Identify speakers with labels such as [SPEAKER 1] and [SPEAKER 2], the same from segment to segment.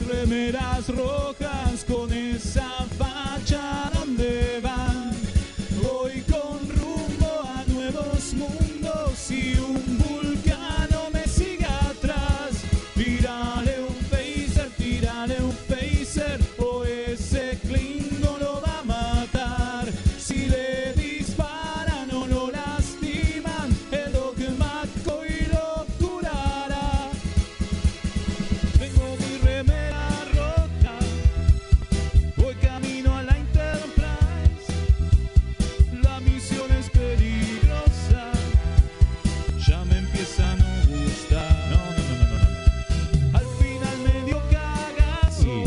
[SPEAKER 1] remeras rojas con esa facha donde van. Voy con rumbo a nuevos mundos y un vulcano me sigue atrás. Tírale un phaser, tírale un phaser o ese Klingon lo va a matar. Si le disparan o lo lastiman, el dogmático y lo curará. Tengo mi remera roja, voy camino a la Enterprise. La misión es peligrosa, ya me empieza a no gustar. No, no, no, no, no. Al final me dio cagazo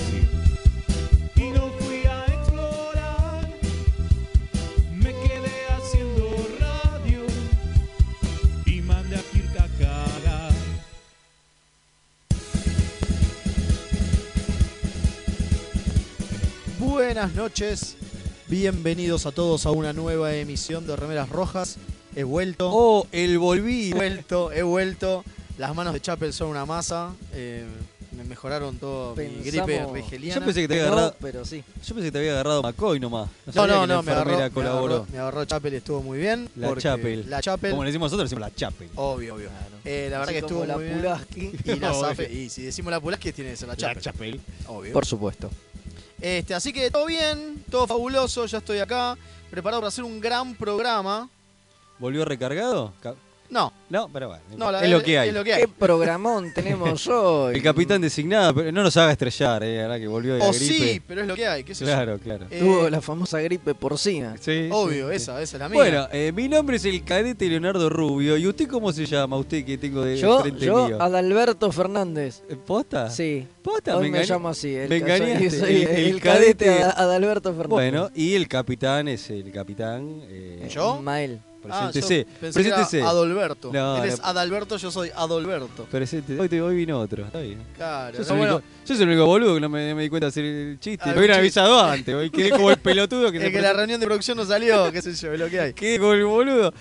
[SPEAKER 1] y no fui a explorar. Me quedé haciendo radio y mandé a Kirk a cagar.
[SPEAKER 2] Buenas noches, bienvenidos a todos a una nueva emisión de Remeras Rojas. He vuelto,
[SPEAKER 3] Oh, el
[SPEAKER 2] he
[SPEAKER 3] volví.
[SPEAKER 2] vuelto, he vuelto. Las manos de Chapel son una masa. eh, me mejoraron todo mi gripe
[SPEAKER 4] Pensamos-
[SPEAKER 2] rigeliana.
[SPEAKER 3] Yo pensé que te había
[SPEAKER 4] No,
[SPEAKER 3] agarrado,
[SPEAKER 4] pero sí.
[SPEAKER 3] yo pensé que te había agarrado McCoy nomás.
[SPEAKER 2] no,
[SPEAKER 3] sabía
[SPEAKER 2] no, no,
[SPEAKER 3] que
[SPEAKER 2] me
[SPEAKER 3] la enfermera
[SPEAKER 2] agarró,
[SPEAKER 3] colaboró.
[SPEAKER 2] me agarró. me agarró Chapel y estuvo muy bien.
[SPEAKER 3] La
[SPEAKER 2] porque-
[SPEAKER 3] Chapel.
[SPEAKER 2] La Chapel.
[SPEAKER 3] Como le decimos nosotros, decimos la Chapel.
[SPEAKER 2] Obvio, obvio. Eh, la verdad
[SPEAKER 4] Así
[SPEAKER 2] que
[SPEAKER 4] como
[SPEAKER 2] estuvo
[SPEAKER 4] la
[SPEAKER 2] muy bien.
[SPEAKER 4] Pulaski.
[SPEAKER 2] Y la
[SPEAKER 3] Obvio.
[SPEAKER 2] Zafe- Y si decimos la Pulaski, tiene que ser la Chapel.
[SPEAKER 3] Chapel.
[SPEAKER 2] Obvio.
[SPEAKER 4] Por supuesto.
[SPEAKER 2] Este, así que todo bien, todo fabuloso, ya estoy acá, preparado para hacer un gran programa.
[SPEAKER 3] ¿Volvió recargado? Ca-
[SPEAKER 2] No,
[SPEAKER 3] No, pero bueno.
[SPEAKER 2] no, la
[SPEAKER 3] es lo que hay.
[SPEAKER 2] Es lo que hay.
[SPEAKER 4] Qué programón tenemos hoy.
[SPEAKER 3] El capitán designado, pero no nos haga estrellar, eh, ahora que volvió de la
[SPEAKER 2] O
[SPEAKER 3] gripe.
[SPEAKER 2] sí, pero es lo que hay, qué sé yo.
[SPEAKER 3] Claro, claro.
[SPEAKER 2] Eh,
[SPEAKER 4] tuvo la famosa gripe porcina.
[SPEAKER 3] Sí,
[SPEAKER 2] Obvio,
[SPEAKER 3] sí, sí.
[SPEAKER 2] esa, esa es la mía.
[SPEAKER 3] Bueno, eh, mi nombre es el cadete Leonardo Rubio. ¿Y usted cómo se llama? Usted que tengo de
[SPEAKER 4] Yo,
[SPEAKER 3] Eh, frente mío.
[SPEAKER 4] yo Adalberto Fernández.
[SPEAKER 3] Eh, ¿Posta?
[SPEAKER 4] Sí.
[SPEAKER 3] ¿Posta?
[SPEAKER 4] Hoy me
[SPEAKER 3] engañé.
[SPEAKER 4] llamo así. El,
[SPEAKER 3] me
[SPEAKER 4] soy-
[SPEAKER 3] engañaste,
[SPEAKER 4] soy
[SPEAKER 3] el-
[SPEAKER 4] el,
[SPEAKER 3] el
[SPEAKER 4] cadete,
[SPEAKER 3] cadete.
[SPEAKER 4] Ad- Adalberto Fernández.
[SPEAKER 3] Bueno, y el capitán es el capitán. eh,
[SPEAKER 2] ¿Yo?
[SPEAKER 4] Mael.
[SPEAKER 2] Ah,
[SPEAKER 3] Preséntese.
[SPEAKER 2] yo pensé que era
[SPEAKER 3] preséntese.
[SPEAKER 2] Adolberto.
[SPEAKER 3] No,
[SPEAKER 2] Él es
[SPEAKER 3] no.
[SPEAKER 2] Adalberto, yo soy Adolberto.
[SPEAKER 3] Presente. Hoy, te- hoy vino otro. Está bien.
[SPEAKER 2] Claro.
[SPEAKER 3] Yo
[SPEAKER 2] no,
[SPEAKER 3] soy, el
[SPEAKER 2] bueno,
[SPEAKER 3] único, yo soy el único boludo que no me, me di cuenta de hacer el chiste.
[SPEAKER 2] Ah,
[SPEAKER 3] Me hubieran
[SPEAKER 2] el chiste.
[SPEAKER 3] avisado antes. Hoy quedé como el pelotudo que
[SPEAKER 2] es
[SPEAKER 3] se
[SPEAKER 2] que la reunión de producción no salió, qué sé yo, es lo que hay.
[SPEAKER 3] Quedé como el boludo.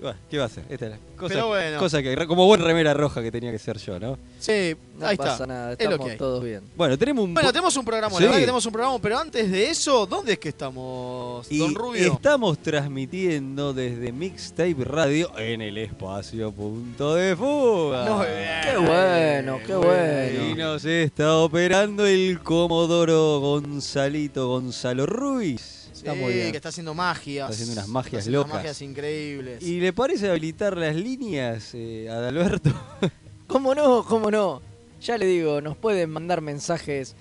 [SPEAKER 3] Bueno, ¿Qué va a hacer? Esta es la cosa,
[SPEAKER 2] Pero bueno.
[SPEAKER 3] cosa que. Como buen remera roja que tenía que ser yo, ¿no?
[SPEAKER 2] Sí,
[SPEAKER 4] No
[SPEAKER 2] ahí
[SPEAKER 4] pasa
[SPEAKER 2] está.
[SPEAKER 4] nada,
[SPEAKER 2] es lo
[SPEAKER 4] estamos
[SPEAKER 2] que hay.
[SPEAKER 4] todos bien.
[SPEAKER 3] Bueno, tenemos un.
[SPEAKER 2] Bueno, tenemos un programa,
[SPEAKER 3] Sí.
[SPEAKER 2] la verdad que tenemos un programa, pero antes de eso, ¿dónde es que estamos,
[SPEAKER 3] y
[SPEAKER 2] don Rubio?
[SPEAKER 3] estamos transmitiendo desde Mixtape Radio en el espacio punto de fuga.
[SPEAKER 2] Muy bien.
[SPEAKER 4] Qué bueno, qué
[SPEAKER 2] Muy
[SPEAKER 4] bueno.
[SPEAKER 3] Y nos está operando el Comodoro Gonzalito Gonzalo Ruiz.
[SPEAKER 4] Está
[SPEAKER 2] Sí,
[SPEAKER 4] muy bien.
[SPEAKER 2] que está haciendo magias.
[SPEAKER 3] Está haciendo unas magias
[SPEAKER 2] haciendo unas
[SPEAKER 3] locas.
[SPEAKER 2] magias increíbles.
[SPEAKER 3] ¿Y le parece habilitar las líneas eh, a Adalberto?
[SPEAKER 4] ¿Cómo no? ¿Cómo no? Ya le digo, nos pueden mandar mensajes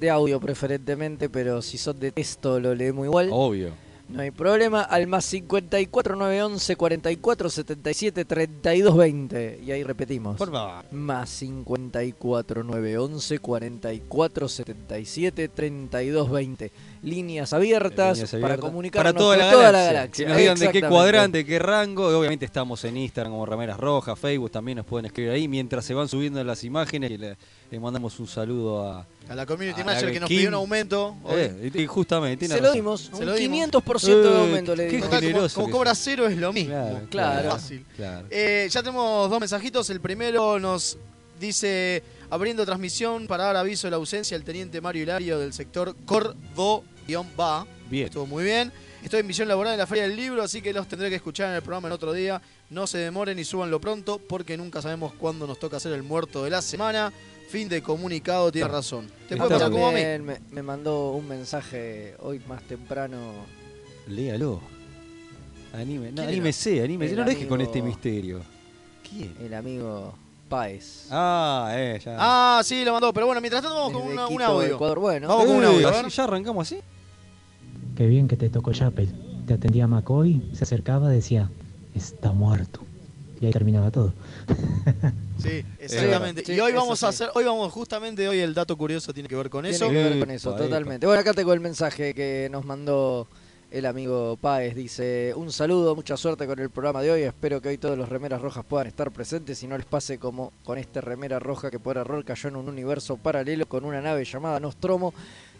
[SPEAKER 4] de audio preferentemente, pero si son de texto lo leemos igual.
[SPEAKER 3] Obvio.
[SPEAKER 4] No hay problema. Al más 54 911 44 77 32 20. Y ahí repetimos.
[SPEAKER 3] Por favor.
[SPEAKER 4] Más 54 911 44 77 32 20. Líneas abiertas
[SPEAKER 3] Líneas
[SPEAKER 4] para
[SPEAKER 3] abiertas.
[SPEAKER 4] comunicarnos
[SPEAKER 3] Para toda
[SPEAKER 4] con
[SPEAKER 3] la
[SPEAKER 4] toda
[SPEAKER 3] galaxia.
[SPEAKER 4] la galaxia.
[SPEAKER 3] Que nos digan de qué
[SPEAKER 4] Exactamente.
[SPEAKER 3] cuadrante, qué rango. Y obviamente estamos en Instagram como Remeras Rojas, Facebook también nos pueden escribir ahí. Mientras se van subiendo las imágenes, y le, le mandamos un saludo a.
[SPEAKER 2] a la community
[SPEAKER 3] a
[SPEAKER 2] manager que nos
[SPEAKER 3] Kim.
[SPEAKER 2] pidió un aumento. hoy.
[SPEAKER 3] Eh, y justamente, tiene
[SPEAKER 4] Se lo
[SPEAKER 3] razón.
[SPEAKER 4] dimos.
[SPEAKER 2] Se
[SPEAKER 4] un
[SPEAKER 2] lo dimos.
[SPEAKER 4] 500%
[SPEAKER 3] Eh,
[SPEAKER 4] de aumento le
[SPEAKER 3] qué
[SPEAKER 4] dimos.
[SPEAKER 2] Total, como-
[SPEAKER 3] generoso
[SPEAKER 2] como,
[SPEAKER 3] que
[SPEAKER 2] cobra
[SPEAKER 3] sos.
[SPEAKER 2] cero es lo mismo.
[SPEAKER 3] Claro,
[SPEAKER 4] claro.
[SPEAKER 2] Fácil.
[SPEAKER 3] Claro.
[SPEAKER 2] Eh, ya tenemos dos mensajitos. El primero nos dice, abriendo transmisión para dar aviso de la ausencia del teniente Mario Hilario del sector Cordo-Ba.
[SPEAKER 3] Bien.
[SPEAKER 2] Estuvo muy bien. Estoy en misión laboral en la Feria del Libro, así que los tendré que escuchar en el programa en otro día. No se demoren y súbanlo pronto, porque nunca sabemos cuándo nos toca hacer el muerto de la semana. Fin de comunicado, tiene razón. Te
[SPEAKER 3] Ah, Está
[SPEAKER 2] puede pasar
[SPEAKER 3] muy
[SPEAKER 2] como a mí.
[SPEAKER 4] También me, me mandó un mensaje hoy más temprano
[SPEAKER 3] Léalo. Anime, no,
[SPEAKER 2] ¿Quién era?
[SPEAKER 3] anímese, anímese.
[SPEAKER 4] El
[SPEAKER 3] No lo deje con
[SPEAKER 4] amigo-
[SPEAKER 3] este misterio. ¿Quién?
[SPEAKER 4] el amigo Páez.
[SPEAKER 3] Ah, eh, ya.
[SPEAKER 2] Ah, sí, lo mandó. Pero bueno, mientras tanto vamos con
[SPEAKER 4] desde
[SPEAKER 2] una- un
[SPEAKER 4] Quito,
[SPEAKER 2] audio.
[SPEAKER 4] Ecuador. Bueno,
[SPEAKER 2] Vamos con un
[SPEAKER 3] Eh,
[SPEAKER 2] audio, a
[SPEAKER 3] así-
[SPEAKER 2] ver.
[SPEAKER 3] ¿Ya arrancamos así?
[SPEAKER 5] Qué bien que te tocó Chapel. Te atendía McCoy, se acercaba, decía, está muerto. Y ahí terminaba todo.
[SPEAKER 2] Sí, exactamente.
[SPEAKER 4] Eh, Sí,
[SPEAKER 2] y hoy
[SPEAKER 4] eso
[SPEAKER 2] vamos a
[SPEAKER 4] sí.
[SPEAKER 2] hacer, hoy vamos justamente hoy el dato curioso tiene que ver con
[SPEAKER 4] Tiene
[SPEAKER 2] eso.
[SPEAKER 4] que ver con eso,
[SPEAKER 3] Epa, epa.
[SPEAKER 4] totalmente. Bueno, acá tengo el mensaje que nos mandó el amigo Páez. Dice, un saludo, mucha suerte con el programa de hoy. Espero que hoy todos los remeras rojas puedan estar presentes y no les pase como con este remera roja que por error cayó en un universo paralelo con una nave llamada Nostromo.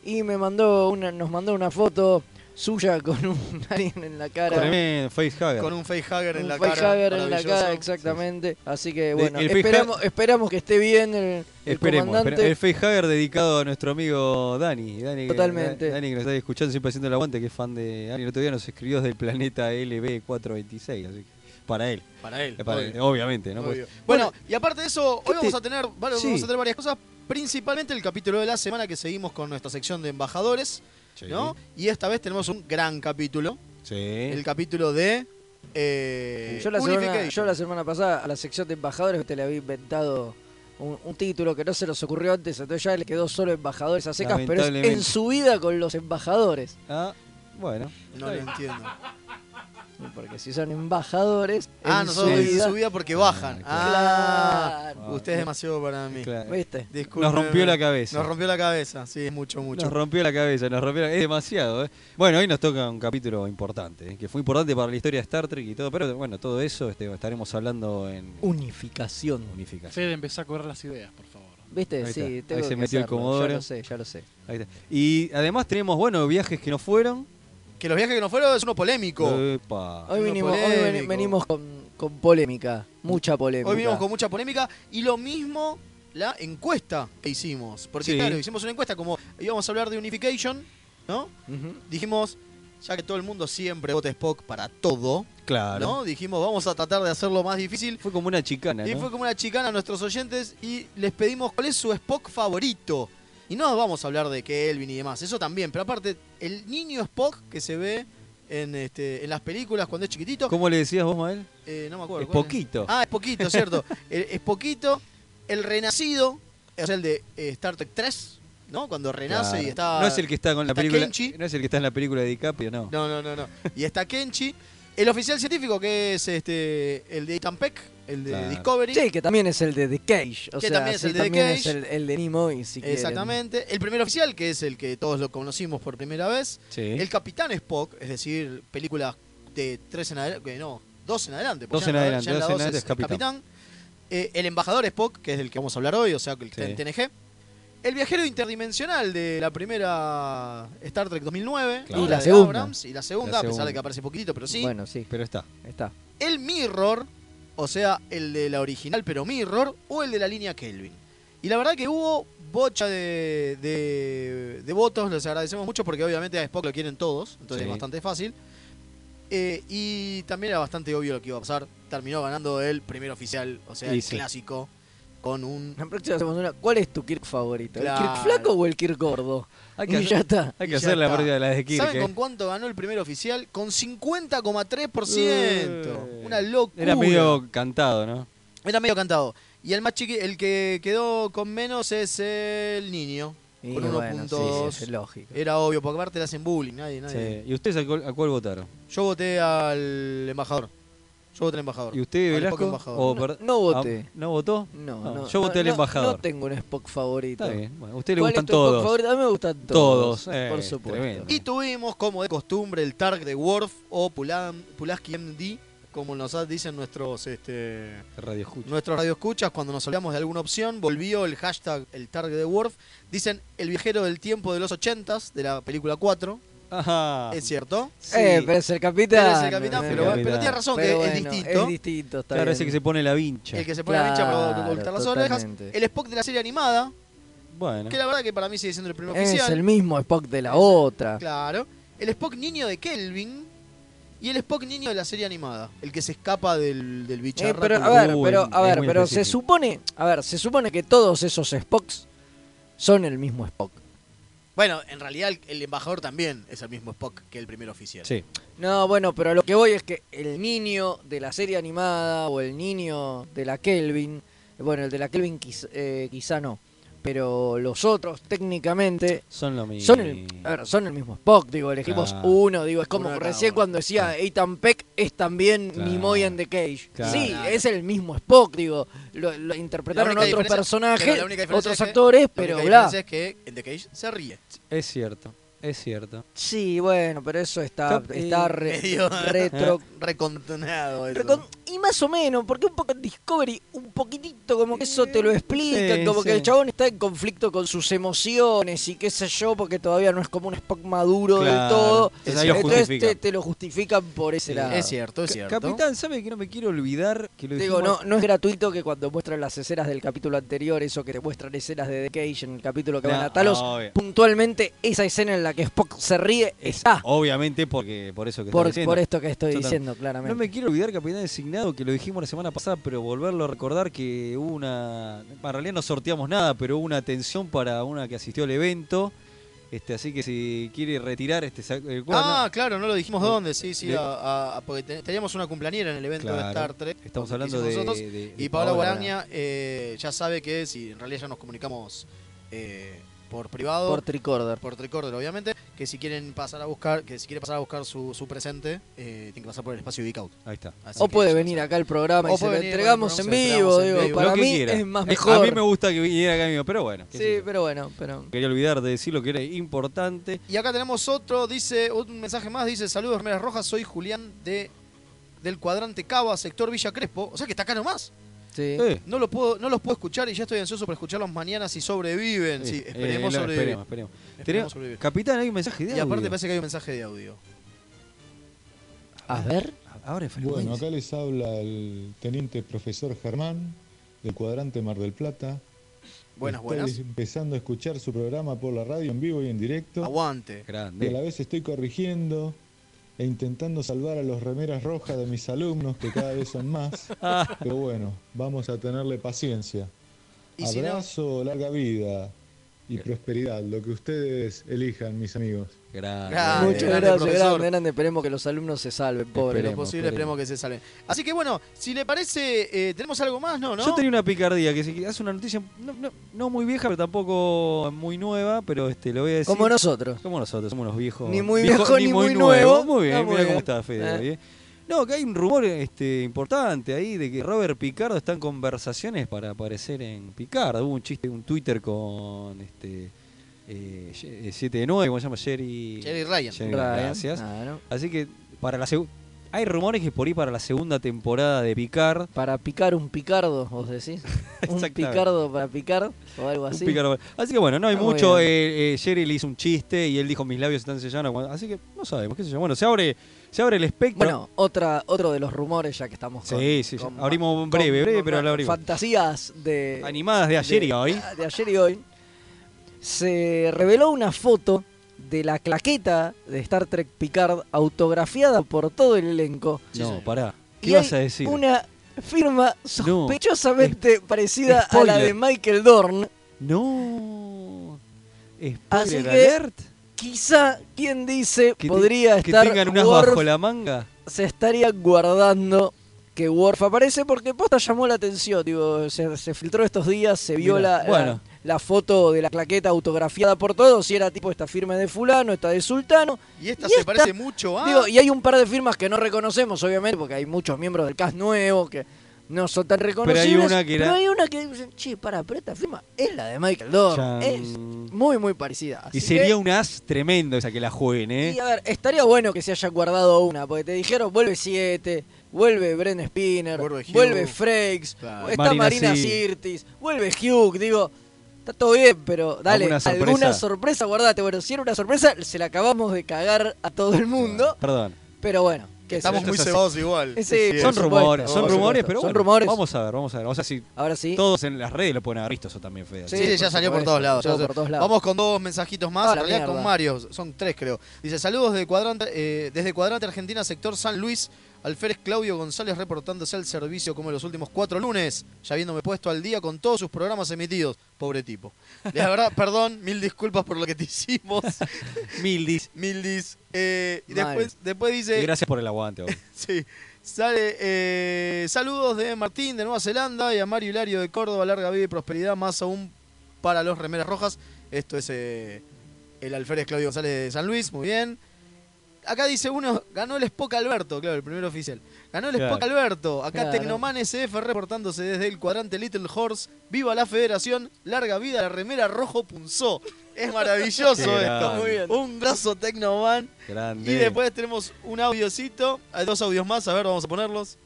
[SPEAKER 4] Y me mandó una, nos mandó una foto suya con un alien en la cara.
[SPEAKER 3] Tremendo, facehugger.
[SPEAKER 2] Con un facehugger en
[SPEAKER 4] un
[SPEAKER 2] la cara.
[SPEAKER 4] facehugger en la
[SPEAKER 2] maravilloso.
[SPEAKER 4] cara, exactamente. Así que bueno,
[SPEAKER 3] el facehugger-
[SPEAKER 4] esperamos, esperamos que esté bien el, el
[SPEAKER 3] Esperemos, espere-
[SPEAKER 4] comandante.
[SPEAKER 3] el facehugger dedicado a nuestro amigo Dani. Dani que-
[SPEAKER 4] Totalmente.
[SPEAKER 3] Dani que nos está escuchando, siempre haciendo el aguante, que es fan de Dani. El otro día nos escribió desde el planeta LB426, así que para él.
[SPEAKER 2] Para él.
[SPEAKER 3] Eh, para
[SPEAKER 2] obvio,
[SPEAKER 3] él, obviamente, ¿no?
[SPEAKER 2] obvio.
[SPEAKER 3] Pues-
[SPEAKER 2] Bueno, y aparte de eso,
[SPEAKER 4] Este
[SPEAKER 3] ¿Qué
[SPEAKER 2] hoy vamos
[SPEAKER 3] te-
[SPEAKER 2] a tener, vale,
[SPEAKER 3] Sí.
[SPEAKER 2] vamos a tener varias cosas. Principalmente el capítulo de la semana que seguimos con nuestra sección de embajadores,
[SPEAKER 3] Sí.
[SPEAKER 2] ¿no? Y esta vez tenemos un gran capítulo.
[SPEAKER 3] Sí.
[SPEAKER 2] El capítulo de. Eh,
[SPEAKER 4] yo, la semana,
[SPEAKER 2] Unification.
[SPEAKER 4] yo la semana pasada a la sección de embajadores te le había inventado un, un título que no se nos ocurrió antes, entonces ya le quedó solo embajadores a secas, pero es
[SPEAKER 3] Lamentablemente.
[SPEAKER 4] en su vida con los embajadores.
[SPEAKER 3] Ah, bueno.
[SPEAKER 2] No lo entiendo.
[SPEAKER 4] Porque si son embajadores,
[SPEAKER 2] Ah,
[SPEAKER 4] en
[SPEAKER 2] nosotros
[SPEAKER 4] su
[SPEAKER 2] en
[SPEAKER 4] vida,
[SPEAKER 2] su vida porque bajan. Ah,
[SPEAKER 4] Claro.
[SPEAKER 2] usted es demasiado para mí.
[SPEAKER 3] Claro.
[SPEAKER 4] ¿Viste?
[SPEAKER 2] Disculpe.
[SPEAKER 3] Nos rompió la cabeza.
[SPEAKER 2] Nos rompió la cabeza, sí, es mucho, mucho.
[SPEAKER 3] Nos rompió la cabeza, nos rompió la- Es demasiado, ¿eh? Bueno, hoy nos toca un capítulo importante, ¿eh? que fue importante para la historia de Star Trek y todo, pero bueno, todo eso este, estaremos hablando en
[SPEAKER 4] Unificación.
[SPEAKER 3] Unificación.
[SPEAKER 6] Fede, empezá a correr las ideas, por favor.
[SPEAKER 4] ¿Viste?
[SPEAKER 3] Ahí está.
[SPEAKER 4] Sí,
[SPEAKER 3] Ahí
[SPEAKER 4] tengo
[SPEAKER 3] se
[SPEAKER 4] que
[SPEAKER 3] metió el
[SPEAKER 4] hacerlo,
[SPEAKER 3] Comodoro.
[SPEAKER 4] Ya lo sé, ya lo sé.
[SPEAKER 3] Ahí está. Y además tenemos, bueno, viajes que no fueron.
[SPEAKER 2] Que los viajes que nos fueron es uno polémico.
[SPEAKER 3] Epa.
[SPEAKER 4] Hoy,
[SPEAKER 2] Uno
[SPEAKER 4] vinimos, hoy
[SPEAKER 2] polémico.
[SPEAKER 4] veni- venimos con, con polémica, mucha polémica.
[SPEAKER 2] Hoy vinimos con mucha polémica y lo mismo la encuesta que hicimos. Porque
[SPEAKER 3] Sí.
[SPEAKER 2] claro, hicimos una encuesta como íbamos a hablar de Unification, ¿no?
[SPEAKER 4] Ujú.
[SPEAKER 2] Dijimos, ya que todo el mundo siempre vota Spock para todo,
[SPEAKER 3] Claro.
[SPEAKER 2] ¿no? Dijimos, vamos a tratar de hacerlo más difícil.
[SPEAKER 3] Fue como una chicana,
[SPEAKER 2] Y
[SPEAKER 3] ¿no?
[SPEAKER 2] fue como una chicana a nuestros oyentes y les pedimos cuál es su Spock favorito. Y no vamos a hablar de Kelvin y demás, eso también. Pero aparte, el niño Spock que se ve en, este, en las películas cuando es chiquitito,
[SPEAKER 3] ¿Cómo le decías vos, Mael?
[SPEAKER 2] eh, no me acuerdo.
[SPEAKER 3] Es
[SPEAKER 2] ¿cuál
[SPEAKER 3] poquito.
[SPEAKER 2] Ah, es poquito, cierto. El- es poquito. El renacido, o sea, el de eh, Star Trek 3, ¿no? Cuando renace
[SPEAKER 3] Claro.
[SPEAKER 2] y está.
[SPEAKER 3] No es el que está con la
[SPEAKER 2] está
[SPEAKER 3] película.
[SPEAKER 2] Kenchi.
[SPEAKER 3] No es el que está en la película de DiCaprio, no.
[SPEAKER 2] No, no, no, no. Y está Kenchi. El oficial científico, que es este el de Ethan Peck, el de
[SPEAKER 3] Claro.
[SPEAKER 2] Discovery.
[SPEAKER 4] Sí, que también es el de The Cage. O
[SPEAKER 2] Que
[SPEAKER 4] sea,
[SPEAKER 2] también es
[SPEAKER 4] sí,
[SPEAKER 2] el de The
[SPEAKER 4] también
[SPEAKER 2] Cage.
[SPEAKER 4] es el, el de Nimoy, si quieren.
[SPEAKER 2] Exactamente. El primer oficial, que es el que todos lo conocimos por primera vez.
[SPEAKER 3] Sí.
[SPEAKER 2] El Capitán Spock, es decir, películas de tres en adelante, no, dos en adelante. porque
[SPEAKER 3] Dos
[SPEAKER 2] ya
[SPEAKER 3] en
[SPEAKER 2] la-
[SPEAKER 3] adelante,
[SPEAKER 2] ya en la
[SPEAKER 3] dos en
[SPEAKER 2] dos
[SPEAKER 3] adelante
[SPEAKER 2] es
[SPEAKER 3] es Capitán.
[SPEAKER 2] Eh, el Embajador Spock, que es del que vamos a hablar hoy, o sea, que está
[SPEAKER 3] Sí.
[SPEAKER 2] en TNG. El viajero interdimensional de la primera Star Trek 2009.
[SPEAKER 3] Claro.
[SPEAKER 2] ¿no?
[SPEAKER 3] Y la
[SPEAKER 2] de
[SPEAKER 4] segunda.
[SPEAKER 2] Abrams, y la segunda,
[SPEAKER 3] La
[SPEAKER 2] a pesar
[SPEAKER 3] segunda.
[SPEAKER 2] de que aparece poquitito, pero sí.
[SPEAKER 4] Bueno, sí,
[SPEAKER 3] Pero está.
[SPEAKER 4] está.
[SPEAKER 2] El Mirror, o sea, el de la original, pero Mirror, o el de la línea Kelvin. Y la verdad que hubo bocha de, de- de votos, les agradecemos mucho porque obviamente a Spock lo quieren todos, entonces
[SPEAKER 3] Sí.
[SPEAKER 2] es bastante fácil. Eh, y también era bastante obvio lo que iba a pasar. Terminó ganando el primer oficial, o sea,
[SPEAKER 3] Y
[SPEAKER 2] el
[SPEAKER 3] sí.
[SPEAKER 2] clásico, con un...
[SPEAKER 4] La próxima hacemos una. ¿Cuál es tu Kirk favorito?
[SPEAKER 2] Claro.
[SPEAKER 4] ¿El Kirk flaco o el Kirk gordo?
[SPEAKER 3] Hay
[SPEAKER 4] y
[SPEAKER 3] que,
[SPEAKER 4] ya
[SPEAKER 3] hacer,
[SPEAKER 4] está.
[SPEAKER 2] y
[SPEAKER 3] hay que
[SPEAKER 2] ya
[SPEAKER 3] hacer la
[SPEAKER 2] está.
[SPEAKER 3] pérdida de la de Kirk.
[SPEAKER 2] ¿Saben
[SPEAKER 3] eh.
[SPEAKER 2] con cuánto ganó el primer oficial? Con 50,3%.
[SPEAKER 3] Eh.
[SPEAKER 2] Una locura.
[SPEAKER 3] Era medio cantado, ¿no?
[SPEAKER 2] Era medio cantado. Y el más chiqui, el que quedó con menos es el niño.
[SPEAKER 4] Y
[SPEAKER 2] con
[SPEAKER 4] bueno, sí, sí,
[SPEAKER 2] 1.2.
[SPEAKER 4] es lógico.
[SPEAKER 2] Era obvio, porque aparte le hacen bullying, nadie, nadie.
[SPEAKER 3] Sí. ¿Y ustedes a cuál, a cuál votaron?
[SPEAKER 2] Yo voté al embajador. Yo voté al embajador.
[SPEAKER 3] ¿Y usted,
[SPEAKER 2] Al poco
[SPEAKER 3] Velasco?
[SPEAKER 2] embajador.
[SPEAKER 3] ¿O
[SPEAKER 4] No,
[SPEAKER 3] per-
[SPEAKER 4] no voté.
[SPEAKER 3] ah, ¿No votó?
[SPEAKER 4] No,
[SPEAKER 3] Ah,
[SPEAKER 4] no.
[SPEAKER 3] Yo voté
[SPEAKER 4] no,
[SPEAKER 3] al
[SPEAKER 4] no-
[SPEAKER 3] embajador.
[SPEAKER 4] No tengo un Spock favorito.
[SPEAKER 3] Está bien. Bueno, a usted le
[SPEAKER 4] ¿Cuál
[SPEAKER 3] gustan
[SPEAKER 4] es tu Spock
[SPEAKER 3] todos.
[SPEAKER 4] favorito? A mí me gustan
[SPEAKER 3] Todos,
[SPEAKER 4] todos.
[SPEAKER 3] eh,
[SPEAKER 4] por supuesto.
[SPEAKER 3] tremendo.
[SPEAKER 2] Y tuvimos, como de costumbre, el Targ de Worf o Pulan- Pulaski MD, como nos dicen nuestros este
[SPEAKER 3] Radio Escucha.
[SPEAKER 2] nuestros radioescuchas cuando nos hablamos de alguna opción. Volvió el hashtag el Targ de Worf. Dicen el viajero del tiempo de los 80s de la película 4.
[SPEAKER 3] Ajá.
[SPEAKER 2] ¿Es cierto?
[SPEAKER 4] Eh, pero es el capitán.
[SPEAKER 2] Él es el capitán,
[SPEAKER 4] eh,
[SPEAKER 2] pero,
[SPEAKER 3] capitán.
[SPEAKER 2] pero tiene razón
[SPEAKER 4] pero
[SPEAKER 2] que
[SPEAKER 4] bueno,
[SPEAKER 2] es distinto.
[SPEAKER 4] Es distinto, está
[SPEAKER 3] Claro,
[SPEAKER 4] bien.
[SPEAKER 3] ese que se pone la vincha.
[SPEAKER 2] el que se pone la vincha para
[SPEAKER 4] Claro,
[SPEAKER 2] ocultar las orejas.
[SPEAKER 4] totalmente.
[SPEAKER 2] El Spock de la serie animada,
[SPEAKER 3] Bueno.
[SPEAKER 2] que la verdad que para mí sigue siendo el primer
[SPEAKER 4] Es
[SPEAKER 2] oficial.
[SPEAKER 4] el mismo Spock de la otra.
[SPEAKER 2] Claro. El Spock niño de Kelvin. Y el Spock niño de la serie animada. El que se escapa del, del
[SPEAKER 4] Eh,
[SPEAKER 2] bicharraco. Uh.
[SPEAKER 4] pero a
[SPEAKER 3] Uy,
[SPEAKER 4] ver, pero a
[SPEAKER 3] es
[SPEAKER 4] ver,
[SPEAKER 3] muy
[SPEAKER 4] pero se
[SPEAKER 3] específico.
[SPEAKER 4] supone, a ver, se supone que todos esos Spocks son el mismo Spock.
[SPEAKER 2] Bueno, en realidad el, el embajador también es el mismo Spock que el primer oficial.
[SPEAKER 3] Sí.
[SPEAKER 4] No, bueno, pero a lo que voy es que el niño de la serie animada o el niño de la Kelvin, bueno, el de la Kelvin quiz- eh, quizá no, pero los otros técnicamente
[SPEAKER 3] Son lo mismo.
[SPEAKER 4] Son el, a ver, son el mismo Spock, digo, elegimos
[SPEAKER 3] Claro.
[SPEAKER 4] uno, digo, es como
[SPEAKER 2] Uno de cada
[SPEAKER 4] recién
[SPEAKER 2] uno.
[SPEAKER 4] cuando decía Ethan Peck es también
[SPEAKER 3] Claro.
[SPEAKER 4] Nimoy en The Cage.
[SPEAKER 3] Claro.
[SPEAKER 4] Sí,
[SPEAKER 2] Claro.
[SPEAKER 4] es el mismo Spock, digo, lo, lo interpretaron
[SPEAKER 2] única
[SPEAKER 4] otros
[SPEAKER 2] diferencia- pero
[SPEAKER 4] personajes,
[SPEAKER 2] la única diferencia
[SPEAKER 4] otros
[SPEAKER 2] es que-
[SPEAKER 4] actores,
[SPEAKER 2] La única
[SPEAKER 4] pero bla.
[SPEAKER 2] diferencia es que en The Cage se ríe.
[SPEAKER 3] Es cierto. Es cierto.
[SPEAKER 4] Sí, bueno, pero eso está,
[SPEAKER 3] Está-
[SPEAKER 4] está
[SPEAKER 3] eh,
[SPEAKER 4] re-
[SPEAKER 2] medio-
[SPEAKER 4] retro...
[SPEAKER 2] Recontonado eso.
[SPEAKER 4] recon- Y más o menos, porque un poco en Discovery, un poquitito como que eso te lo explican,
[SPEAKER 3] Sí,
[SPEAKER 4] como que
[SPEAKER 3] sí.
[SPEAKER 4] el chabón está en conflicto con sus emociones y qué sé yo, porque todavía no es como un Spock maduro del
[SPEAKER 3] Claro.
[SPEAKER 4] todo.
[SPEAKER 3] Entonces ahí lo
[SPEAKER 4] Entonces te,
[SPEAKER 3] justifican.
[SPEAKER 4] te lo justifican por ese lado.
[SPEAKER 2] Es cierto, es
[SPEAKER 3] Ca-
[SPEAKER 2] cierto.
[SPEAKER 3] Capitán, ¿sabe que no me quiero olvidar? Que lo
[SPEAKER 4] Digo,
[SPEAKER 3] dijimos-
[SPEAKER 4] no, no es gratuito que cuando muestran las escenas del capítulo anterior, eso que te muestran escenas de The Cage en el capítulo que van
[SPEAKER 3] Nah,
[SPEAKER 4] a Talos,
[SPEAKER 3] obvio.
[SPEAKER 4] puntualmente esa escena en la que Spock se ríe está
[SPEAKER 3] Obviamente porque por eso que está
[SPEAKER 4] por,
[SPEAKER 3] diciendo.
[SPEAKER 4] por esto que estoy
[SPEAKER 3] Total.
[SPEAKER 4] diciendo, claramente.
[SPEAKER 3] No me quiero olvidar, capitán designado, que lo dijimos la semana pasada, pero volverlo a recordar que hubo una. En realidad no sorteamos nada, pero hubo una atención para una que asistió al evento. Este, así que si quiere retirar este sa- el cuadro.
[SPEAKER 2] ah, claro, no lo dijimos dónde, sí, sí,
[SPEAKER 3] Le-
[SPEAKER 2] a- a- porque ten- teníamos una cumpleañera en el evento de
[SPEAKER 3] Claro.
[SPEAKER 2] Star Trek.
[SPEAKER 3] Estamos
[SPEAKER 2] que
[SPEAKER 3] hablando
[SPEAKER 2] hicimos
[SPEAKER 3] de,
[SPEAKER 2] nosotros,
[SPEAKER 3] de- de
[SPEAKER 2] Y Paola
[SPEAKER 3] Paola.
[SPEAKER 2] Guaraña eh, ya sabe que si en realidad ya nos comunicamos eh, por privado,
[SPEAKER 4] por
[SPEAKER 2] por,
[SPEAKER 4] tricorder.
[SPEAKER 2] tricorder obviamente, que si quieren pasar a buscar, que si quiere pasar a buscar su, su presente, eh, tienen que pasar por el espacio Ubicout.
[SPEAKER 3] Ahí está.
[SPEAKER 2] Así
[SPEAKER 4] O
[SPEAKER 2] que
[SPEAKER 4] puede
[SPEAKER 2] ya
[SPEAKER 4] venir
[SPEAKER 2] saben.
[SPEAKER 4] acá al programa
[SPEAKER 2] O
[SPEAKER 4] y se lo
[SPEAKER 2] puede venir,
[SPEAKER 4] entregamos
[SPEAKER 2] bueno,
[SPEAKER 4] en
[SPEAKER 2] se lo
[SPEAKER 4] vivo,
[SPEAKER 2] entregamos en
[SPEAKER 4] digo,
[SPEAKER 2] vivo.
[SPEAKER 4] para
[SPEAKER 3] Lo que
[SPEAKER 4] mí
[SPEAKER 3] quiera.
[SPEAKER 4] es más
[SPEAKER 3] Eh,
[SPEAKER 4] mejor.
[SPEAKER 3] A mí me gusta que viniera acá mismo, pero bueno. qué sé
[SPEAKER 4] Sí,
[SPEAKER 3] yo.
[SPEAKER 4] pero bueno, pero...
[SPEAKER 3] Quería olvidar de decir lo que era importante.
[SPEAKER 2] Y acá tenemos otro, dice, un mensaje más, dice, saludos Remeras Rojas, soy Julián de del cuadrante Cava, sector Villa Crespo. O sea que está acá nomás.
[SPEAKER 4] Sí.
[SPEAKER 3] Eh,
[SPEAKER 2] No, lo puedo, no los puedo escuchar y ya estoy ansioso por escucharlos mañana si sobreviven. Sí,
[SPEAKER 3] eh,
[SPEAKER 2] esperemos
[SPEAKER 3] eh, lo-
[SPEAKER 2] sobrevivir.
[SPEAKER 3] esperemos, esperemos.
[SPEAKER 2] Esperemos
[SPEAKER 3] Tenemos-
[SPEAKER 2] sobrevivir.
[SPEAKER 3] Capitán, hay un mensaje de
[SPEAKER 2] Y aparte
[SPEAKER 3] audio.
[SPEAKER 2] parece que hay un mensaje de audio.
[SPEAKER 4] A ver,
[SPEAKER 3] Ahora es
[SPEAKER 7] Bueno,
[SPEAKER 3] frecuencia.
[SPEAKER 7] acá les habla el teniente profesor Germán del cuadrante Mar del Plata.
[SPEAKER 2] Buenas,
[SPEAKER 7] Estoy
[SPEAKER 2] buenas.
[SPEAKER 7] empezando a escuchar su programa por la radio en vivo y en directo.
[SPEAKER 2] Aguante.
[SPEAKER 7] Y a la
[SPEAKER 3] Grande.
[SPEAKER 7] vez estoy corrigiendo e intentando salvar a los remeras rojas de mis alumnos, que cada vez son más.
[SPEAKER 2] Ah.
[SPEAKER 7] Pero bueno, vamos a tenerle paciencia.
[SPEAKER 2] Y si no-
[SPEAKER 7] Abrazo, larga vida y prosperidad, lo que ustedes elijan, mis amigos.
[SPEAKER 3] Grande.
[SPEAKER 2] Grande.
[SPEAKER 4] muchas
[SPEAKER 2] grande,
[SPEAKER 4] gracias,
[SPEAKER 2] profesor.
[SPEAKER 4] Ah, grande, grande. Esperemos que los alumnos se salven, pobre.
[SPEAKER 2] Por lo
[SPEAKER 3] Esperemos,
[SPEAKER 2] posible, esperemos
[SPEAKER 3] esperemos.
[SPEAKER 2] que se salven. Así que bueno, si le parece, eh, tenemos algo más, ¿no? ¿No?
[SPEAKER 3] Yo tenía una picardía que se- hace una noticia no, no- no muy vieja, pero tampoco muy nueva, pero este lo voy a decir.
[SPEAKER 4] Como nosotros.
[SPEAKER 3] Como nosotros, somos unos viejos.
[SPEAKER 4] Ni muy viejo, ni muy nuevo.
[SPEAKER 3] Muy bien,
[SPEAKER 4] Ah, muy
[SPEAKER 3] mira
[SPEAKER 4] bien.
[SPEAKER 3] cómo está Fede
[SPEAKER 4] Eh.
[SPEAKER 3] hoy, eh. No, que hay un rumor este, importante ahí de que Robert Picardo está en conversaciones para aparecer en Picardo. Hubo un chiste, un Twitter con este eh, Ye- eh, 7 de 9, ¿cómo se llama? Jerry.
[SPEAKER 2] Jerry Ryan.
[SPEAKER 3] Jerry,
[SPEAKER 4] Brian,
[SPEAKER 3] gracias.
[SPEAKER 4] claro.
[SPEAKER 3] Así que para la segu- hay rumores que por ahí para la segunda temporada de Picard
[SPEAKER 4] Para picar un picardo, vos decís. un
[SPEAKER 3] Exactamente.
[SPEAKER 4] picardo para picar o algo
[SPEAKER 3] Un
[SPEAKER 4] así.
[SPEAKER 3] pícaro- Así que bueno, no hay
[SPEAKER 4] Está muy
[SPEAKER 3] mucho.
[SPEAKER 4] bien.
[SPEAKER 3] eh, eh, Jerry le hizo un chiste y él dijo mis labios están sellados. cuando-". Así que no sabemos, qué sé yo. Bueno, se abre, se abre el espectro.
[SPEAKER 4] Bueno, otra, otro de los rumores ya que estamos con-
[SPEAKER 3] sí, sí, sí.
[SPEAKER 4] con-
[SPEAKER 3] abrimos
[SPEAKER 4] con-
[SPEAKER 3] breve, breve,
[SPEAKER 4] con-
[SPEAKER 3] pero lo abrimos.
[SPEAKER 4] Fantasías eh, de.
[SPEAKER 3] Animadas de ayer y hoy.
[SPEAKER 4] De ayer y hoy. Se reveló una foto de la claqueta de Star Trek Picard autografiada por todo el elenco.
[SPEAKER 3] No, pará. ¿Qué
[SPEAKER 4] Y
[SPEAKER 3] vas a
[SPEAKER 4] hay
[SPEAKER 3] decir?
[SPEAKER 4] Una firma sospechosamente parecida a la
[SPEAKER 3] spoiler.
[SPEAKER 4] de Michael Dorn.
[SPEAKER 3] No.
[SPEAKER 4] Así
[SPEAKER 3] Spoiler
[SPEAKER 4] que-
[SPEAKER 3] alert.
[SPEAKER 4] Quizá, quien dice,
[SPEAKER 3] Que te-
[SPEAKER 4] podría
[SPEAKER 3] Que
[SPEAKER 4] estar
[SPEAKER 3] tengan unas
[SPEAKER 4] Worf
[SPEAKER 3] bajo la manga.
[SPEAKER 4] se estaría guardando que Worf aparece porque posta llamó la atención, digo, se, se filtró estos días, se vio
[SPEAKER 3] Mirá,
[SPEAKER 4] la,
[SPEAKER 3] bueno.
[SPEAKER 4] la, la foto de la claqueta autografiada por todos, y era tipo esta firma es de fulano, esta de sultano,
[SPEAKER 2] Y esta
[SPEAKER 4] Y
[SPEAKER 2] se
[SPEAKER 4] esta-
[SPEAKER 2] parece mucho a.
[SPEAKER 4] digo, y hay un par de firmas que no reconocemos, obviamente, porque hay muchos miembros del cast nuevo que no son tan reconocibles,
[SPEAKER 3] una que era-
[SPEAKER 4] pero hay una que dicen, che, para, pero esta firma es la de Michael Dorn,
[SPEAKER 3] Chan.
[SPEAKER 4] es muy, muy parecida.
[SPEAKER 3] mm. Y
[SPEAKER 4] Así
[SPEAKER 3] sería
[SPEAKER 4] que-
[SPEAKER 3] un as tremendo esa que la jueguen, ¿eh?
[SPEAKER 4] y a ver, estaría bueno que se haya guardado una, porque te dijeron vuelve 7, vuelve Bren Spinner,
[SPEAKER 2] Vuelve
[SPEAKER 4] vuelve,
[SPEAKER 2] Hugh.
[SPEAKER 4] Frakes,
[SPEAKER 2] Claro.
[SPEAKER 4] está
[SPEAKER 3] Marina
[SPEAKER 4] Marina,
[SPEAKER 3] Sir-
[SPEAKER 4] Sirtis, vuelve Hugh, digo, está todo bien, pero dale,
[SPEAKER 3] ¿Alguna
[SPEAKER 4] alguna
[SPEAKER 3] sorpresa?
[SPEAKER 4] sorpresa? guardate. Bueno, si era una sorpresa, se la acabamos de cagar a todo el mundo,
[SPEAKER 3] Perdón.
[SPEAKER 4] pero bueno, qué sé
[SPEAKER 2] Estamos
[SPEAKER 4] yo.
[SPEAKER 2] muy
[SPEAKER 3] Estás así.
[SPEAKER 2] cebados igual.
[SPEAKER 4] Sí, sí,
[SPEAKER 3] son
[SPEAKER 4] por supuesto,
[SPEAKER 3] rumores,
[SPEAKER 4] por
[SPEAKER 3] son
[SPEAKER 4] supuesto.
[SPEAKER 3] rumores, pero
[SPEAKER 4] Son
[SPEAKER 3] bueno,
[SPEAKER 4] rumores.
[SPEAKER 3] Vamos a ver, vamos a ver. O sea, si
[SPEAKER 4] Ahora sí.
[SPEAKER 3] todos en las redes lo ponen a Risto, eso también, Fede.
[SPEAKER 2] Sí, sí,
[SPEAKER 4] Sí,
[SPEAKER 2] ya
[SPEAKER 4] por
[SPEAKER 2] salió por
[SPEAKER 4] supuesto,
[SPEAKER 2] todos lados. ya
[SPEAKER 4] todo
[SPEAKER 2] salió.
[SPEAKER 4] por todos lados.
[SPEAKER 2] Vamos con dos mensajitos más,
[SPEAKER 4] Ah,
[SPEAKER 2] en
[SPEAKER 4] la
[SPEAKER 2] realidad con
[SPEAKER 4] mierda.
[SPEAKER 2] Mario, son tres creo. Dice, saludos de cuadrante, eh, desde Cuadrante Argentina, sector San Luis, Alférez Claudio González reportándose al servicio como los últimos cuatro lunes, ya habiéndome puesto al día con todos sus programas emitidos. Pobre tipo. La verdad, perdón, mil disculpas por lo que te hicimos,
[SPEAKER 3] Mildis.
[SPEAKER 2] mil dis. Eh, y
[SPEAKER 4] Mal.
[SPEAKER 2] después, después
[SPEAKER 3] Y
[SPEAKER 2] dice,
[SPEAKER 3] gracias por el aguante. Bob.
[SPEAKER 2] Sí. Sale, eh, saludos de Martín de Nueva Zelanda y a Mario Hilario de Córdoba, larga vida y prosperidad, más aún para los remeras rojas. Esto es eh, el alférez Claudio González de San Luis, muy bien. Acá dice uno, ganó el Spock Alberto, claro, el primer oficial. Ganó el
[SPEAKER 3] Claro.
[SPEAKER 2] Spock Alberto. Acá
[SPEAKER 4] Claro.
[SPEAKER 2] Tecnoman SF reportándose desde el cuadrante Little Horse. Viva la federación, larga vida, la remera rojo punzó. Es maravilloso
[SPEAKER 3] Qué
[SPEAKER 2] esto.
[SPEAKER 3] grande.
[SPEAKER 2] Muy bien. Un brazo Tecnoman.
[SPEAKER 3] Grande.
[SPEAKER 2] Y después tenemos un audiocito, hay dos audios más, a ver, vamos a ponerlos.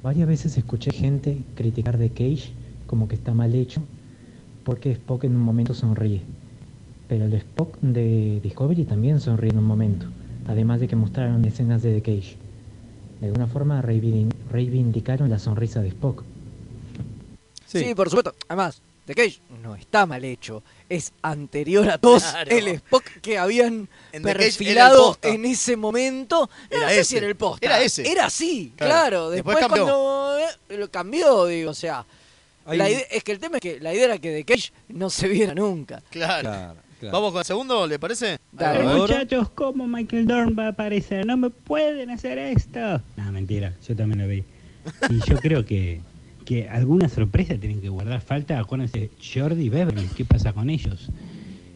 [SPEAKER 5] Varias veces escuché gente criticar de Cage como que está mal hecho porque Spock en un momento sonríe. Pero el Spock de Discovery también sonríe en un momento, además de que mostraron escenas de The Cage. De alguna forma reivindin- reivindicaron la sonrisa de Spock.
[SPEAKER 3] Sí.
[SPEAKER 4] Sí. por supuesto. Además, The Cage no está mal hecho. Es anterior a todos
[SPEAKER 2] Claro.
[SPEAKER 4] el Spock que habían
[SPEAKER 2] En The Cage era el
[SPEAKER 4] perfilado
[SPEAKER 2] posta.
[SPEAKER 4] en ese momento.
[SPEAKER 2] Era
[SPEAKER 4] no sé
[SPEAKER 2] ese.
[SPEAKER 4] si era el posta.
[SPEAKER 2] Era ese.
[SPEAKER 4] Era así,
[SPEAKER 2] Claro.
[SPEAKER 4] claro.
[SPEAKER 2] Después
[SPEAKER 4] Después,
[SPEAKER 2] cambió.
[SPEAKER 4] cuando eh, lo cambió, digo, o sea.
[SPEAKER 3] Hay
[SPEAKER 4] la
[SPEAKER 3] un-
[SPEAKER 4] ide- es que el tema es que la idea era que The Cage no se viera nunca.
[SPEAKER 2] Claro.
[SPEAKER 3] Claro, claro.
[SPEAKER 2] Vamos con el segundo, ¿le parece?
[SPEAKER 4] Dale.
[SPEAKER 3] Ahora,
[SPEAKER 8] Eh, Muchachos, ¿cómo Michael Dorn va a aparecer? No me pueden hacer esto. No, mentira, yo también lo vi. Y yo creo que, que alguna sorpresa tienen que guardar. Falta, acuérdense, Jordi y Beverly, ¿qué pasa con ellos?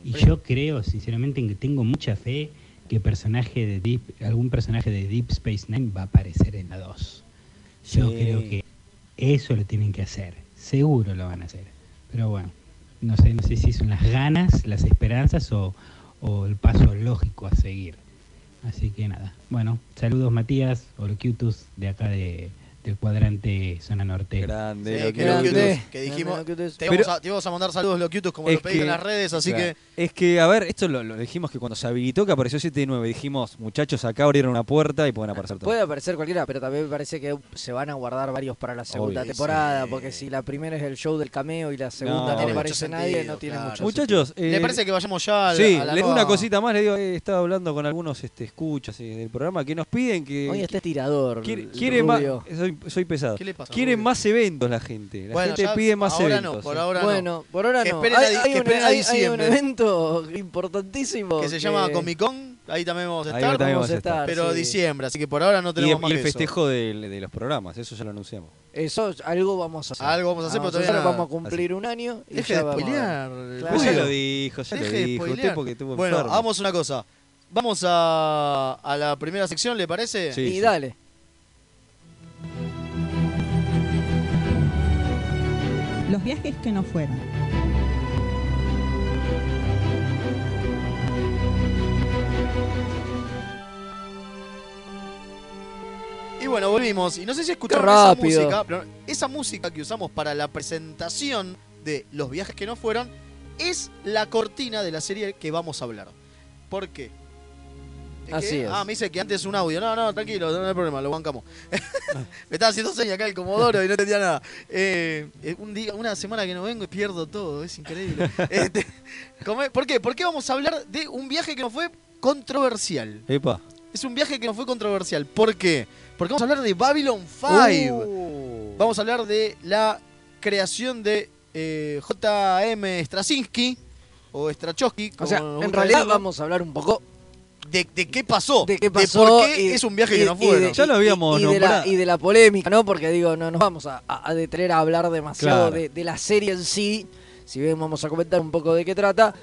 [SPEAKER 8] Y yo creo, sinceramente, en que tengo mucha fe que personaje de Deep, algún personaje de Deep Space Nine va a aparecer en la 2. Yo
[SPEAKER 3] Sí.
[SPEAKER 8] creo que eso lo tienen que hacer. Seguro lo van a hacer. Pero bueno, no sé, no sé si son las ganas, las esperanzas o, o el paso lógico a seguir. Así que nada. Bueno, saludos Matías, Orocutus, de acá de, del cuadrante Zona Norte.
[SPEAKER 3] Grande,
[SPEAKER 2] Sí,
[SPEAKER 3] lo
[SPEAKER 2] que
[SPEAKER 3] quiero
[SPEAKER 2] lo
[SPEAKER 3] mucho.
[SPEAKER 2] Locutus,
[SPEAKER 4] Grande.
[SPEAKER 2] que dijimos.
[SPEAKER 4] Grande, Locutus.
[SPEAKER 2] Te
[SPEAKER 3] Pero-
[SPEAKER 2] íbamos a, te íbamos a mandar saludos, Locutus, como
[SPEAKER 3] Es
[SPEAKER 2] lo pediste
[SPEAKER 3] que-
[SPEAKER 2] en las redes, así
[SPEAKER 3] Claro.
[SPEAKER 2] que.
[SPEAKER 3] Es que, a ver, esto lo, lo dijimos que cuando se habilitó que apareció 7 y 9, dijimos, muchachos, acá abrieron una puerta y pueden aparecer todos.
[SPEAKER 4] Puede aparecer cualquiera, pero también me parece que se van a guardar varios para la segunda
[SPEAKER 3] Obvio.
[SPEAKER 4] temporada, porque si la primera es el show del cameo y la segunda no,
[SPEAKER 3] tiene mucho
[SPEAKER 4] aparece nadie,
[SPEAKER 2] sentido,
[SPEAKER 4] no tiene
[SPEAKER 2] claro.
[SPEAKER 4] mucho
[SPEAKER 3] Muchachos,
[SPEAKER 2] ¿Le
[SPEAKER 3] eh,
[SPEAKER 2] parece que vayamos ya a la,
[SPEAKER 3] sí,
[SPEAKER 2] a la
[SPEAKER 3] le-
[SPEAKER 2] nueva-
[SPEAKER 3] una cosita más, le digo, he estado hablando con algunos este, escuchas eh, del programa que nos piden que...
[SPEAKER 4] Hoy está tirador.
[SPEAKER 3] quiere,
[SPEAKER 4] el
[SPEAKER 3] quiere más...
[SPEAKER 4] rubio.
[SPEAKER 3] Soy, soy pesado.
[SPEAKER 2] ¿Qué le pasa,
[SPEAKER 3] Quieren
[SPEAKER 2] Rubio?
[SPEAKER 3] más eventos la gente. La
[SPEAKER 2] Bueno,
[SPEAKER 3] gente
[SPEAKER 2] ya-
[SPEAKER 3] pide más
[SPEAKER 2] ahora
[SPEAKER 3] eventos.
[SPEAKER 2] no, por
[SPEAKER 3] eh.
[SPEAKER 2] ahora no.
[SPEAKER 4] Bueno, por ahora
[SPEAKER 2] Que
[SPEAKER 4] no. Hay,
[SPEAKER 2] esperen a di-
[SPEAKER 4] hay
[SPEAKER 2] que
[SPEAKER 4] un,
[SPEAKER 2] esperen a
[SPEAKER 4] hay- hay un
[SPEAKER 2] diciembre.
[SPEAKER 4] evento importantísimo.
[SPEAKER 2] Que se llama Comic Con, ahí también vamos a
[SPEAKER 3] Ahí
[SPEAKER 2] estar.
[SPEAKER 3] también
[SPEAKER 4] vamos a estar.
[SPEAKER 2] Pero
[SPEAKER 4] sí.
[SPEAKER 2] diciembre, así que por ahora no
[SPEAKER 3] Y,
[SPEAKER 2] tenemos
[SPEAKER 3] y
[SPEAKER 2] más
[SPEAKER 3] el
[SPEAKER 2] que eso.
[SPEAKER 3] festejo del- de, los programas, eso ya lo anunciamos.
[SPEAKER 4] Eso, algo vamos a hacer.
[SPEAKER 2] Algo vamos a hacer, pero todavía
[SPEAKER 4] vamos a
[SPEAKER 2] nada.
[SPEAKER 4] cumplir un año. Y
[SPEAKER 2] Deje
[SPEAKER 4] ya
[SPEAKER 2] de
[SPEAKER 4] vamos a ver.
[SPEAKER 2] spoilear.
[SPEAKER 4] Claro.
[SPEAKER 3] Usted
[SPEAKER 4] Bueno.
[SPEAKER 3] lo dijo, ya lo
[SPEAKER 2] Deje de
[SPEAKER 3] dijo. usted
[SPEAKER 2] spoilear.
[SPEAKER 3] porque estuvo
[SPEAKER 2] Bueno,
[SPEAKER 3] enfermo.
[SPEAKER 2] hagamos una cosa. Vamos a, a la primera sección, ¿le parece?
[SPEAKER 3] Sí.
[SPEAKER 4] Y dale.
[SPEAKER 9] Los viajes que no fueron.
[SPEAKER 2] Y bueno, volvimos. Y no sé si escucharon
[SPEAKER 4] Qué
[SPEAKER 2] esa
[SPEAKER 4] rápido.
[SPEAKER 2] música. pero esa música que usamos para la presentación de Los viajes que no fueron es la cortina de la serie que vamos a hablar. ¿Por qué? ¿De
[SPEAKER 4] Así
[SPEAKER 2] qué?
[SPEAKER 4] es.
[SPEAKER 2] Ah, me dice que antes un audio. No, no, tranquilo, no hay problema, lo bancamos. me estaba haciendo señas acá el Comodoro y no entendía nada. Eh, eh, un día, una semana que no vengo y pierdo todo, es increíble. Este, ¿cómo es? ¿Por qué? Porque vamos a hablar de un viaje que no fue controversial.
[SPEAKER 3] Epa.
[SPEAKER 2] Es un viaje que no fue controversial. ¿Por qué? Porque vamos a hablar de Babylon 5.
[SPEAKER 4] Oh.
[SPEAKER 2] Vamos a hablar de la creación de eh, J.M. Straczynski o Strachowski.
[SPEAKER 4] O
[SPEAKER 2] como
[SPEAKER 4] sea,
[SPEAKER 2] nos
[SPEAKER 4] en
[SPEAKER 2] gusta
[SPEAKER 4] realidad
[SPEAKER 2] decirlo.
[SPEAKER 4] vamos a hablar un poco
[SPEAKER 2] De, de qué pasó.
[SPEAKER 4] de qué pasó.
[SPEAKER 2] por qué
[SPEAKER 4] y-
[SPEAKER 2] es un viaje
[SPEAKER 4] y-
[SPEAKER 2] que no
[SPEAKER 4] y
[SPEAKER 2] fue.
[SPEAKER 4] de-
[SPEAKER 3] Ya lo
[SPEAKER 4] y-
[SPEAKER 3] habíamos
[SPEAKER 4] y, de la,
[SPEAKER 3] nombrado.
[SPEAKER 4] y de la polémica, ¿no? Porque digo, no nos vamos a, a- a detener a hablar demasiado
[SPEAKER 3] Claro.
[SPEAKER 4] de, de la serie en sí. Si bien vamos a comentar un poco de qué trata.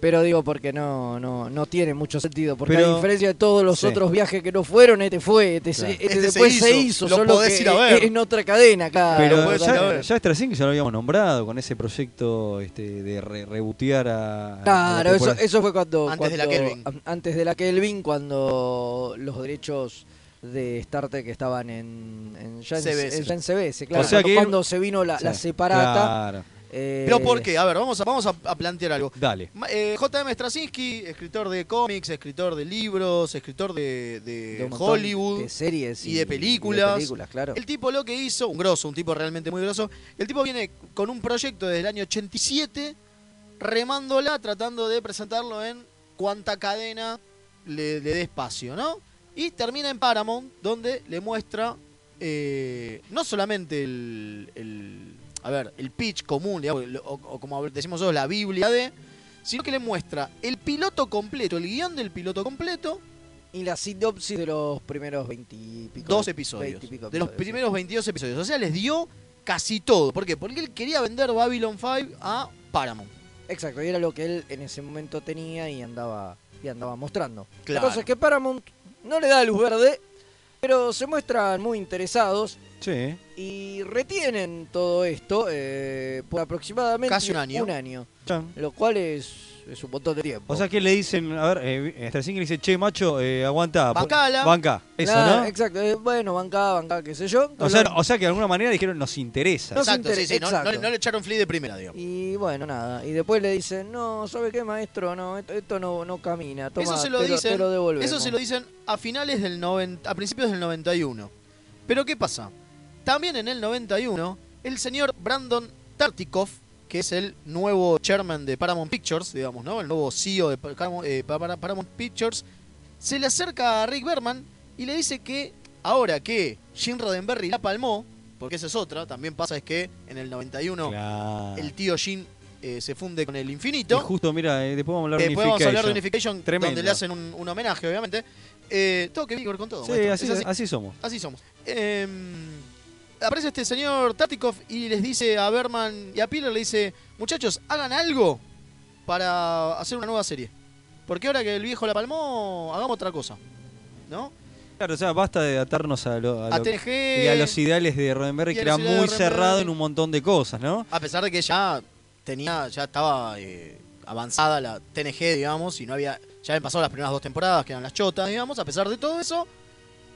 [SPEAKER 4] Pero digo, porque no, no, no tiene mucho sentido. Porque
[SPEAKER 3] Pero-
[SPEAKER 4] a diferencia de todos los
[SPEAKER 3] Sí.
[SPEAKER 4] otros viajes que no fueron, este fue, este, se-
[SPEAKER 3] Claro.
[SPEAKER 4] este
[SPEAKER 2] Este se
[SPEAKER 4] después se
[SPEAKER 2] hizo,
[SPEAKER 4] hizo,
[SPEAKER 2] lo
[SPEAKER 4] solo
[SPEAKER 2] podés
[SPEAKER 4] que
[SPEAKER 2] ir a ver.
[SPEAKER 4] en otra cadena acá.
[SPEAKER 2] lo
[SPEAKER 3] Pero
[SPEAKER 2] podés ir a ver.
[SPEAKER 3] ya, ya Straczynski ya lo habíamos nombrado con ese proyecto este, de re- rebotear a. a Ah, la
[SPEAKER 4] Claro, eso,
[SPEAKER 3] temporada.
[SPEAKER 4] eso fue cuando.
[SPEAKER 2] Antes de la
[SPEAKER 4] cuando-
[SPEAKER 2] Kelvin.
[SPEAKER 4] an- Antes de la Kelvin, cuando los derechos de Star Trek estaban en, en, ya en-
[SPEAKER 2] CBS.
[SPEAKER 4] en- ya en CBS, claro.
[SPEAKER 3] O sea
[SPEAKER 4] cuando,
[SPEAKER 3] que-
[SPEAKER 4] cuando se vino la, la
[SPEAKER 3] Sí.
[SPEAKER 4] separata.
[SPEAKER 3] Claro.
[SPEAKER 4] eh,
[SPEAKER 2] Pero ¿por qué? A ver, vamos a, vamos a, a plantear algo.
[SPEAKER 3] Dale.
[SPEAKER 2] Ma- eh, J.M. Straczynski, escritor de cómics, escritor de libros, escritor de, de
[SPEAKER 4] de un montón
[SPEAKER 2] Hollywood.
[SPEAKER 4] De series.
[SPEAKER 2] y de películas.
[SPEAKER 4] claro.
[SPEAKER 2] El tipo lo que hizo, un grosso, un tipo realmente muy grosso, el tipo viene con un proyecto desde el año 87, remándola, tratando de presentarlo en cuanta cadena le, le dé espacio, ¿no? Y termina en Paramount, donde le muestra eh, no solamente el, el- a ver, el pitch común, digamos, lo- o, o como decimos nosotros, la Biblia de, sino que le muestra el piloto completo, el guión del piloto completo,
[SPEAKER 4] Y la sinopsis de los primeros 20 y pico.
[SPEAKER 2] dos episodios.
[SPEAKER 4] 20 y pico
[SPEAKER 2] de los
[SPEAKER 4] episodios, sí.
[SPEAKER 2] primeros 22 episodios. O sea, les dio casi todo. ¿Por qué? Porque él quería vender Babylon 5 a Paramount.
[SPEAKER 4] Exacto, y era lo que él en ese momento tenía y andaba, y andaba mostrando.
[SPEAKER 2] Claro.
[SPEAKER 4] La cosa es que Paramount no le da luz verde, pero se muestran muy interesados
[SPEAKER 3] Sí.
[SPEAKER 4] y retienen todo esto eh, por aproximadamente
[SPEAKER 2] Casi un año.
[SPEAKER 4] año,
[SPEAKER 3] ya.
[SPEAKER 4] lo cual es, es un montón de tiempo.
[SPEAKER 3] O sea que le dicen, a ver, eh, Straczynski le dice, che, macho, eh, aguanta. po-
[SPEAKER 2] Bancala.
[SPEAKER 3] Banca. Eso,
[SPEAKER 4] Claro,
[SPEAKER 3] ¿no?
[SPEAKER 4] Exacto, eh, bueno, bancada, bancada, qué sé yo.
[SPEAKER 3] O sea, o sea que de alguna manera dijeron, nos interesa.
[SPEAKER 4] No se
[SPEAKER 2] Exacto, sí,
[SPEAKER 4] interesa,
[SPEAKER 2] sí, no,
[SPEAKER 4] exacto.
[SPEAKER 2] no- no le echaron Flea de primera, digamos.
[SPEAKER 4] Y bueno, nada. Y después le dicen, no, ¿sabe qué, maestro? No, esto, esto no, no camina. Toma,
[SPEAKER 2] Eso se lo
[SPEAKER 4] te,
[SPEAKER 2] dicen-
[SPEAKER 4] te lo devolvemos.
[SPEAKER 2] Eso se lo dicen a finales del 90, a principios del 91. Pero ¿qué pasa? También en el 91, el señor Brandon Tartikoff, que es el nuevo chairman de Paramount Pictures, digamos, ¿no? El nuevo CEO de Paramount, eh, Pa- Pa- Paramount Pictures, se le acerca a Rick Berman y le dice que ahora que Jim Roddenberry la palmó, porque esa es otra, también pasa es que en el 91
[SPEAKER 3] Claro.
[SPEAKER 2] el tío Jim eh, se funde con el
[SPEAKER 3] Y
[SPEAKER 2] infinito.
[SPEAKER 3] justo, mira, eh, después vamos a hablar de
[SPEAKER 2] Después vamos a hablar de
[SPEAKER 3] Unification.
[SPEAKER 2] Unification,
[SPEAKER 3] Tremendo.
[SPEAKER 2] donde le hacen un, un homenaje, obviamente. Eh, todo que ver con todo.
[SPEAKER 3] Sí,
[SPEAKER 2] maestro.
[SPEAKER 3] así,
[SPEAKER 2] Es así.
[SPEAKER 3] así somos.
[SPEAKER 2] Así somos. Eh, aparece este señor Tartikov y les dice a Berman y a Piller, le dice, muchachos, hagan algo para hacer una nueva serie. Porque ahora que el viejo la palmó, hagamos otra cosa. ¿No?
[SPEAKER 3] Claro, o sea, basta de atarnos a, lo- a
[SPEAKER 2] A
[SPEAKER 3] lo-
[SPEAKER 2] TNG,
[SPEAKER 3] y a los ideales de Roddenberry,
[SPEAKER 2] y
[SPEAKER 3] que
[SPEAKER 2] a
[SPEAKER 3] era
[SPEAKER 2] los
[SPEAKER 3] muy
[SPEAKER 2] ideales de Roddenberry.
[SPEAKER 3] cerrado en un montón de cosas, ¿no?
[SPEAKER 2] A pesar de que ya tenía, ya estaba eh, avanzada la TNG, digamos, y no había. Ya habían pasado las primeras dos temporadas, que eran las chotas, digamos, a pesar de todo eso.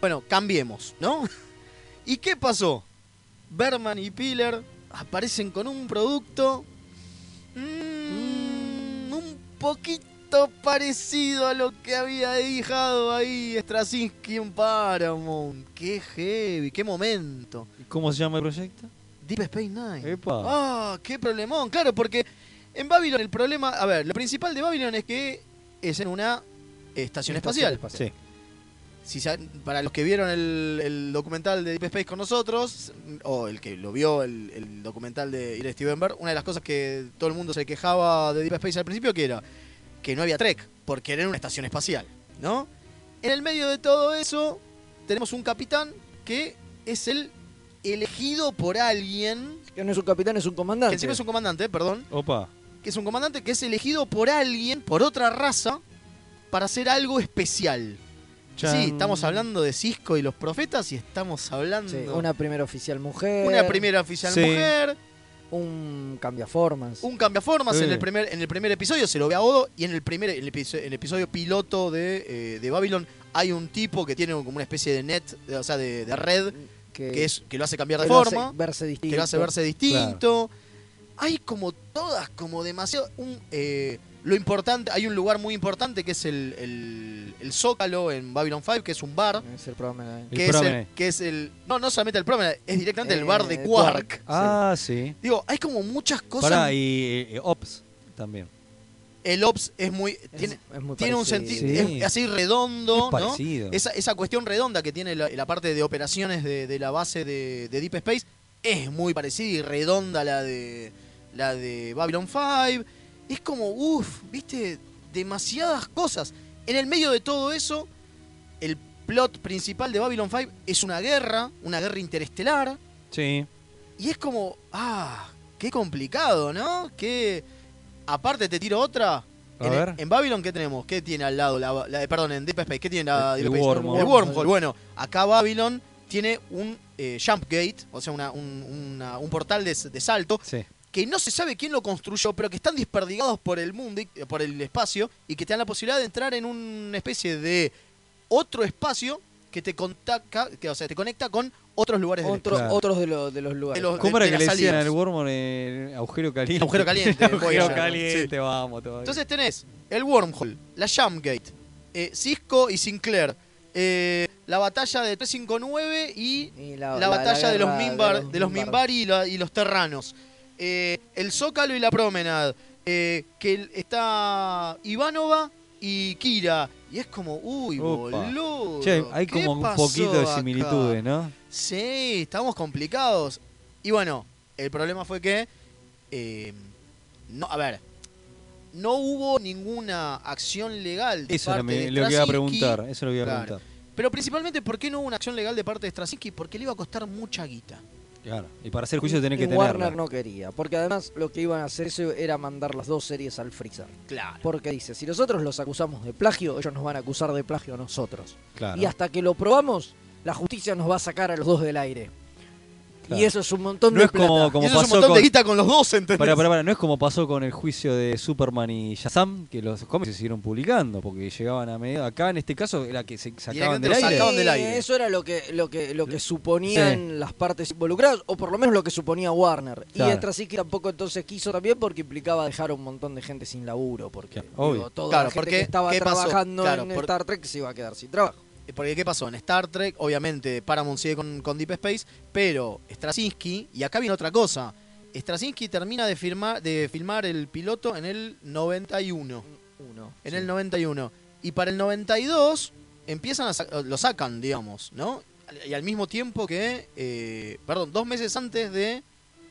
[SPEAKER 2] Bueno, cambiemos, ¿no? ¿Y qué pasó? Berman y Piller aparecen con un producto. mm, un poquito parecido a lo que había dejado ahí Straczynski en Paramount. Qué heavy, qué momento.
[SPEAKER 3] ¿Cómo se llama el proyecto?
[SPEAKER 2] Deep Space Nine.
[SPEAKER 3] Epa.
[SPEAKER 2] Ah, qué problemón, claro, porque en Babylon el problema, a ver, lo principal de Babylon es que es en una estación espacial.
[SPEAKER 3] Sí.
[SPEAKER 2] Si sa- para los que vieron el, el documental de Deep Space con nosotros, o el que lo vio el, el documental de Ira Stevenberg, una de las cosas que todo el mundo se quejaba de Deep Space al principio que era que no había Trek, porque era una estación espacial, ¿no? En el medio de todo eso tenemos un capitán que es el elegido por alguien,
[SPEAKER 4] Que no es un capitán, es un
[SPEAKER 2] que
[SPEAKER 4] comandante.
[SPEAKER 2] encima es un comandante, perdón,
[SPEAKER 3] Opa.
[SPEAKER 2] que es un comandante que es elegido por alguien, por otra raza, para hacer algo especial.
[SPEAKER 3] Chan.
[SPEAKER 2] Sí, estamos hablando de Cisco y los profetas y estamos hablando
[SPEAKER 4] Sí,
[SPEAKER 2] de una,
[SPEAKER 4] una primera oficial mujer.
[SPEAKER 2] primera oficial
[SPEAKER 3] Sí.
[SPEAKER 2] mujer,
[SPEAKER 4] Un cambiaformas.
[SPEAKER 2] un cambiaformas
[SPEAKER 3] Sí.
[SPEAKER 2] en el primer en el primer episodio se lo ve a Odo y en el primer en el episodio, en el episodio piloto de, eh, de Babylon hay un tipo que tiene como una especie de net, de- o sea, de, de red que es que lo hace cambiar de
[SPEAKER 4] que lo hace
[SPEAKER 2] forma.
[SPEAKER 4] verse distinto.
[SPEAKER 2] que lo hace verse distinto. Hay como todas, como demasiado. Un, eh, lo importante, hay un lugar muy importante que es el, el- el Zócalo en Babylon 5, que es un bar.
[SPEAKER 4] Es el programa. de-
[SPEAKER 3] El
[SPEAKER 2] Que es, el,
[SPEAKER 3] Promenade.
[SPEAKER 2] que es el. No, no solamente el Promenade, es directamente el
[SPEAKER 4] Eh,
[SPEAKER 2] bar de
[SPEAKER 4] Quark.
[SPEAKER 2] Quark.
[SPEAKER 3] Ah, sí.
[SPEAKER 2] Digo, hay como muchas cosas.
[SPEAKER 3] Pará, y eh, eh, Ops también.
[SPEAKER 2] El Ops es muy.
[SPEAKER 4] Es-
[SPEAKER 2] Tiene,
[SPEAKER 4] es muy
[SPEAKER 2] tiene un
[SPEAKER 4] parecido.
[SPEAKER 2] sentido.
[SPEAKER 3] Sí.
[SPEAKER 2] Es así redondo,
[SPEAKER 3] Es
[SPEAKER 2] ¿no?
[SPEAKER 3] parecido.
[SPEAKER 2] Esa, esa cuestión redonda que tiene la, la parte de operaciones de, de la base de, de Deep Space es muy parecida y redonda a la de, la de Babylon 5. Es como, uff, viste, demasiadas cosas. En el medio de todo eso, el plot principal de Babylon 5 es una guerra, una guerra interestelar.
[SPEAKER 3] Sí.
[SPEAKER 2] Y es como, ah, qué complicado, ¿no? Que, aparte te tiro otra.
[SPEAKER 3] A
[SPEAKER 2] en,
[SPEAKER 3] ver.
[SPEAKER 2] en Babylon, ¿qué tenemos? ¿Qué tiene al lado? La, la- perdón, en Deep Space, ¿qué tiene la
[SPEAKER 3] El-
[SPEAKER 2] Deep
[SPEAKER 3] el
[SPEAKER 2] Space?
[SPEAKER 3] wormhole.
[SPEAKER 2] El wormhole. Bueno, acá Babylon tiene un eh, jump gate, o sea, una- un, una- un portal de, s- de salto,
[SPEAKER 3] Sí.
[SPEAKER 2] que no se sabe quién lo construyó, pero que están desperdigados por el mundo, y- eh, por el espacio, y que te dan la posibilidad de entrar en una especie de otro espacio que te, contacta, que, o sea, te conecta con otros lugares del
[SPEAKER 4] Otro-
[SPEAKER 2] espacio.
[SPEAKER 3] Claro.
[SPEAKER 4] Otros de, los de los
[SPEAKER 2] De
[SPEAKER 4] lugares.
[SPEAKER 2] los-
[SPEAKER 3] ¿Cómo era
[SPEAKER 2] de
[SPEAKER 3] que le
[SPEAKER 2] las
[SPEAKER 3] decían
[SPEAKER 2] salidas.
[SPEAKER 3] al Wormhole eh, agujero caliente?
[SPEAKER 2] Agujero caliente,
[SPEAKER 3] agujero
[SPEAKER 2] Voyager,
[SPEAKER 3] caliente, vamos todavía.
[SPEAKER 2] Entonces tenés el Wormhole, la Jamgate, eh, Cisco y Sinclair, eh, la batalla de 359 y
[SPEAKER 4] Y
[SPEAKER 2] la, batalla de los
[SPEAKER 4] guerra
[SPEAKER 2] Mimbar, de los
[SPEAKER 4] Mimbar.
[SPEAKER 2] Mimbar y, la- y los Terranos, eh, el Zócalo y la Promenade, eh, que el- está Ivanova y Kira. Y es como, uy,
[SPEAKER 3] Opa.
[SPEAKER 2] boludo.
[SPEAKER 3] Che, hay
[SPEAKER 2] ¿qué
[SPEAKER 3] como un
[SPEAKER 2] pasó
[SPEAKER 3] poquito de
[SPEAKER 2] acá?
[SPEAKER 3] similitudes, ¿no?
[SPEAKER 2] Sí, estamos complicados. Y bueno, el problema fue que. eh, no, a ver. No hubo ninguna acción legal de
[SPEAKER 3] Eso era
[SPEAKER 2] parte
[SPEAKER 3] mi-
[SPEAKER 2] de
[SPEAKER 3] lo que iba a
[SPEAKER 2] Straczynski,
[SPEAKER 3] preguntar. Eso lo que iba a
[SPEAKER 2] Claro.
[SPEAKER 3] preguntar.
[SPEAKER 2] Pero principalmente, ¿por qué no hubo una acción legal de parte de Straczynski? Porque le iba a costar mucha guita.
[SPEAKER 3] Claro. Y para hacer juicio tenés
[SPEAKER 4] Y
[SPEAKER 3] que tenerla.
[SPEAKER 4] Warner no quería, porque además lo que iban a hacer eso era mandar las dos series al freezer.
[SPEAKER 2] Claro.
[SPEAKER 4] Porque dice, si nosotros los acusamos de plagio, ellos nos van a acusar de plagio a nosotros.
[SPEAKER 3] Claro.
[SPEAKER 4] Y hasta que lo probamos, la justicia nos va a sacar a los dos del aire. Y eso es un montón
[SPEAKER 3] No
[SPEAKER 4] de
[SPEAKER 3] es como-
[SPEAKER 4] plata.
[SPEAKER 3] como
[SPEAKER 2] y eso es un
[SPEAKER 3] pasó
[SPEAKER 2] montón
[SPEAKER 3] con-
[SPEAKER 2] de guita con los dos, ¿entendés?
[SPEAKER 3] Para, para, para, no es como pasó con el juicio de Superman y Shazam, que los cómics se siguieron publicando, porque llegaban a medio. Acá en este caso era que se
[SPEAKER 2] Directamente
[SPEAKER 3] sacaban del
[SPEAKER 2] los
[SPEAKER 3] aire.
[SPEAKER 2] sacaban
[SPEAKER 4] Sí,
[SPEAKER 2] del aire.
[SPEAKER 4] Eso era lo que, lo que, lo que suponían las partes involucradas, o por lo menos lo que suponía Warner.
[SPEAKER 3] Claro.
[SPEAKER 4] Y esta sí que tampoco entonces quiso también porque implicaba dejar a un montón de gente sin laburo, porque
[SPEAKER 3] Claro, obvio.
[SPEAKER 4] digo, toda
[SPEAKER 2] Claro,
[SPEAKER 4] la gente
[SPEAKER 2] porque,
[SPEAKER 4] que estaba
[SPEAKER 2] ¿qué pasó?
[SPEAKER 4] trabajando
[SPEAKER 2] Claro,
[SPEAKER 4] en
[SPEAKER 2] por-
[SPEAKER 4] Star Trek se iba a quedar sin trabajo.
[SPEAKER 2] Porque ¿qué pasó? En Star Trek, obviamente, Paramount sigue con, con Deep Space, pero Straczynski, y acá viene otra cosa, Straczynski termina de, firmar, de filmar el piloto en el 91.
[SPEAKER 4] Uno.
[SPEAKER 2] En
[SPEAKER 4] sí.
[SPEAKER 2] el 91. Y para el 92 empiezan a sa- lo sacan, digamos, ¿no? Y al mismo tiempo que, eh, perdón, dos meses antes de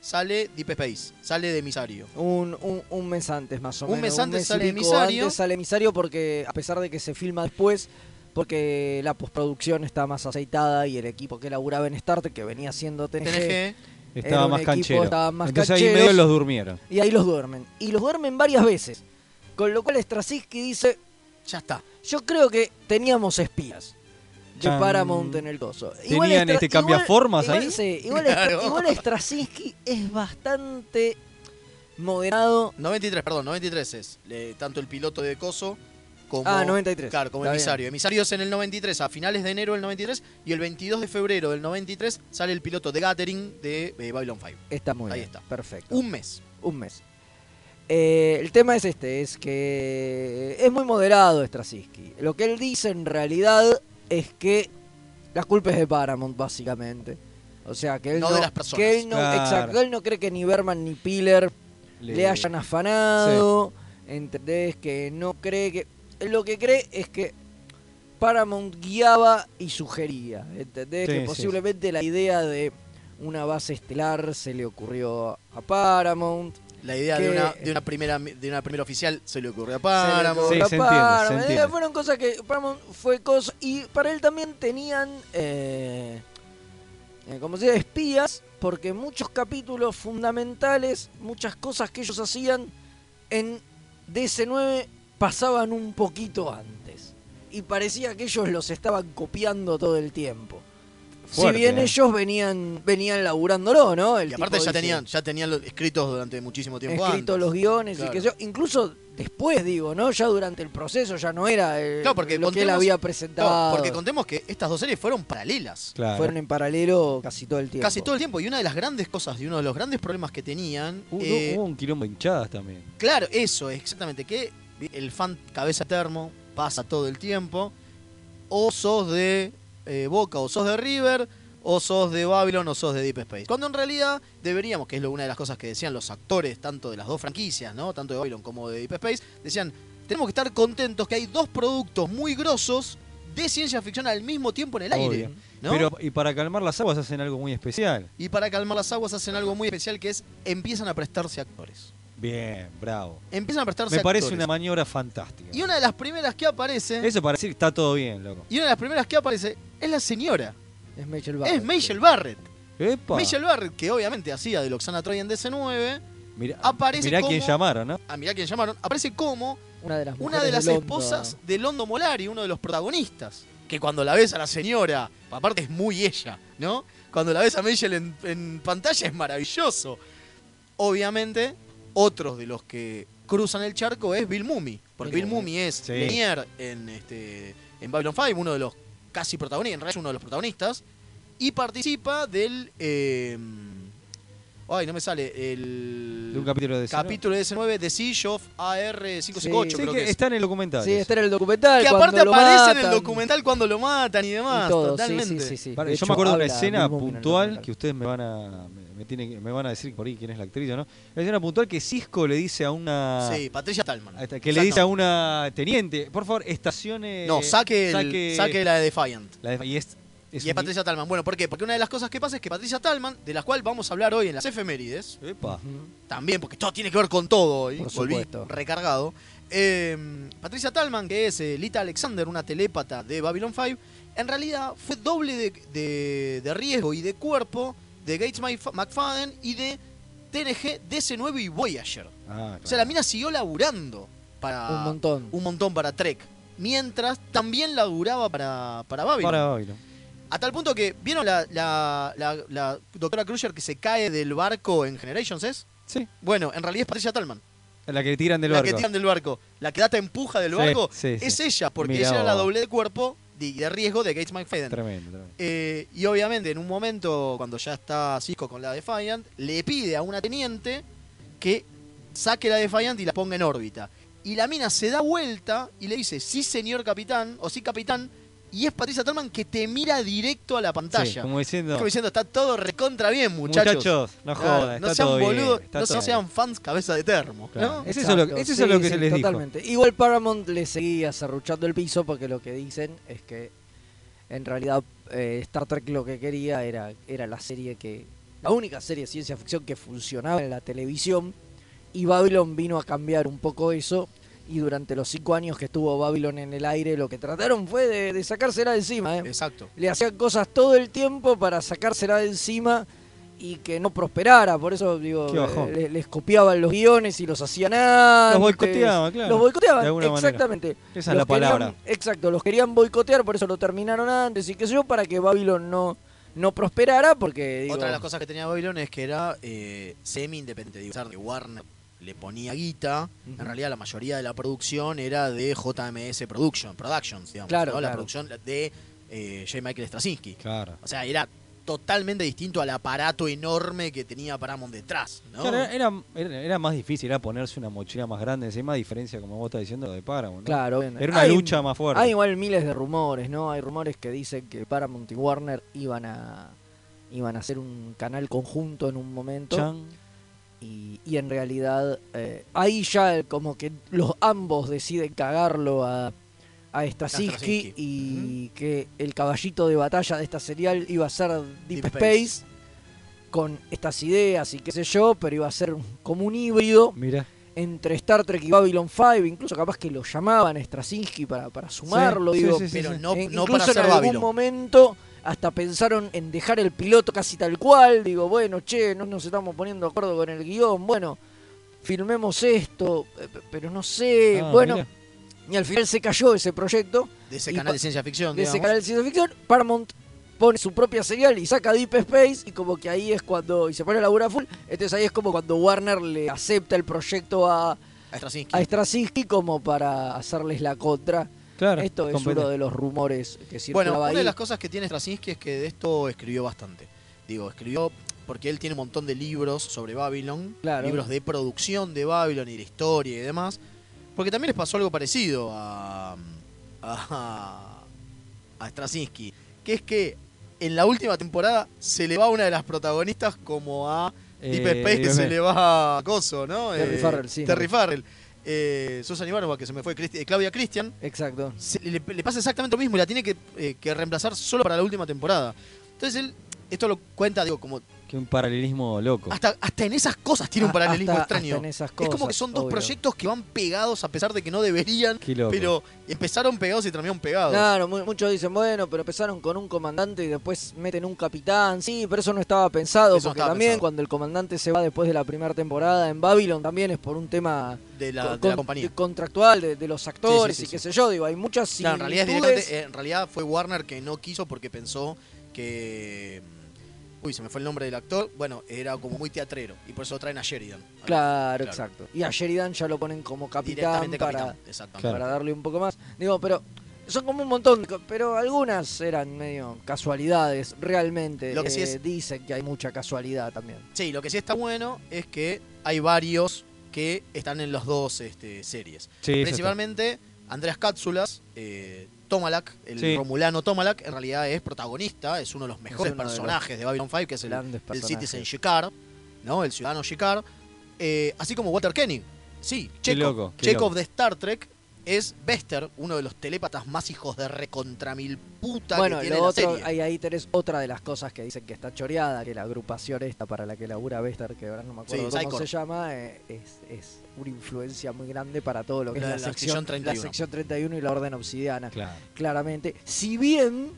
[SPEAKER 2] sale Deep Space, sale de Emisario.
[SPEAKER 4] Un, un, un mes antes más o
[SPEAKER 2] Un
[SPEAKER 4] menos.
[SPEAKER 2] mes antes sale
[SPEAKER 4] y
[SPEAKER 2] el
[SPEAKER 4] pico
[SPEAKER 2] emisario.
[SPEAKER 4] antes sale emisario porque a pesar de que se filma después, porque la postproducción está más aceitada y el equipo que laburaba en Star Trek, que venía siendo TNG,
[SPEAKER 2] TNG,
[SPEAKER 3] Estaba
[SPEAKER 4] era un
[SPEAKER 3] más
[SPEAKER 4] equipo,
[SPEAKER 3] canchero.
[SPEAKER 4] estaba más
[SPEAKER 3] Entonces ahí
[SPEAKER 4] cancheros.
[SPEAKER 3] medio los durmieron.
[SPEAKER 4] y ahí los duermen. Y los duermen varias veces. Con lo cual Straczynski dice,
[SPEAKER 2] ya está.
[SPEAKER 4] yo creo que teníamos espías. De
[SPEAKER 3] Chan.
[SPEAKER 4] Paramount en el coso.
[SPEAKER 3] ¿Tenían
[SPEAKER 4] Stra-
[SPEAKER 3] este cambiaformas
[SPEAKER 4] igual-
[SPEAKER 3] ahí?
[SPEAKER 4] sí, igual, Stra-
[SPEAKER 2] Claro.
[SPEAKER 4] igual Straczynski es bastante moderado
[SPEAKER 2] 93, perdón, 93 es. le- tanto el piloto de Coso como...
[SPEAKER 4] Ah, 93.
[SPEAKER 2] Claro, como
[SPEAKER 4] Está
[SPEAKER 2] Emisario. Emisario es en el 93, a finales de enero del 93, y el 22 de febrero del 93 sale el piloto de Gathering de eh, Babylon 5.
[SPEAKER 4] bien. Está muy
[SPEAKER 2] Ahí
[SPEAKER 4] bien.
[SPEAKER 2] está.
[SPEAKER 4] Perfecto.
[SPEAKER 2] Un mes.
[SPEAKER 4] Un mes. Eh, el tema es este, es que es muy moderado Straczynski. Lo que él dice en realidad es que la culpa es de Paramount, básicamente. O sea, que él no,
[SPEAKER 2] No de las personas.
[SPEAKER 4] Que él no,
[SPEAKER 3] Claro.
[SPEAKER 4] Exacto, él no cree que ni Berman ni Piller le, hayan afanado, ¿entendés? Que no cree que... Lo que cree es que Paramount guiaba y sugería, ¿entendés?
[SPEAKER 3] Sí,
[SPEAKER 4] que
[SPEAKER 3] sí,
[SPEAKER 4] posiblemente la idea de una base estelar se le ocurrió a Paramount.
[SPEAKER 2] La idea
[SPEAKER 4] Que-
[SPEAKER 2] de una, de, una primera, de una primera oficial se le ocurrió a
[SPEAKER 4] se
[SPEAKER 2] Paramount.
[SPEAKER 4] le ocurrió
[SPEAKER 3] Sí,
[SPEAKER 4] a
[SPEAKER 3] se entiende, se
[SPEAKER 4] Paramount, eh,
[SPEAKER 3] entiende.
[SPEAKER 4] Fueron cosas que Paramount fue cosa y para él también tenían, eh, eh, como se dice, espías, porque muchos capítulos fundamentales, muchas cosas que ellos hacían en DC9 pasaban un poquito antes. Y parecía que ellos los estaban copiando todo el tiempo.
[SPEAKER 3] Fuerte,
[SPEAKER 4] si bien
[SPEAKER 3] eh.
[SPEAKER 4] ellos venían venían laburándolo, ¿no? El
[SPEAKER 2] Y aparte
[SPEAKER 4] tipo
[SPEAKER 2] ya
[SPEAKER 4] dice,
[SPEAKER 2] tenían, ya tenían los escritos durante muchísimo tiempo
[SPEAKER 4] escrito
[SPEAKER 2] antes.
[SPEAKER 4] los guiones
[SPEAKER 2] Claro.
[SPEAKER 4] y que yo incluso después digo no ya durante el proceso ya no era eh,
[SPEAKER 2] Claro, porque
[SPEAKER 4] lo que él
[SPEAKER 2] contemos-
[SPEAKER 4] había
[SPEAKER 2] Claro,
[SPEAKER 4] presentado
[SPEAKER 2] porque contemos que estas dos series fueron paralelas.
[SPEAKER 3] Claro.
[SPEAKER 4] fueron en paralelo casi todo el tiempo
[SPEAKER 2] Casi todo el tiempo. Y una de las grandes cosas y uno de los grandes problemas que tenían.
[SPEAKER 3] Hubo-
[SPEAKER 2] eh,
[SPEAKER 3] hubo un quilombo de hinchadas también.
[SPEAKER 2] Claro, eso, es exactamente. Que el fan cabeza termo pasa todo el tiempo. O sos de eh, Boca, o sos de River, o sos de Babylon, o sos de Deep Space. Cuando en realidad deberíamos, que es lo- una de las cosas que decían los actores, tanto de las dos franquicias, ¿no? Tanto de Babylon como de Deep Space, decían, tenemos que estar contentos que hay dos productos muy grosos de ciencia ficción al mismo tiempo en el aire.
[SPEAKER 3] Obvio.
[SPEAKER 2] ¿no?
[SPEAKER 3] Pero, y para calmar las aguas hacen algo muy especial.
[SPEAKER 2] Y para calmar las aguas hacen algo muy especial que es empiezan a prestarse actores.
[SPEAKER 3] Bien, bravo.
[SPEAKER 2] Empiezan a prestarse
[SPEAKER 3] Me parece
[SPEAKER 2] actores.
[SPEAKER 3] una maniobra fantástica.
[SPEAKER 2] Y una de las primeras que aparece.
[SPEAKER 3] Eso para decir que está todo bien, loco.
[SPEAKER 2] Y una de las primeras que aparece es la señora.
[SPEAKER 4] es Michael Barrett.
[SPEAKER 2] Es Michelle Barrett.
[SPEAKER 3] Epa.
[SPEAKER 2] Michelle Barrett, que obviamente hacía de Loxana Troy en DC9.
[SPEAKER 3] Mirá,
[SPEAKER 2] aparece
[SPEAKER 3] mirá
[SPEAKER 2] como-
[SPEAKER 3] quién llamaron, ¿no?
[SPEAKER 2] Ah, mirá quién llamaron. Aparece como
[SPEAKER 4] una de las
[SPEAKER 2] una
[SPEAKER 4] mujeres
[SPEAKER 2] de las
[SPEAKER 4] Londo.
[SPEAKER 2] esposas de Londo Molari, uno de los protagonistas. Que cuando la ves a la señora, aparte es muy ella, ¿no? Cuando la ves a Michelle en, en pantalla es maravilloso. Obviamente, otros de los que cruzan el charco es Bill Mumy. Porque Bill Mumy es
[SPEAKER 3] Sí.
[SPEAKER 2] Lanier en, este, en Babylon 5, uno de los casi protagonistas, en realidad es uno de los protagonistas. Y participa del... eh, ay, no me sale. El
[SPEAKER 3] De un capítulo de ese, ¿no?
[SPEAKER 2] capítulo de 19 de Siege of AR558,
[SPEAKER 4] Sí,
[SPEAKER 3] Sí,
[SPEAKER 2] creo
[SPEAKER 3] que
[SPEAKER 2] que es.
[SPEAKER 3] está en el documental.
[SPEAKER 4] sí
[SPEAKER 3] eso.
[SPEAKER 4] está en el documental
[SPEAKER 2] Que
[SPEAKER 4] cuando
[SPEAKER 2] aparte
[SPEAKER 4] lo
[SPEAKER 2] aparece en el
[SPEAKER 4] matan
[SPEAKER 2] documental cuando lo matan y demás.
[SPEAKER 4] y todo, sí,
[SPEAKER 2] totalmente.
[SPEAKER 4] sí, sí, sí.
[SPEAKER 3] Para,
[SPEAKER 4] De
[SPEAKER 3] yo
[SPEAKER 4] hecho,
[SPEAKER 3] me acuerdo de una
[SPEAKER 4] habla
[SPEAKER 3] escena
[SPEAKER 4] Bill Mooney en el
[SPEAKER 3] puntual
[SPEAKER 4] documental.
[SPEAKER 3] que ustedes me van a me, me tienen que- me van a decir por ahí quién es la actriz o no. Una escena puntual que Cisco le dice a una
[SPEAKER 2] Sí, Patricia Talman.
[SPEAKER 3] a esta- Ah. que le dice a una teniente, por favor, estacione
[SPEAKER 2] No, saque, el-
[SPEAKER 3] saque-
[SPEAKER 2] saque la de Defiant.
[SPEAKER 3] la de- y es, es
[SPEAKER 2] y es
[SPEAKER 3] un-
[SPEAKER 2] Patricia Talman. Bueno, ¿por qué? Porque una de las cosas que pasa es que Patricia Talman, de las cuales vamos a hablar hoy en las efemérides,
[SPEAKER 3] Epa.
[SPEAKER 2] también, porque todo tiene que ver con todo, y
[SPEAKER 4] Por
[SPEAKER 2] volví
[SPEAKER 4] supuesto.
[SPEAKER 2] recargado. Eh, Patricia Talman, que es eh, Lita Alexander, una telépata de Babylon 5, en realidad fue doble de, de- de riesgo y de cuerpo de Gates Mc- McFadden y de TNG DC9 y Voyager.
[SPEAKER 3] Ah,
[SPEAKER 2] O sea, la mina siguió laburando para
[SPEAKER 4] un montón
[SPEAKER 2] un montón para Trek, mientras también laburaba para, para Babylon.
[SPEAKER 3] para Babylon.
[SPEAKER 2] A tal punto que, ¿vieron la, la- la- la doctora Crusher que se cae del barco en Generations, es?
[SPEAKER 3] Sí,
[SPEAKER 2] Bueno, en realidad es Patricia Talman.
[SPEAKER 3] la que tiran del
[SPEAKER 2] la
[SPEAKER 3] barco.
[SPEAKER 2] que tiran del barco. La que data empuja del
[SPEAKER 3] Sí,
[SPEAKER 2] barco
[SPEAKER 3] sí, sí.
[SPEAKER 2] es ella, porque
[SPEAKER 3] Mirá
[SPEAKER 2] ella era la
[SPEAKER 3] vos.
[SPEAKER 2] doble de cuerpo y de, riesgo de Gates McFadden.
[SPEAKER 3] Tremendo, tremendo.
[SPEAKER 2] Eh, y obviamente, en un momento, cuando ya está Cisco con la Defiant, le pide a una teniente que saque la Defiant y la ponga en órbita. Y la mina se da vuelta y le dice, sí señor capitán, o sí capitán, y es Patricia Talman que te mira directo a la pantalla.
[SPEAKER 3] Sí, como diciendo,
[SPEAKER 2] Como diciendo, está todo recontra bien, muchachos.
[SPEAKER 3] muchachos, no
[SPEAKER 2] Claro,
[SPEAKER 3] jodan,
[SPEAKER 2] no
[SPEAKER 3] está
[SPEAKER 2] sean
[SPEAKER 3] todo bien,
[SPEAKER 2] boludos,
[SPEAKER 3] está
[SPEAKER 2] no
[SPEAKER 3] todo
[SPEAKER 2] sean
[SPEAKER 3] bien.
[SPEAKER 2] fans cabeza de termo.
[SPEAKER 3] Claro.
[SPEAKER 2] ¿no?
[SPEAKER 3] Es eso lo que- es eso lo que se les dijo.
[SPEAKER 4] totalmente. Igual Paramount le seguía cerruchando el piso porque lo que dicen es que en realidad eh, Star Trek lo que quería era, era la serie que. La única serie de ciencia ficción que funcionaba en la televisión. Y Babylon vino a cambiar un poco eso. Y durante los cinco años que estuvo Babylon en el aire, lo que trataron fue de, de sacársela de encima. ¿eh?
[SPEAKER 2] Exacto.
[SPEAKER 4] le hacían cosas todo el tiempo para sacársela de encima y que no prosperara. Por eso, digo,
[SPEAKER 3] Qué bajón.
[SPEAKER 4] le- les copiaban los guiones y los hacían antes.
[SPEAKER 3] Los boicoteaban, claro.
[SPEAKER 4] Los boicoteaban,
[SPEAKER 3] De alguna manera.
[SPEAKER 4] exactamente.
[SPEAKER 3] Esa es
[SPEAKER 4] Los
[SPEAKER 3] la palabra.
[SPEAKER 4] querían- exacto, los querían boicotear, por eso lo terminaron antes y qué sé yo, para que Babylon no, no prosperara, porque, digo,
[SPEAKER 2] Otra de las cosas que tenía Babylon es que era eh, semi-independiente. Digo, a pesar de que Warner le ponía guita,
[SPEAKER 4] Ujú.
[SPEAKER 2] en realidad la mayoría de la producción era de JMS Production, Productions, digamos.
[SPEAKER 4] Claro,
[SPEAKER 2] ¿no? La
[SPEAKER 4] claro.
[SPEAKER 2] producción de eh, J. Michael Straczynski.
[SPEAKER 3] Claro.
[SPEAKER 2] O sea, era totalmente distinto al aparato enorme que tenía Paramount detrás, ¿no?
[SPEAKER 3] Claro, eh, era, era- era más difícil, era ponerse una mochila más grande encima, a diferencia, como vos estás diciendo, de Paramount. ¿no?
[SPEAKER 4] Claro, bien.
[SPEAKER 3] Era una
[SPEAKER 4] Hay-
[SPEAKER 3] lucha más fuerte.
[SPEAKER 4] Hay igual miles de rumores, ¿no? Hay rumores que dicen que Paramount y Warner iban a iban a hacer un canal conjunto en un momento.
[SPEAKER 3] Chan.
[SPEAKER 4] y, y en realidad eh, ahí ya el- como que los ambos deciden cagarlo a, a Straczynski
[SPEAKER 2] Straczynski.
[SPEAKER 4] y que el caballito de batalla de esta serial iba a ser Deep,
[SPEAKER 2] Deep
[SPEAKER 4] Space,
[SPEAKER 2] Space.
[SPEAKER 4] con estas ideas y qué sé yo, pero iba a ser un- como un híbrido
[SPEAKER 3] Mirá.
[SPEAKER 4] entre Star Trek y Babylon 5, incluso capaz que lo llamaban a Straczynski para, para sumarlo,
[SPEAKER 3] Sí, sí,
[SPEAKER 4] digo,
[SPEAKER 3] sí, sí,
[SPEAKER 2] Pero
[SPEAKER 3] sí. E
[SPEAKER 2] no,
[SPEAKER 4] eh,
[SPEAKER 2] no
[SPEAKER 4] incluso
[SPEAKER 2] para
[SPEAKER 4] en
[SPEAKER 2] ser
[SPEAKER 4] algún
[SPEAKER 2] Babylon.
[SPEAKER 4] momento hasta pensaron en dejar el piloto casi tal cual. Digo, bueno, che, no nos estamos poniendo de acuerdo con el guión. Bueno, filmemos esto, eh, p- pero no sé.
[SPEAKER 3] Ah,
[SPEAKER 4] bueno,
[SPEAKER 3] mirá.
[SPEAKER 4] y al final se cayó ese proyecto
[SPEAKER 2] De ese
[SPEAKER 4] y
[SPEAKER 2] canal
[SPEAKER 4] pa-
[SPEAKER 2] de ciencia ficción,
[SPEAKER 4] de ese
[SPEAKER 2] digamos.
[SPEAKER 4] canal de ciencia ficción. Paramount pone su propia serial y saca Deep Space y como que ahí es cuando... Y se pone a laburar full. Entonces ahí es como cuando Warner le acepta el proyecto a,
[SPEAKER 2] A Straczynski.
[SPEAKER 4] a Straczynski como para hacerles la contra.
[SPEAKER 3] Claro,
[SPEAKER 4] Esto es
[SPEAKER 3] comprendo.
[SPEAKER 4] uno de los rumores que circulaba
[SPEAKER 2] Bueno, una
[SPEAKER 4] ahí.
[SPEAKER 2] de las cosas que tiene Straczynski es que de esto escribió bastante. Digo, escribió porque él tiene un montón de libros sobre Babylon,
[SPEAKER 4] Claro.
[SPEAKER 2] libros de producción de Babylon y de historia y demás. Porque también les pasó algo parecido a, a, a Straczynski, que es que en la última temporada se le va a una de las protagonistas como a Deep
[SPEAKER 3] Eh,
[SPEAKER 2] Space, que
[SPEAKER 3] Deep
[SPEAKER 2] se
[SPEAKER 3] Space.
[SPEAKER 2] le va a Coso, ¿no? Eh,
[SPEAKER 4] Terry Farrell, sí.
[SPEAKER 2] Terry Farrell. Eh, Susan Ivanova, que se me fue, Cristi- eh, Claudia Christian
[SPEAKER 4] Exacto.
[SPEAKER 2] se- le, le pasa exactamente lo mismo y la tiene que, eh, que reemplazar solo para la última temporada. Entonces él, esto lo cuenta, digo, como
[SPEAKER 3] Que un paralelismo loco.
[SPEAKER 2] hasta, hasta en esas cosas tiene un
[SPEAKER 4] Ah,
[SPEAKER 2] paralelismo
[SPEAKER 4] hasta-
[SPEAKER 2] extraño.
[SPEAKER 4] hasta en esas
[SPEAKER 2] es como que
[SPEAKER 4] cosas,
[SPEAKER 2] son dos
[SPEAKER 4] obvio.
[SPEAKER 2] proyectos que van pegados a pesar de que no deberían,
[SPEAKER 3] Qué loco.
[SPEAKER 2] pero empezaron pegados y terminaron pegados.
[SPEAKER 4] Claro, mu- muchos dicen, bueno, pero empezaron con un comandante y después meten un capitán. Sí, pero eso no estaba pensado,
[SPEAKER 2] Eso no
[SPEAKER 4] porque
[SPEAKER 2] estaba
[SPEAKER 4] también
[SPEAKER 2] pensado.
[SPEAKER 4] cuando el comandante se va después de la primera temporada en Babylon, también es por un tema
[SPEAKER 2] de, la,
[SPEAKER 4] con-
[SPEAKER 2] de la compañía.
[SPEAKER 4] de- contractual de, de los actores
[SPEAKER 2] Sí, sí, sí,
[SPEAKER 4] y qué sé yo. Digo, hay muchas
[SPEAKER 2] Claro, en
[SPEAKER 4] similitudes.
[SPEAKER 2] realidad, es directamente- eh, en realidad fue Warner que no quiso porque pensó que. Uy, se me fue el nombre del actor. Bueno, era como muy teatrero y por eso traen a Sheridan.
[SPEAKER 4] Claro,
[SPEAKER 2] eh, Claro.
[SPEAKER 4] exactamente. Y a Sheridan ya lo ponen como capitán
[SPEAKER 2] Directamente
[SPEAKER 4] para,
[SPEAKER 2] capitán. Exactamente.
[SPEAKER 4] para darle un poco más. Digo, pero son como un montón, de co- pero algunas eran medio casualidades, realmente.
[SPEAKER 2] Lo que sí
[SPEAKER 4] Eh,
[SPEAKER 2] es-
[SPEAKER 4] Dicen que hay mucha casualidad también.
[SPEAKER 2] Sí, lo que sí está bueno es que hay varios que están en las dos este, series.
[SPEAKER 3] Sí, eso está.
[SPEAKER 2] Principalmente Andreas Cápsulas, eh, Tomalak, el
[SPEAKER 3] Sí.
[SPEAKER 2] romulano Tomalak, en realidad es protagonista, es uno de los mejores
[SPEAKER 4] uno de los
[SPEAKER 2] personajes de, Babylon 5, que es el,
[SPEAKER 4] Grandes
[SPEAKER 2] el
[SPEAKER 4] personajes.
[SPEAKER 2] Citizen Shikar, ¿no? El ciudadano Shikar, eh, así como Walter Koenig. Sí,
[SPEAKER 3] Qué
[SPEAKER 2] Chekhov,
[SPEAKER 3] loco, qué
[SPEAKER 2] Chekhov
[SPEAKER 3] loco.
[SPEAKER 2] de Star Trek es Bester, uno de los telépatas más hijos de recontra mil puta
[SPEAKER 4] Bueno,
[SPEAKER 2] que tiene
[SPEAKER 4] lo
[SPEAKER 2] la
[SPEAKER 4] otro,
[SPEAKER 2] serie.
[SPEAKER 4] ahí, ahí tenés otra de las cosas que dicen que está choreada, que la agrupación esta para la que labura Bester, que ahora no me acuerdo
[SPEAKER 2] Sí,
[SPEAKER 4] cómo
[SPEAKER 2] Psycorp.
[SPEAKER 4] se llama, eh, es, es una influencia muy grande para todo lo que
[SPEAKER 2] La de
[SPEAKER 4] es la,
[SPEAKER 2] la sección
[SPEAKER 4] sección,
[SPEAKER 2] 31.
[SPEAKER 4] la sección 31 y la Orden Obsidiana,
[SPEAKER 3] Claro.
[SPEAKER 4] claramente. Si bien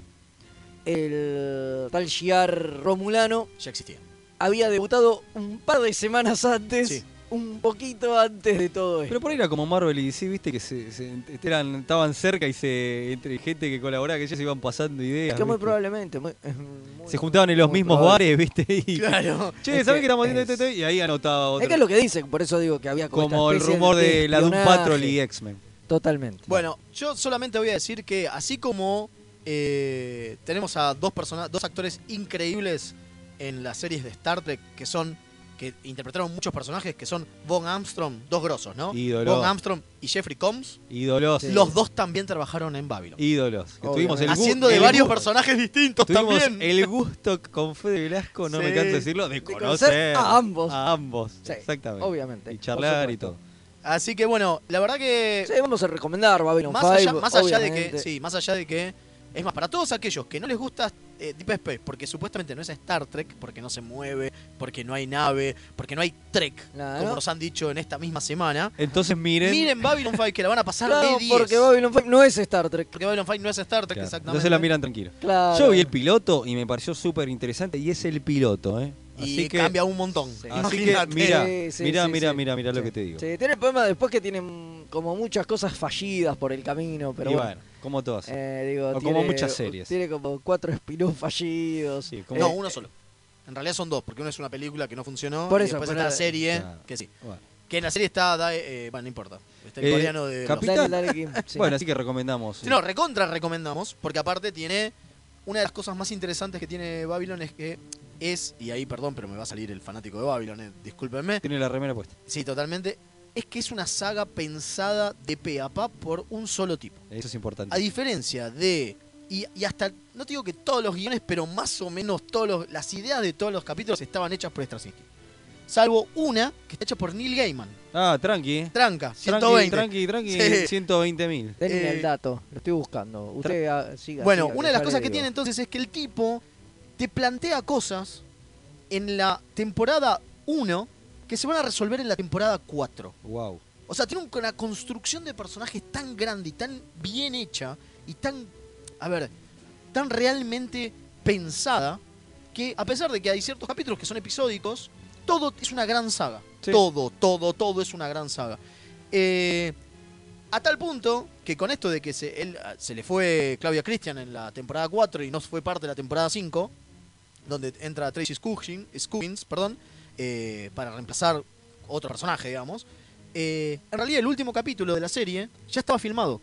[SPEAKER 4] el tal Giar Romulano
[SPEAKER 2] Ya existía.
[SPEAKER 4] había debutado un par de semanas antes
[SPEAKER 2] Sí.
[SPEAKER 4] un poquito antes de todo esto.
[SPEAKER 3] Pero por ahí era como Marvel y sí, viste que se, se- eran- estaban cerca y se entre gente que colaboraba que ellos iban pasando ideas.
[SPEAKER 4] Es que muy
[SPEAKER 3] ¿viste?
[SPEAKER 4] probablemente. muy- es muy-
[SPEAKER 3] se juntaban en los
[SPEAKER 4] muy
[SPEAKER 3] mismos
[SPEAKER 4] probable.
[SPEAKER 3] bares, viste, y
[SPEAKER 2] Claro.
[SPEAKER 3] che,
[SPEAKER 4] Es
[SPEAKER 3] ¿sabés
[SPEAKER 4] que
[SPEAKER 3] que estamos haciendo
[SPEAKER 4] es-
[SPEAKER 3] esto, esto? Y ahí anotaba otro.
[SPEAKER 4] Es que es lo que dicen, por eso digo que había como,
[SPEAKER 3] como
[SPEAKER 4] esta
[SPEAKER 3] el
[SPEAKER 4] especie
[SPEAKER 3] rumor de la Doom
[SPEAKER 4] espionaje.
[SPEAKER 3] Patrol y X-Men.
[SPEAKER 4] Totalmente.
[SPEAKER 2] Bueno, yo solamente voy a decir que así como eh, tenemos a dos personas, dos actores increíbles en las series de Star Trek que son que interpretaron muchos personajes que son Von Armstrong, dos grosos, ¿no?
[SPEAKER 3] Ídolo.
[SPEAKER 2] Von Armstrong y Jeffrey Combs.
[SPEAKER 3] Ídolos.
[SPEAKER 4] Sí.
[SPEAKER 2] Los dos también trabajaron en Babylon.
[SPEAKER 3] Ídolos. Que tuvimos el gu-
[SPEAKER 2] Haciendo de
[SPEAKER 3] el
[SPEAKER 2] varios
[SPEAKER 3] gu-
[SPEAKER 2] personajes distintos
[SPEAKER 3] Tuvimos
[SPEAKER 2] también.
[SPEAKER 3] el gusto con Fede Velasco, no me
[SPEAKER 2] Sí.
[SPEAKER 3] canso de decirlo, de
[SPEAKER 4] conocer
[SPEAKER 3] conocer
[SPEAKER 4] a ambos.
[SPEAKER 3] A ambos,
[SPEAKER 4] Sí,
[SPEAKER 3] exactamente.
[SPEAKER 4] obviamente.
[SPEAKER 3] Y
[SPEAKER 4] por
[SPEAKER 3] charlar y todo.
[SPEAKER 4] supuesto.
[SPEAKER 2] Así que bueno, la verdad que
[SPEAKER 4] Sí, vamos a recomendar Babylon
[SPEAKER 2] más
[SPEAKER 4] 5.
[SPEAKER 2] allá, más allá de que
[SPEAKER 4] obviamente.
[SPEAKER 2] sí, más allá de que es más para todos aquellos que no les gusta eh, Deep Space porque supuestamente no es Star Trek porque no se mueve porque no hay nave porque no hay Trek
[SPEAKER 4] Nada,
[SPEAKER 2] como
[SPEAKER 4] ¿no?
[SPEAKER 2] nos han dicho en esta misma semana
[SPEAKER 3] Entonces miren,
[SPEAKER 2] miren Babylon 5 que la van a pasar
[SPEAKER 4] Claro,
[SPEAKER 2] de 10
[SPEAKER 4] porque Babylon 5 no es Star Trek.
[SPEAKER 2] Porque Babylon 5 no es Star Trek
[SPEAKER 3] claro,
[SPEAKER 2] exactamente
[SPEAKER 3] entonces la miran tranquilo.
[SPEAKER 4] Claro.
[SPEAKER 3] Yo vi el piloto y me pareció súper interesante y es el piloto, ¿eh?
[SPEAKER 2] y cambia un montón
[SPEAKER 4] Sí.
[SPEAKER 3] así que
[SPEAKER 2] Imagínate.
[SPEAKER 3] mira,
[SPEAKER 4] Sí, sí,
[SPEAKER 3] mira,
[SPEAKER 4] sí,
[SPEAKER 3] mira,
[SPEAKER 4] sí.
[SPEAKER 3] mira, mira lo
[SPEAKER 4] Sí.
[SPEAKER 3] que te digo.
[SPEAKER 4] Sí, tiene el problema después que tienen como muchas cosas fallidas por el camino, pero
[SPEAKER 3] y
[SPEAKER 4] bueno.
[SPEAKER 3] bueno, como todas.
[SPEAKER 4] Eh, digo,
[SPEAKER 3] O como
[SPEAKER 4] tiene-
[SPEAKER 3] muchas series.
[SPEAKER 4] Tiene como cuatro spin-offs fallidos. Eh,
[SPEAKER 3] Sí, como-
[SPEAKER 2] no uno solo en realidad son dos porque uno es una película que no funcionó
[SPEAKER 4] Por
[SPEAKER 2] y
[SPEAKER 4] eso,
[SPEAKER 2] después
[SPEAKER 4] por
[SPEAKER 2] está la
[SPEAKER 4] eso.
[SPEAKER 2] serie
[SPEAKER 3] Claro.
[SPEAKER 2] que sí
[SPEAKER 3] Bueno.
[SPEAKER 2] que en la serie está da- eh, bueno no importa está el
[SPEAKER 3] Eh,
[SPEAKER 2] coreano de
[SPEAKER 3] capi-
[SPEAKER 4] Dale, dale, Kim, sí.
[SPEAKER 3] Bueno, así que recomendamos.
[SPEAKER 2] Sí, No, recontra recomendamos, porque aparte tiene. Una de las cosas más interesantes que tiene Babylon es que es, y ahí perdón, pero me va a salir el fanático de Babylon, eh, discúlpenme.
[SPEAKER 3] Tiene la remera puesta.
[SPEAKER 2] Sí, totalmente. Es que es una saga pensada de pe a pa por un solo tipo.
[SPEAKER 3] Eso es
[SPEAKER 2] A
[SPEAKER 3] importante.
[SPEAKER 2] diferencia de. Y, y hasta, no te digo que todos los guiones, pero más o menos todos los- las ideas de todos los capítulos estaban hechas por Straczynski. Salvo una que está hecha por Neil Gaiman.
[SPEAKER 3] Ah, tranqui. eh.
[SPEAKER 2] Tranca,
[SPEAKER 3] Tranqui,
[SPEAKER 2] 120.
[SPEAKER 3] tranqui, tranqui.
[SPEAKER 2] Sí.
[SPEAKER 3] 120 mil.
[SPEAKER 4] Denme
[SPEAKER 2] eh,
[SPEAKER 4] el dato, lo estoy buscando. Usted ah, siga,
[SPEAKER 2] Bueno,
[SPEAKER 4] siga,
[SPEAKER 2] una
[SPEAKER 4] que
[SPEAKER 2] de las
[SPEAKER 4] ya
[SPEAKER 2] cosas
[SPEAKER 4] le
[SPEAKER 2] que
[SPEAKER 4] digo.
[SPEAKER 2] tiene entonces es que el tipo te plantea cosas en la temporada 1 que se van a resolver en la temporada 4.
[SPEAKER 3] Wow.
[SPEAKER 2] O sea, tiene un- una construcción de personajes tan grande y tan bien hecha y tan, a ver, tan realmente pensada que a pesar de que hay ciertos capítulos que son episódicos, todo es una gran saga.
[SPEAKER 3] Sí.
[SPEAKER 2] Todo, todo, todo es una gran saga. Eh, a tal punto que con esto de que se, él, ah, se le fue Claudia Christian en la temporada 4 y no fue parte de la temporada 5, donde entra Tracy Scoogin- Scoggins, perdón, eh, para reemplazar otro personaje, digamos. eh, en realidad el último capítulo de la serie ya estaba filmado.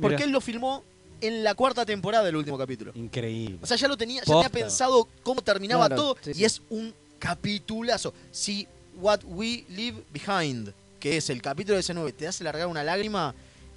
[SPEAKER 2] Porque
[SPEAKER 3] Mirá.
[SPEAKER 2] él lo filmó en la cuarta temporada del último capítulo.
[SPEAKER 3] Increíble.
[SPEAKER 2] O sea, ya lo tenía, ya
[SPEAKER 3] Posta.
[SPEAKER 2] tenía pensado cómo terminaba
[SPEAKER 4] Claro,
[SPEAKER 2] todo.
[SPEAKER 4] sí,
[SPEAKER 2] y
[SPEAKER 4] sí.
[SPEAKER 2] es un capitulazo. Si What We Leave Behind, que es el capítulo de ese 9, te hace largar una lágrima,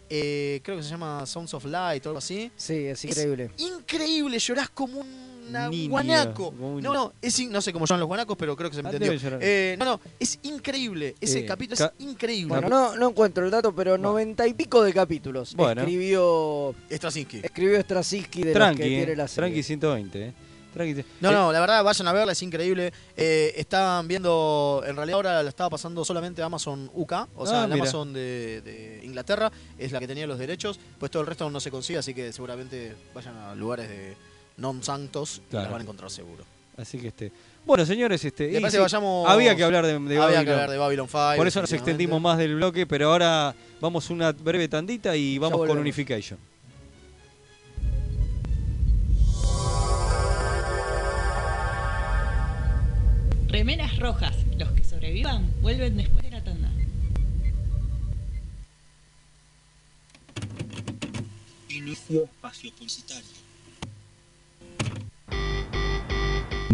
[SPEAKER 2] eh, creo que se llama Sounds of Light o algo así.
[SPEAKER 4] Sí, es
[SPEAKER 2] Es
[SPEAKER 4] increíble.
[SPEAKER 2] Increíble, llorás como un na-
[SPEAKER 3] Niño,
[SPEAKER 2] guanaco.
[SPEAKER 3] como un-
[SPEAKER 2] No, no, es in- no sé cómo lloran los guanacos, pero creo que se me
[SPEAKER 3] Ah,
[SPEAKER 2] entendió.
[SPEAKER 3] debe llorar.
[SPEAKER 2] Eh, no, no, es increíble. Ese
[SPEAKER 3] Eh,
[SPEAKER 2] capítulo
[SPEAKER 3] ca-
[SPEAKER 2] es increíble.
[SPEAKER 4] Bueno, no, no encuentro el dato, pero
[SPEAKER 3] Bueno.
[SPEAKER 4] noventa y pico de capítulos
[SPEAKER 3] Bueno.
[SPEAKER 4] escribió
[SPEAKER 2] Straczynski.
[SPEAKER 4] escribió Straczynski de los
[SPEAKER 3] Tranqui,
[SPEAKER 4] que tiene
[SPEAKER 3] eh.
[SPEAKER 4] la serie.
[SPEAKER 3] tranqui 120. eh. Tranqui.
[SPEAKER 2] No,
[SPEAKER 3] Eh,
[SPEAKER 2] no, la verdad, vayan a verla, es increíble. Eh, estaban viendo, en realidad ahora la estaba pasando solamente Amazon UK, o sea,
[SPEAKER 3] Ah,
[SPEAKER 2] el
[SPEAKER 3] mira.
[SPEAKER 2] Amazon de, de Inglaterra es la que tenía los derechos, pues todo el resto no se consigue, así que seguramente vayan a lugares de non sanctos y
[SPEAKER 3] Claro.
[SPEAKER 2] las van a encontrar seguro.
[SPEAKER 3] Así que este. Bueno, señores, este.
[SPEAKER 2] ¿Le
[SPEAKER 3] y
[SPEAKER 2] parece
[SPEAKER 3] sí,
[SPEAKER 2] vayamos-
[SPEAKER 3] Había que hablar de, de
[SPEAKER 2] Había
[SPEAKER 3] Babylon.
[SPEAKER 2] que hablar de Babylon 5.
[SPEAKER 3] Por eso nos extendimos más del bloque, pero ahora vamos una breve tandita y vamos con
[SPEAKER 4] volvemos.
[SPEAKER 3] Unification.
[SPEAKER 9] Remeras rojas. Los que sobrevivan vuelven después de la tanda.
[SPEAKER 10] Inicio espacio publicitario.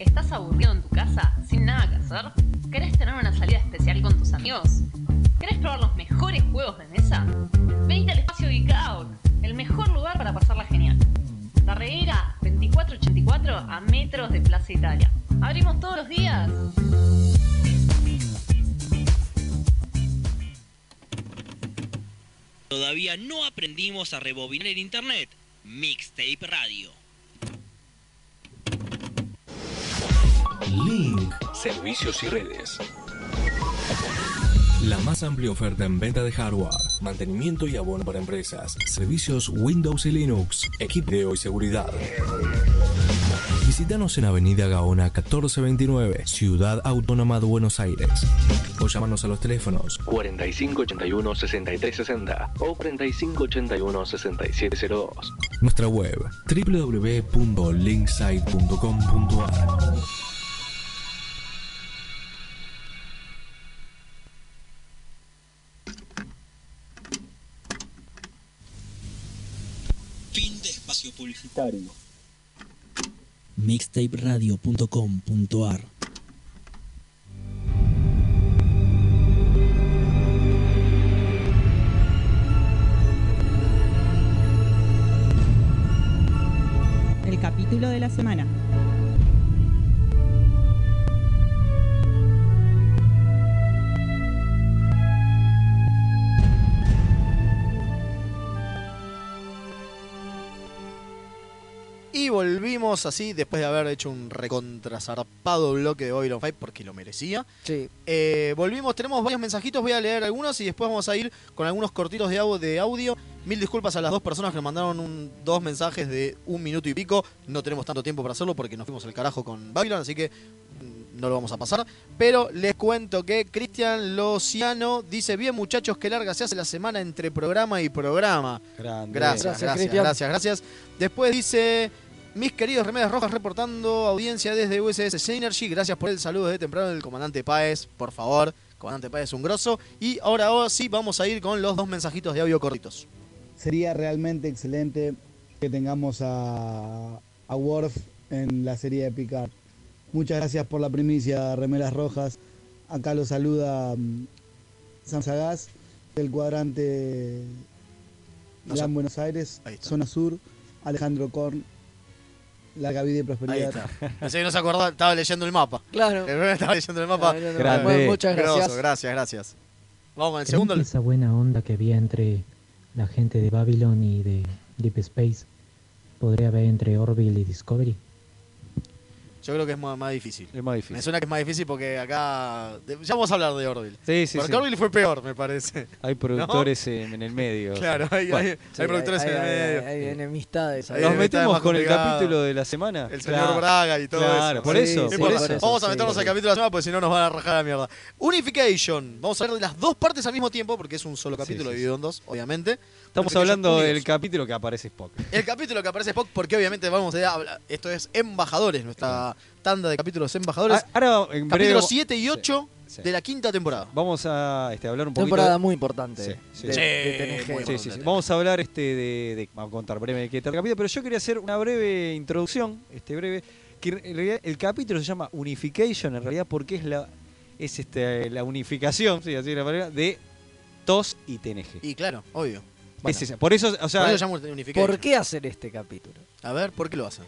[SPEAKER 11] ¿Estás aburrido en tu casa sin nada que hacer? ¿Querés tener una salida especial con tus amigos? ¿Querés probar los mejores juegos de mesa? Venite al espacio Geek Out, el mejor lugar para pasarla genial. Darreguera 2484 a metros de Plaza Italia. Abrimos todos los días.
[SPEAKER 12] todavía no aprendimos a rebobinar el internet, Mixtape Radio.
[SPEAKER 13] Link.
[SPEAKER 14] Servicios y redes.
[SPEAKER 13] La más amplia oferta en venta de hardware, mantenimiento y abono para empresas, servicios Windows y Linux, equipo y seguridad. Visítanos en Avenida Gaona 1429, Ciudad Autónoma de Buenos Aires. O llámanos a los teléfonos
[SPEAKER 14] 4581-6360 o 4581-6702.
[SPEAKER 13] Nuestra web www.linksite.com.ar
[SPEAKER 12] Fin de espacio publicitario.
[SPEAKER 15] mixtaperadio.com.ar
[SPEAKER 16] El capítulo de la semana.
[SPEAKER 2] Y volvimos así, después de haber hecho un recontrazarpado bloque de Babylon 5 porque lo merecía.
[SPEAKER 4] Sí.
[SPEAKER 2] Eh, volvimos, tenemos varios mensajitos, voy a leer algunos y después vamos a ir con algunos cortitos de audio, de audio. Mil disculpas a las dos personas que nos mandaron un- dos mensajes de un minuto y pico. No tenemos tanto tiempo para hacerlo porque nos fuimos al carajo con Babylon, así que mm, no lo vamos a pasar. Pero les cuento que Cristian Lociano dice, bien muchachos, qué larga se hace la semana entre programa y programa. Gracias, gracias, gracias,
[SPEAKER 4] Cristian.
[SPEAKER 2] gracias, Después dice, mis queridos Remedas Rojas reportando audiencia desde USS Synergy. Gracias por el saludo desde temprano del comandante Páez, por favor. Comandante Páez, un grosso. Y ahora, ahora sí, vamos a ir con los dos mensajitos de audio cortitos.
[SPEAKER 17] Sería realmente excelente que tengamos a, a Worf en la serie de Picard. Muchas gracias por la primicia, Remeras Rojas. Acá lo saluda mm, Sam Sagaz del cuadrante Gran Buenos Aires, zona sur, Alejandro Korn, Larga Vida y
[SPEAKER 2] Ahí
[SPEAKER 17] Prosperidad.
[SPEAKER 2] está. Pensé que no se acordaba, estaba leyendo el mapa.
[SPEAKER 17] Claro.
[SPEAKER 2] Estaba leyendo el mapa.
[SPEAKER 17] No, no,
[SPEAKER 5] no. Grande. Bueno,
[SPEAKER 17] muchas gracias.
[SPEAKER 2] Grosso, gracias, gracias. Vamos con el
[SPEAKER 5] Creo
[SPEAKER 2] segundo.
[SPEAKER 5] que esa buena onda que había entre la gente de Babylon y de Deep Space podría haber entre Orville y Discovery.
[SPEAKER 2] Yo creo que es más, más difícil.
[SPEAKER 3] Es más difícil.
[SPEAKER 2] Me suena que es más difícil porque acá. de- Ya vamos a hablar de Orville.
[SPEAKER 3] Sí, sí,
[SPEAKER 2] Porque
[SPEAKER 3] sí.
[SPEAKER 2] Orville fue peor, me parece.
[SPEAKER 3] Hay productores en, en el medio.
[SPEAKER 2] Claro, hay-
[SPEAKER 3] Bueno.
[SPEAKER 2] hay- hay productores en el medio.
[SPEAKER 4] Hay enemistades.
[SPEAKER 3] Nos
[SPEAKER 4] ahí.
[SPEAKER 3] metemos con el
[SPEAKER 2] complicado.
[SPEAKER 3] capítulo de la semana.
[SPEAKER 2] El señor
[SPEAKER 3] Claro.
[SPEAKER 2] Braga y todo eso.
[SPEAKER 3] Claro, por eso.
[SPEAKER 2] Sí,
[SPEAKER 3] por
[SPEAKER 2] Ah, por-
[SPEAKER 3] eso.
[SPEAKER 2] Vamos a meternos al capítulo de la semana porque si no nos van a rajar a la mierda. Unification. Vamos a ver de las dos partes al mismo tiempo porque es un solo capítulo
[SPEAKER 3] sí,
[SPEAKER 2] dividido en dos, obviamente.
[SPEAKER 3] Estamos
[SPEAKER 2] Unification
[SPEAKER 3] hablando
[SPEAKER 2] Unidos.
[SPEAKER 3] del capítulo que aparece Spock.
[SPEAKER 2] El capítulo que aparece Spock, porque obviamente vamos a hablar. Esto es Embajadores, nuestra tanda de capítulos Embajadores.
[SPEAKER 3] Ah, Ahora, en breve,
[SPEAKER 2] Capítulo
[SPEAKER 3] va-
[SPEAKER 2] 7 y 8
[SPEAKER 3] sí.
[SPEAKER 2] de la quinta temporada.
[SPEAKER 3] vamos a este, hablar un poquito.
[SPEAKER 4] Temporada
[SPEAKER 3] de-
[SPEAKER 4] muy importante
[SPEAKER 3] Sí,
[SPEAKER 4] de-
[SPEAKER 3] sí.
[SPEAKER 4] de TNG.
[SPEAKER 3] muy
[SPEAKER 4] Sí, sí,
[SPEAKER 3] importante.
[SPEAKER 4] sí.
[SPEAKER 3] Vamos a hablar este, de, de- Vamos a contar breve de qué trata el capítulo, pero yo quería hacer una breve introducción, este breve. Que en realidad el capítulo se llama Unification, en realidad, porque es la. Es este, la unificación, sí, así es la palabra, de TOS y TNG.
[SPEAKER 2] Y claro, obvio.
[SPEAKER 3] Es esa. Por eso, o sea,
[SPEAKER 2] Por eso llamamos Unification.
[SPEAKER 4] ¿Por qué hacer este capítulo?
[SPEAKER 2] A ver, ¿por qué lo hacen?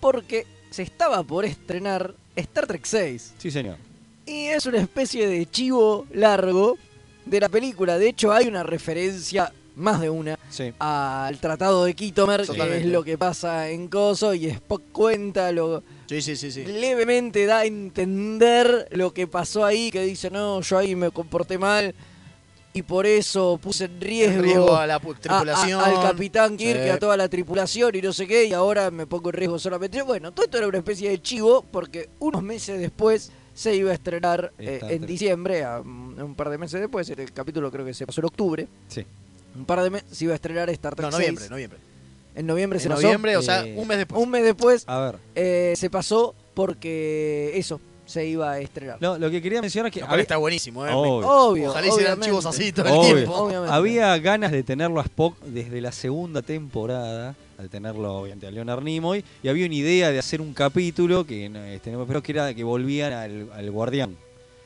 [SPEAKER 4] Porque se estaba por estrenar Star Trek 6.
[SPEAKER 3] Sí, señor.
[SPEAKER 4] Y es una especie de chivo largo de la película. De hecho, hay una referencia, más de una,
[SPEAKER 3] Sí.
[SPEAKER 4] al Tratado de Kitomer, que es
[SPEAKER 2] Totalmente.
[SPEAKER 4] lo que pasa en Coso, y Spock cuenta lo...
[SPEAKER 2] Sí, sí, sí, sí.
[SPEAKER 4] Levemente da a entender lo que pasó ahí, que dice, no, yo ahí me comporté mal y por eso puse en riesgo,
[SPEAKER 2] En riesgo a la pu- tripulación.
[SPEAKER 4] al capitán Kirk,
[SPEAKER 2] Sí.
[SPEAKER 4] a toda la tripulación y no sé qué, y ahora me pongo en riesgo solamente. yo. Bueno, todo esto era una especie de chivo porque unos meses después se iba a estrenar eh,
[SPEAKER 3] Está
[SPEAKER 4] en
[SPEAKER 3] tre-
[SPEAKER 4] diciembre, a un un par de meses después, el capítulo creo que se pasó en octubre,
[SPEAKER 3] Sí.
[SPEAKER 4] un par de meses se iba a estrenar Star Trek
[SPEAKER 2] No, noviembre,
[SPEAKER 4] 6.
[SPEAKER 2] noviembre.
[SPEAKER 4] En noviembre
[SPEAKER 2] En
[SPEAKER 4] se pasó.
[SPEAKER 2] noviembre, o sea, Eh, un mes después.
[SPEAKER 4] Un mes después
[SPEAKER 3] A ver.
[SPEAKER 4] eh, se pasó porque eso, se iba a estrenar.
[SPEAKER 3] No, lo que quería mencionar es que.
[SPEAKER 4] Lo
[SPEAKER 2] cual está buenísimo, ¿eh?
[SPEAKER 3] Obvio.
[SPEAKER 4] Obvio,
[SPEAKER 2] Ojalá hicieran
[SPEAKER 4] obviamente.
[SPEAKER 2] archivos así todo el
[SPEAKER 3] Obvio.
[SPEAKER 2] tiempo.
[SPEAKER 4] Obviamente.
[SPEAKER 3] Había ganas de tenerlo a Spock desde la segunda temporada, al tenerlo obviamente a Leonard Nimoy, y había una idea de hacer un capítulo que no, este, no me esperó, que era que volvían al, al Guardián.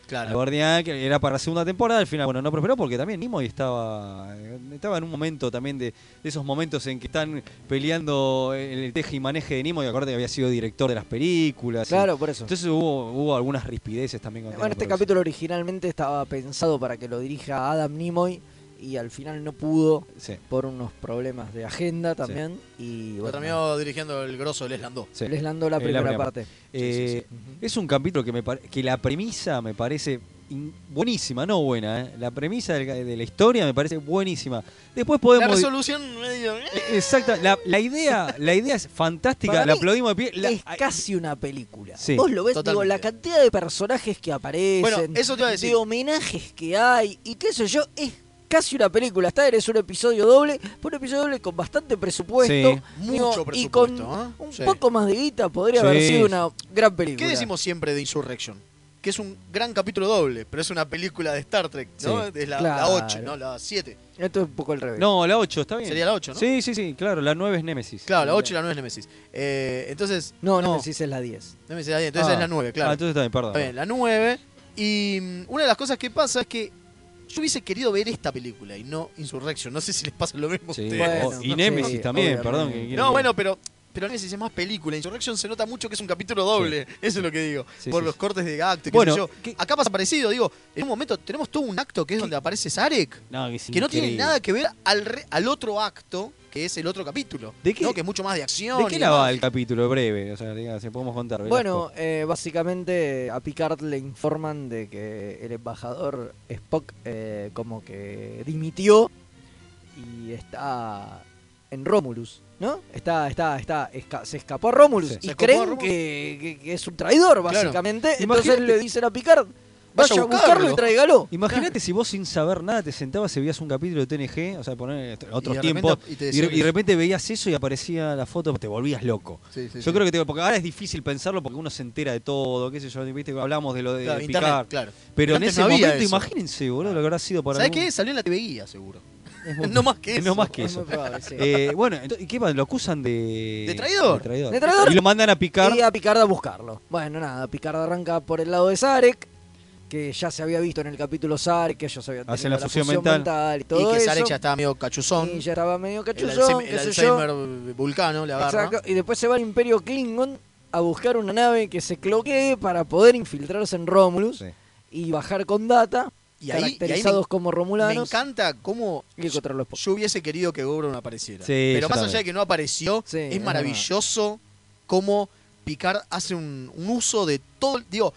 [SPEAKER 2] Claro.
[SPEAKER 3] Al Guardián, que era para la segunda temporada, al final, bueno, no prosperó porque también Nimoy estaba, estaba en un momento también de, de esos momentos en que están peleando el, el teje y maneje de Nimoy, acuérdate que había sido director de las películas. y-
[SPEAKER 4] Claro, por eso.
[SPEAKER 3] Entonces hubo, hubo algunas rispideces también con
[SPEAKER 4] Bueno,
[SPEAKER 3] Tenoch
[SPEAKER 4] este
[SPEAKER 3] Productions.
[SPEAKER 4] capítulo originalmente estaba pensado para que lo dirija Adam Nimoy y al final no pudo por unos problemas de agenda también. Y
[SPEAKER 2] Lo
[SPEAKER 4] bueno,
[SPEAKER 2] terminó dirigiendo el grosso Les Landó.
[SPEAKER 3] Sí.
[SPEAKER 4] Les Landó la
[SPEAKER 3] Eh,
[SPEAKER 4] primera parte.
[SPEAKER 3] Eh, Es un capítulo que, me pare- que la premisa me parece in- buenísima, no buena. eh. La premisa del ca- de la historia me parece buenísima. Después
[SPEAKER 2] La
[SPEAKER 3] podemos...
[SPEAKER 2] resolución medio.
[SPEAKER 3] Eh, Exacto, la, la idea, la idea es fantástica,
[SPEAKER 4] Para
[SPEAKER 3] la
[SPEAKER 4] mí
[SPEAKER 3] aplaudimos de pie. La-
[SPEAKER 4] es casi una película.
[SPEAKER 3] Sí.
[SPEAKER 4] Vos lo ves, digo,
[SPEAKER 3] Totalmente.
[SPEAKER 4] la cantidad de personajes que aparecen,
[SPEAKER 2] Bueno, eso te iba a decir.
[SPEAKER 4] de homenajes que hay, y qué sé yo, es casi una película. Está es un episodio doble, fue un episodio doble con bastante presupuesto.
[SPEAKER 2] Sí.
[SPEAKER 4] digo,
[SPEAKER 2] Mucho
[SPEAKER 4] Y con
[SPEAKER 2] presupuesto, ¿eh?
[SPEAKER 4] un
[SPEAKER 2] Sí.
[SPEAKER 4] poco más de guita podría haber
[SPEAKER 2] Sí.
[SPEAKER 4] sido una gran película.
[SPEAKER 2] ¿Qué decimos siempre de Insurrection? Que es un gran capítulo doble, pero es una película de Star Trek, ¿no?
[SPEAKER 3] Sí.
[SPEAKER 2] Es la,
[SPEAKER 3] Claro.
[SPEAKER 2] 8, ¿no? La 7.
[SPEAKER 4] Esto es un poco al revés.
[SPEAKER 3] No, la 8, está bien.
[SPEAKER 2] Sería la 8, ¿no?
[SPEAKER 3] Sí, sí, sí, claro, la 9 es Nemesis.
[SPEAKER 2] Claro, la 8 y la 9 es Nemesis. Eh, entonces.
[SPEAKER 4] No, Nemesis es la 10.
[SPEAKER 2] Nemesis es la 10, entonces
[SPEAKER 3] Ah.
[SPEAKER 2] es la 9, claro.
[SPEAKER 3] Ah, entonces está bien, perdón.
[SPEAKER 2] Está bien, la 9. Y mm, una de las cosas que pasa es que yo hubiese querido ver esta película y no Insurrection. No sé si les pasa lo mismo
[SPEAKER 3] Sí,
[SPEAKER 2] a ustedes.
[SPEAKER 3] Bueno, y Nemesis sí, también, obviamente. perdón, que quiero-
[SPEAKER 2] no, bueno, pero, pero Nemesis es más película. Insurrection se nota mucho que es un capítulo doble. Eso es lo que digo.
[SPEAKER 3] Sí,
[SPEAKER 2] por
[SPEAKER 3] sí,
[SPEAKER 2] los
[SPEAKER 3] sí.
[SPEAKER 2] cortes de acto y qué
[SPEAKER 3] Bueno,
[SPEAKER 2] sé yo. Acá pasa parecido. Digo, en un momento tenemos todo un acto que es donde aparece Zarek.
[SPEAKER 3] No, que, es
[SPEAKER 2] Que no tiene
[SPEAKER 3] increíble.
[SPEAKER 2] nada que ver al, re- al otro acto, que es el otro capítulo.
[SPEAKER 3] ¿De qué-
[SPEAKER 2] ¿no? Que es mucho más de acción.
[SPEAKER 3] ¿De qué
[SPEAKER 2] y
[SPEAKER 3] la
[SPEAKER 2] demás.
[SPEAKER 3] va el capítulo breve? O sea, diga, si podemos contar. Velasco.
[SPEAKER 4] Bueno, eh, básicamente a Picard le informan de que el embajador Spock eh, como que dimitió y está en Romulus, ¿no? Está, está, está, esca- se escapó a Romulus
[SPEAKER 2] Sí.
[SPEAKER 4] y
[SPEAKER 2] Se escapó a
[SPEAKER 4] creen
[SPEAKER 2] Romulus.
[SPEAKER 4] que, que- que es un
[SPEAKER 2] Claro.
[SPEAKER 4] traidor, básicamente.
[SPEAKER 3] Imagínate-
[SPEAKER 4] Entonces le dicen a Picard, vaya, a buscarlo y tráigalo.
[SPEAKER 3] Imagínate si vos sin saber nada te sentabas y veías un capítulo de TNG, o sea, poner este-
[SPEAKER 2] Y
[SPEAKER 3] otros
[SPEAKER 2] de repente
[SPEAKER 3] tiempos,
[SPEAKER 2] ap-
[SPEAKER 3] y,
[SPEAKER 2] y te
[SPEAKER 3] re-
[SPEAKER 2] decían
[SPEAKER 3] y de repente veías eso y aparecía la foto, te volvías loco.
[SPEAKER 2] Sí, sí,
[SPEAKER 3] Yo
[SPEAKER 2] sí.
[SPEAKER 3] creo que te, porque ahora es difícil pensarlo porque uno se entera de todo, qué sé yo, viste, hablamos de lo de
[SPEAKER 2] Claro,
[SPEAKER 3] Picard.
[SPEAKER 2] internet, claro.
[SPEAKER 3] Pero en
[SPEAKER 2] Antes
[SPEAKER 3] ese
[SPEAKER 2] no había
[SPEAKER 3] momento,
[SPEAKER 2] eso.
[SPEAKER 3] imagínense, boludo, lo que habrá sido para
[SPEAKER 2] ¿Sabés
[SPEAKER 3] algún-
[SPEAKER 2] qué? Salió en la TV Guía, seguro.
[SPEAKER 3] Es muy-
[SPEAKER 2] no más que eso.
[SPEAKER 3] No más que
[SPEAKER 2] Es
[SPEAKER 3] eso.
[SPEAKER 2] muy probable, sí.
[SPEAKER 3] Eh, bueno, entonces, ¿y ¿qué pasa? Lo acusan de...
[SPEAKER 2] ¿De traidor?
[SPEAKER 3] de traidor.
[SPEAKER 4] De traidor.
[SPEAKER 3] Y lo mandan a picar.
[SPEAKER 4] Y a Picard a buscarlo. Bueno, nada, Picard arranca por el lado de Zarek, que ya se había visto en el capítulo Zarek, que ellos habían tenido
[SPEAKER 3] Hacen la fusión mental.
[SPEAKER 4] y todo
[SPEAKER 2] y que
[SPEAKER 4] eso.
[SPEAKER 2] Zarek ya estaba medio cachuzón.
[SPEAKER 4] Y ya estaba medio
[SPEAKER 2] el
[SPEAKER 4] cachuzón,
[SPEAKER 2] Alzheimer,
[SPEAKER 4] qué
[SPEAKER 2] el
[SPEAKER 4] sé yo.
[SPEAKER 2] Alzheimer eh, vulcano le agarra.
[SPEAKER 4] Exacto, Y después se va al Imperio Klingon a buscar una nave que se cloquee para poder infiltrarse en Romulus y bajar con data,
[SPEAKER 2] Y ahí- y ahí
[SPEAKER 4] caracterizados
[SPEAKER 2] me-
[SPEAKER 4] como
[SPEAKER 2] Me
[SPEAKER 4] romulanos.
[SPEAKER 2] encanta cómo
[SPEAKER 4] Y encontrarlo después.
[SPEAKER 2] yo hubiese querido que Gobron apareciera.
[SPEAKER 3] Sí,
[SPEAKER 2] Pero
[SPEAKER 3] yo
[SPEAKER 2] más
[SPEAKER 3] también.
[SPEAKER 2] allá de que no apareció, es
[SPEAKER 4] es
[SPEAKER 2] maravilloso cómo Picard hace un, un uso de todo. Digo,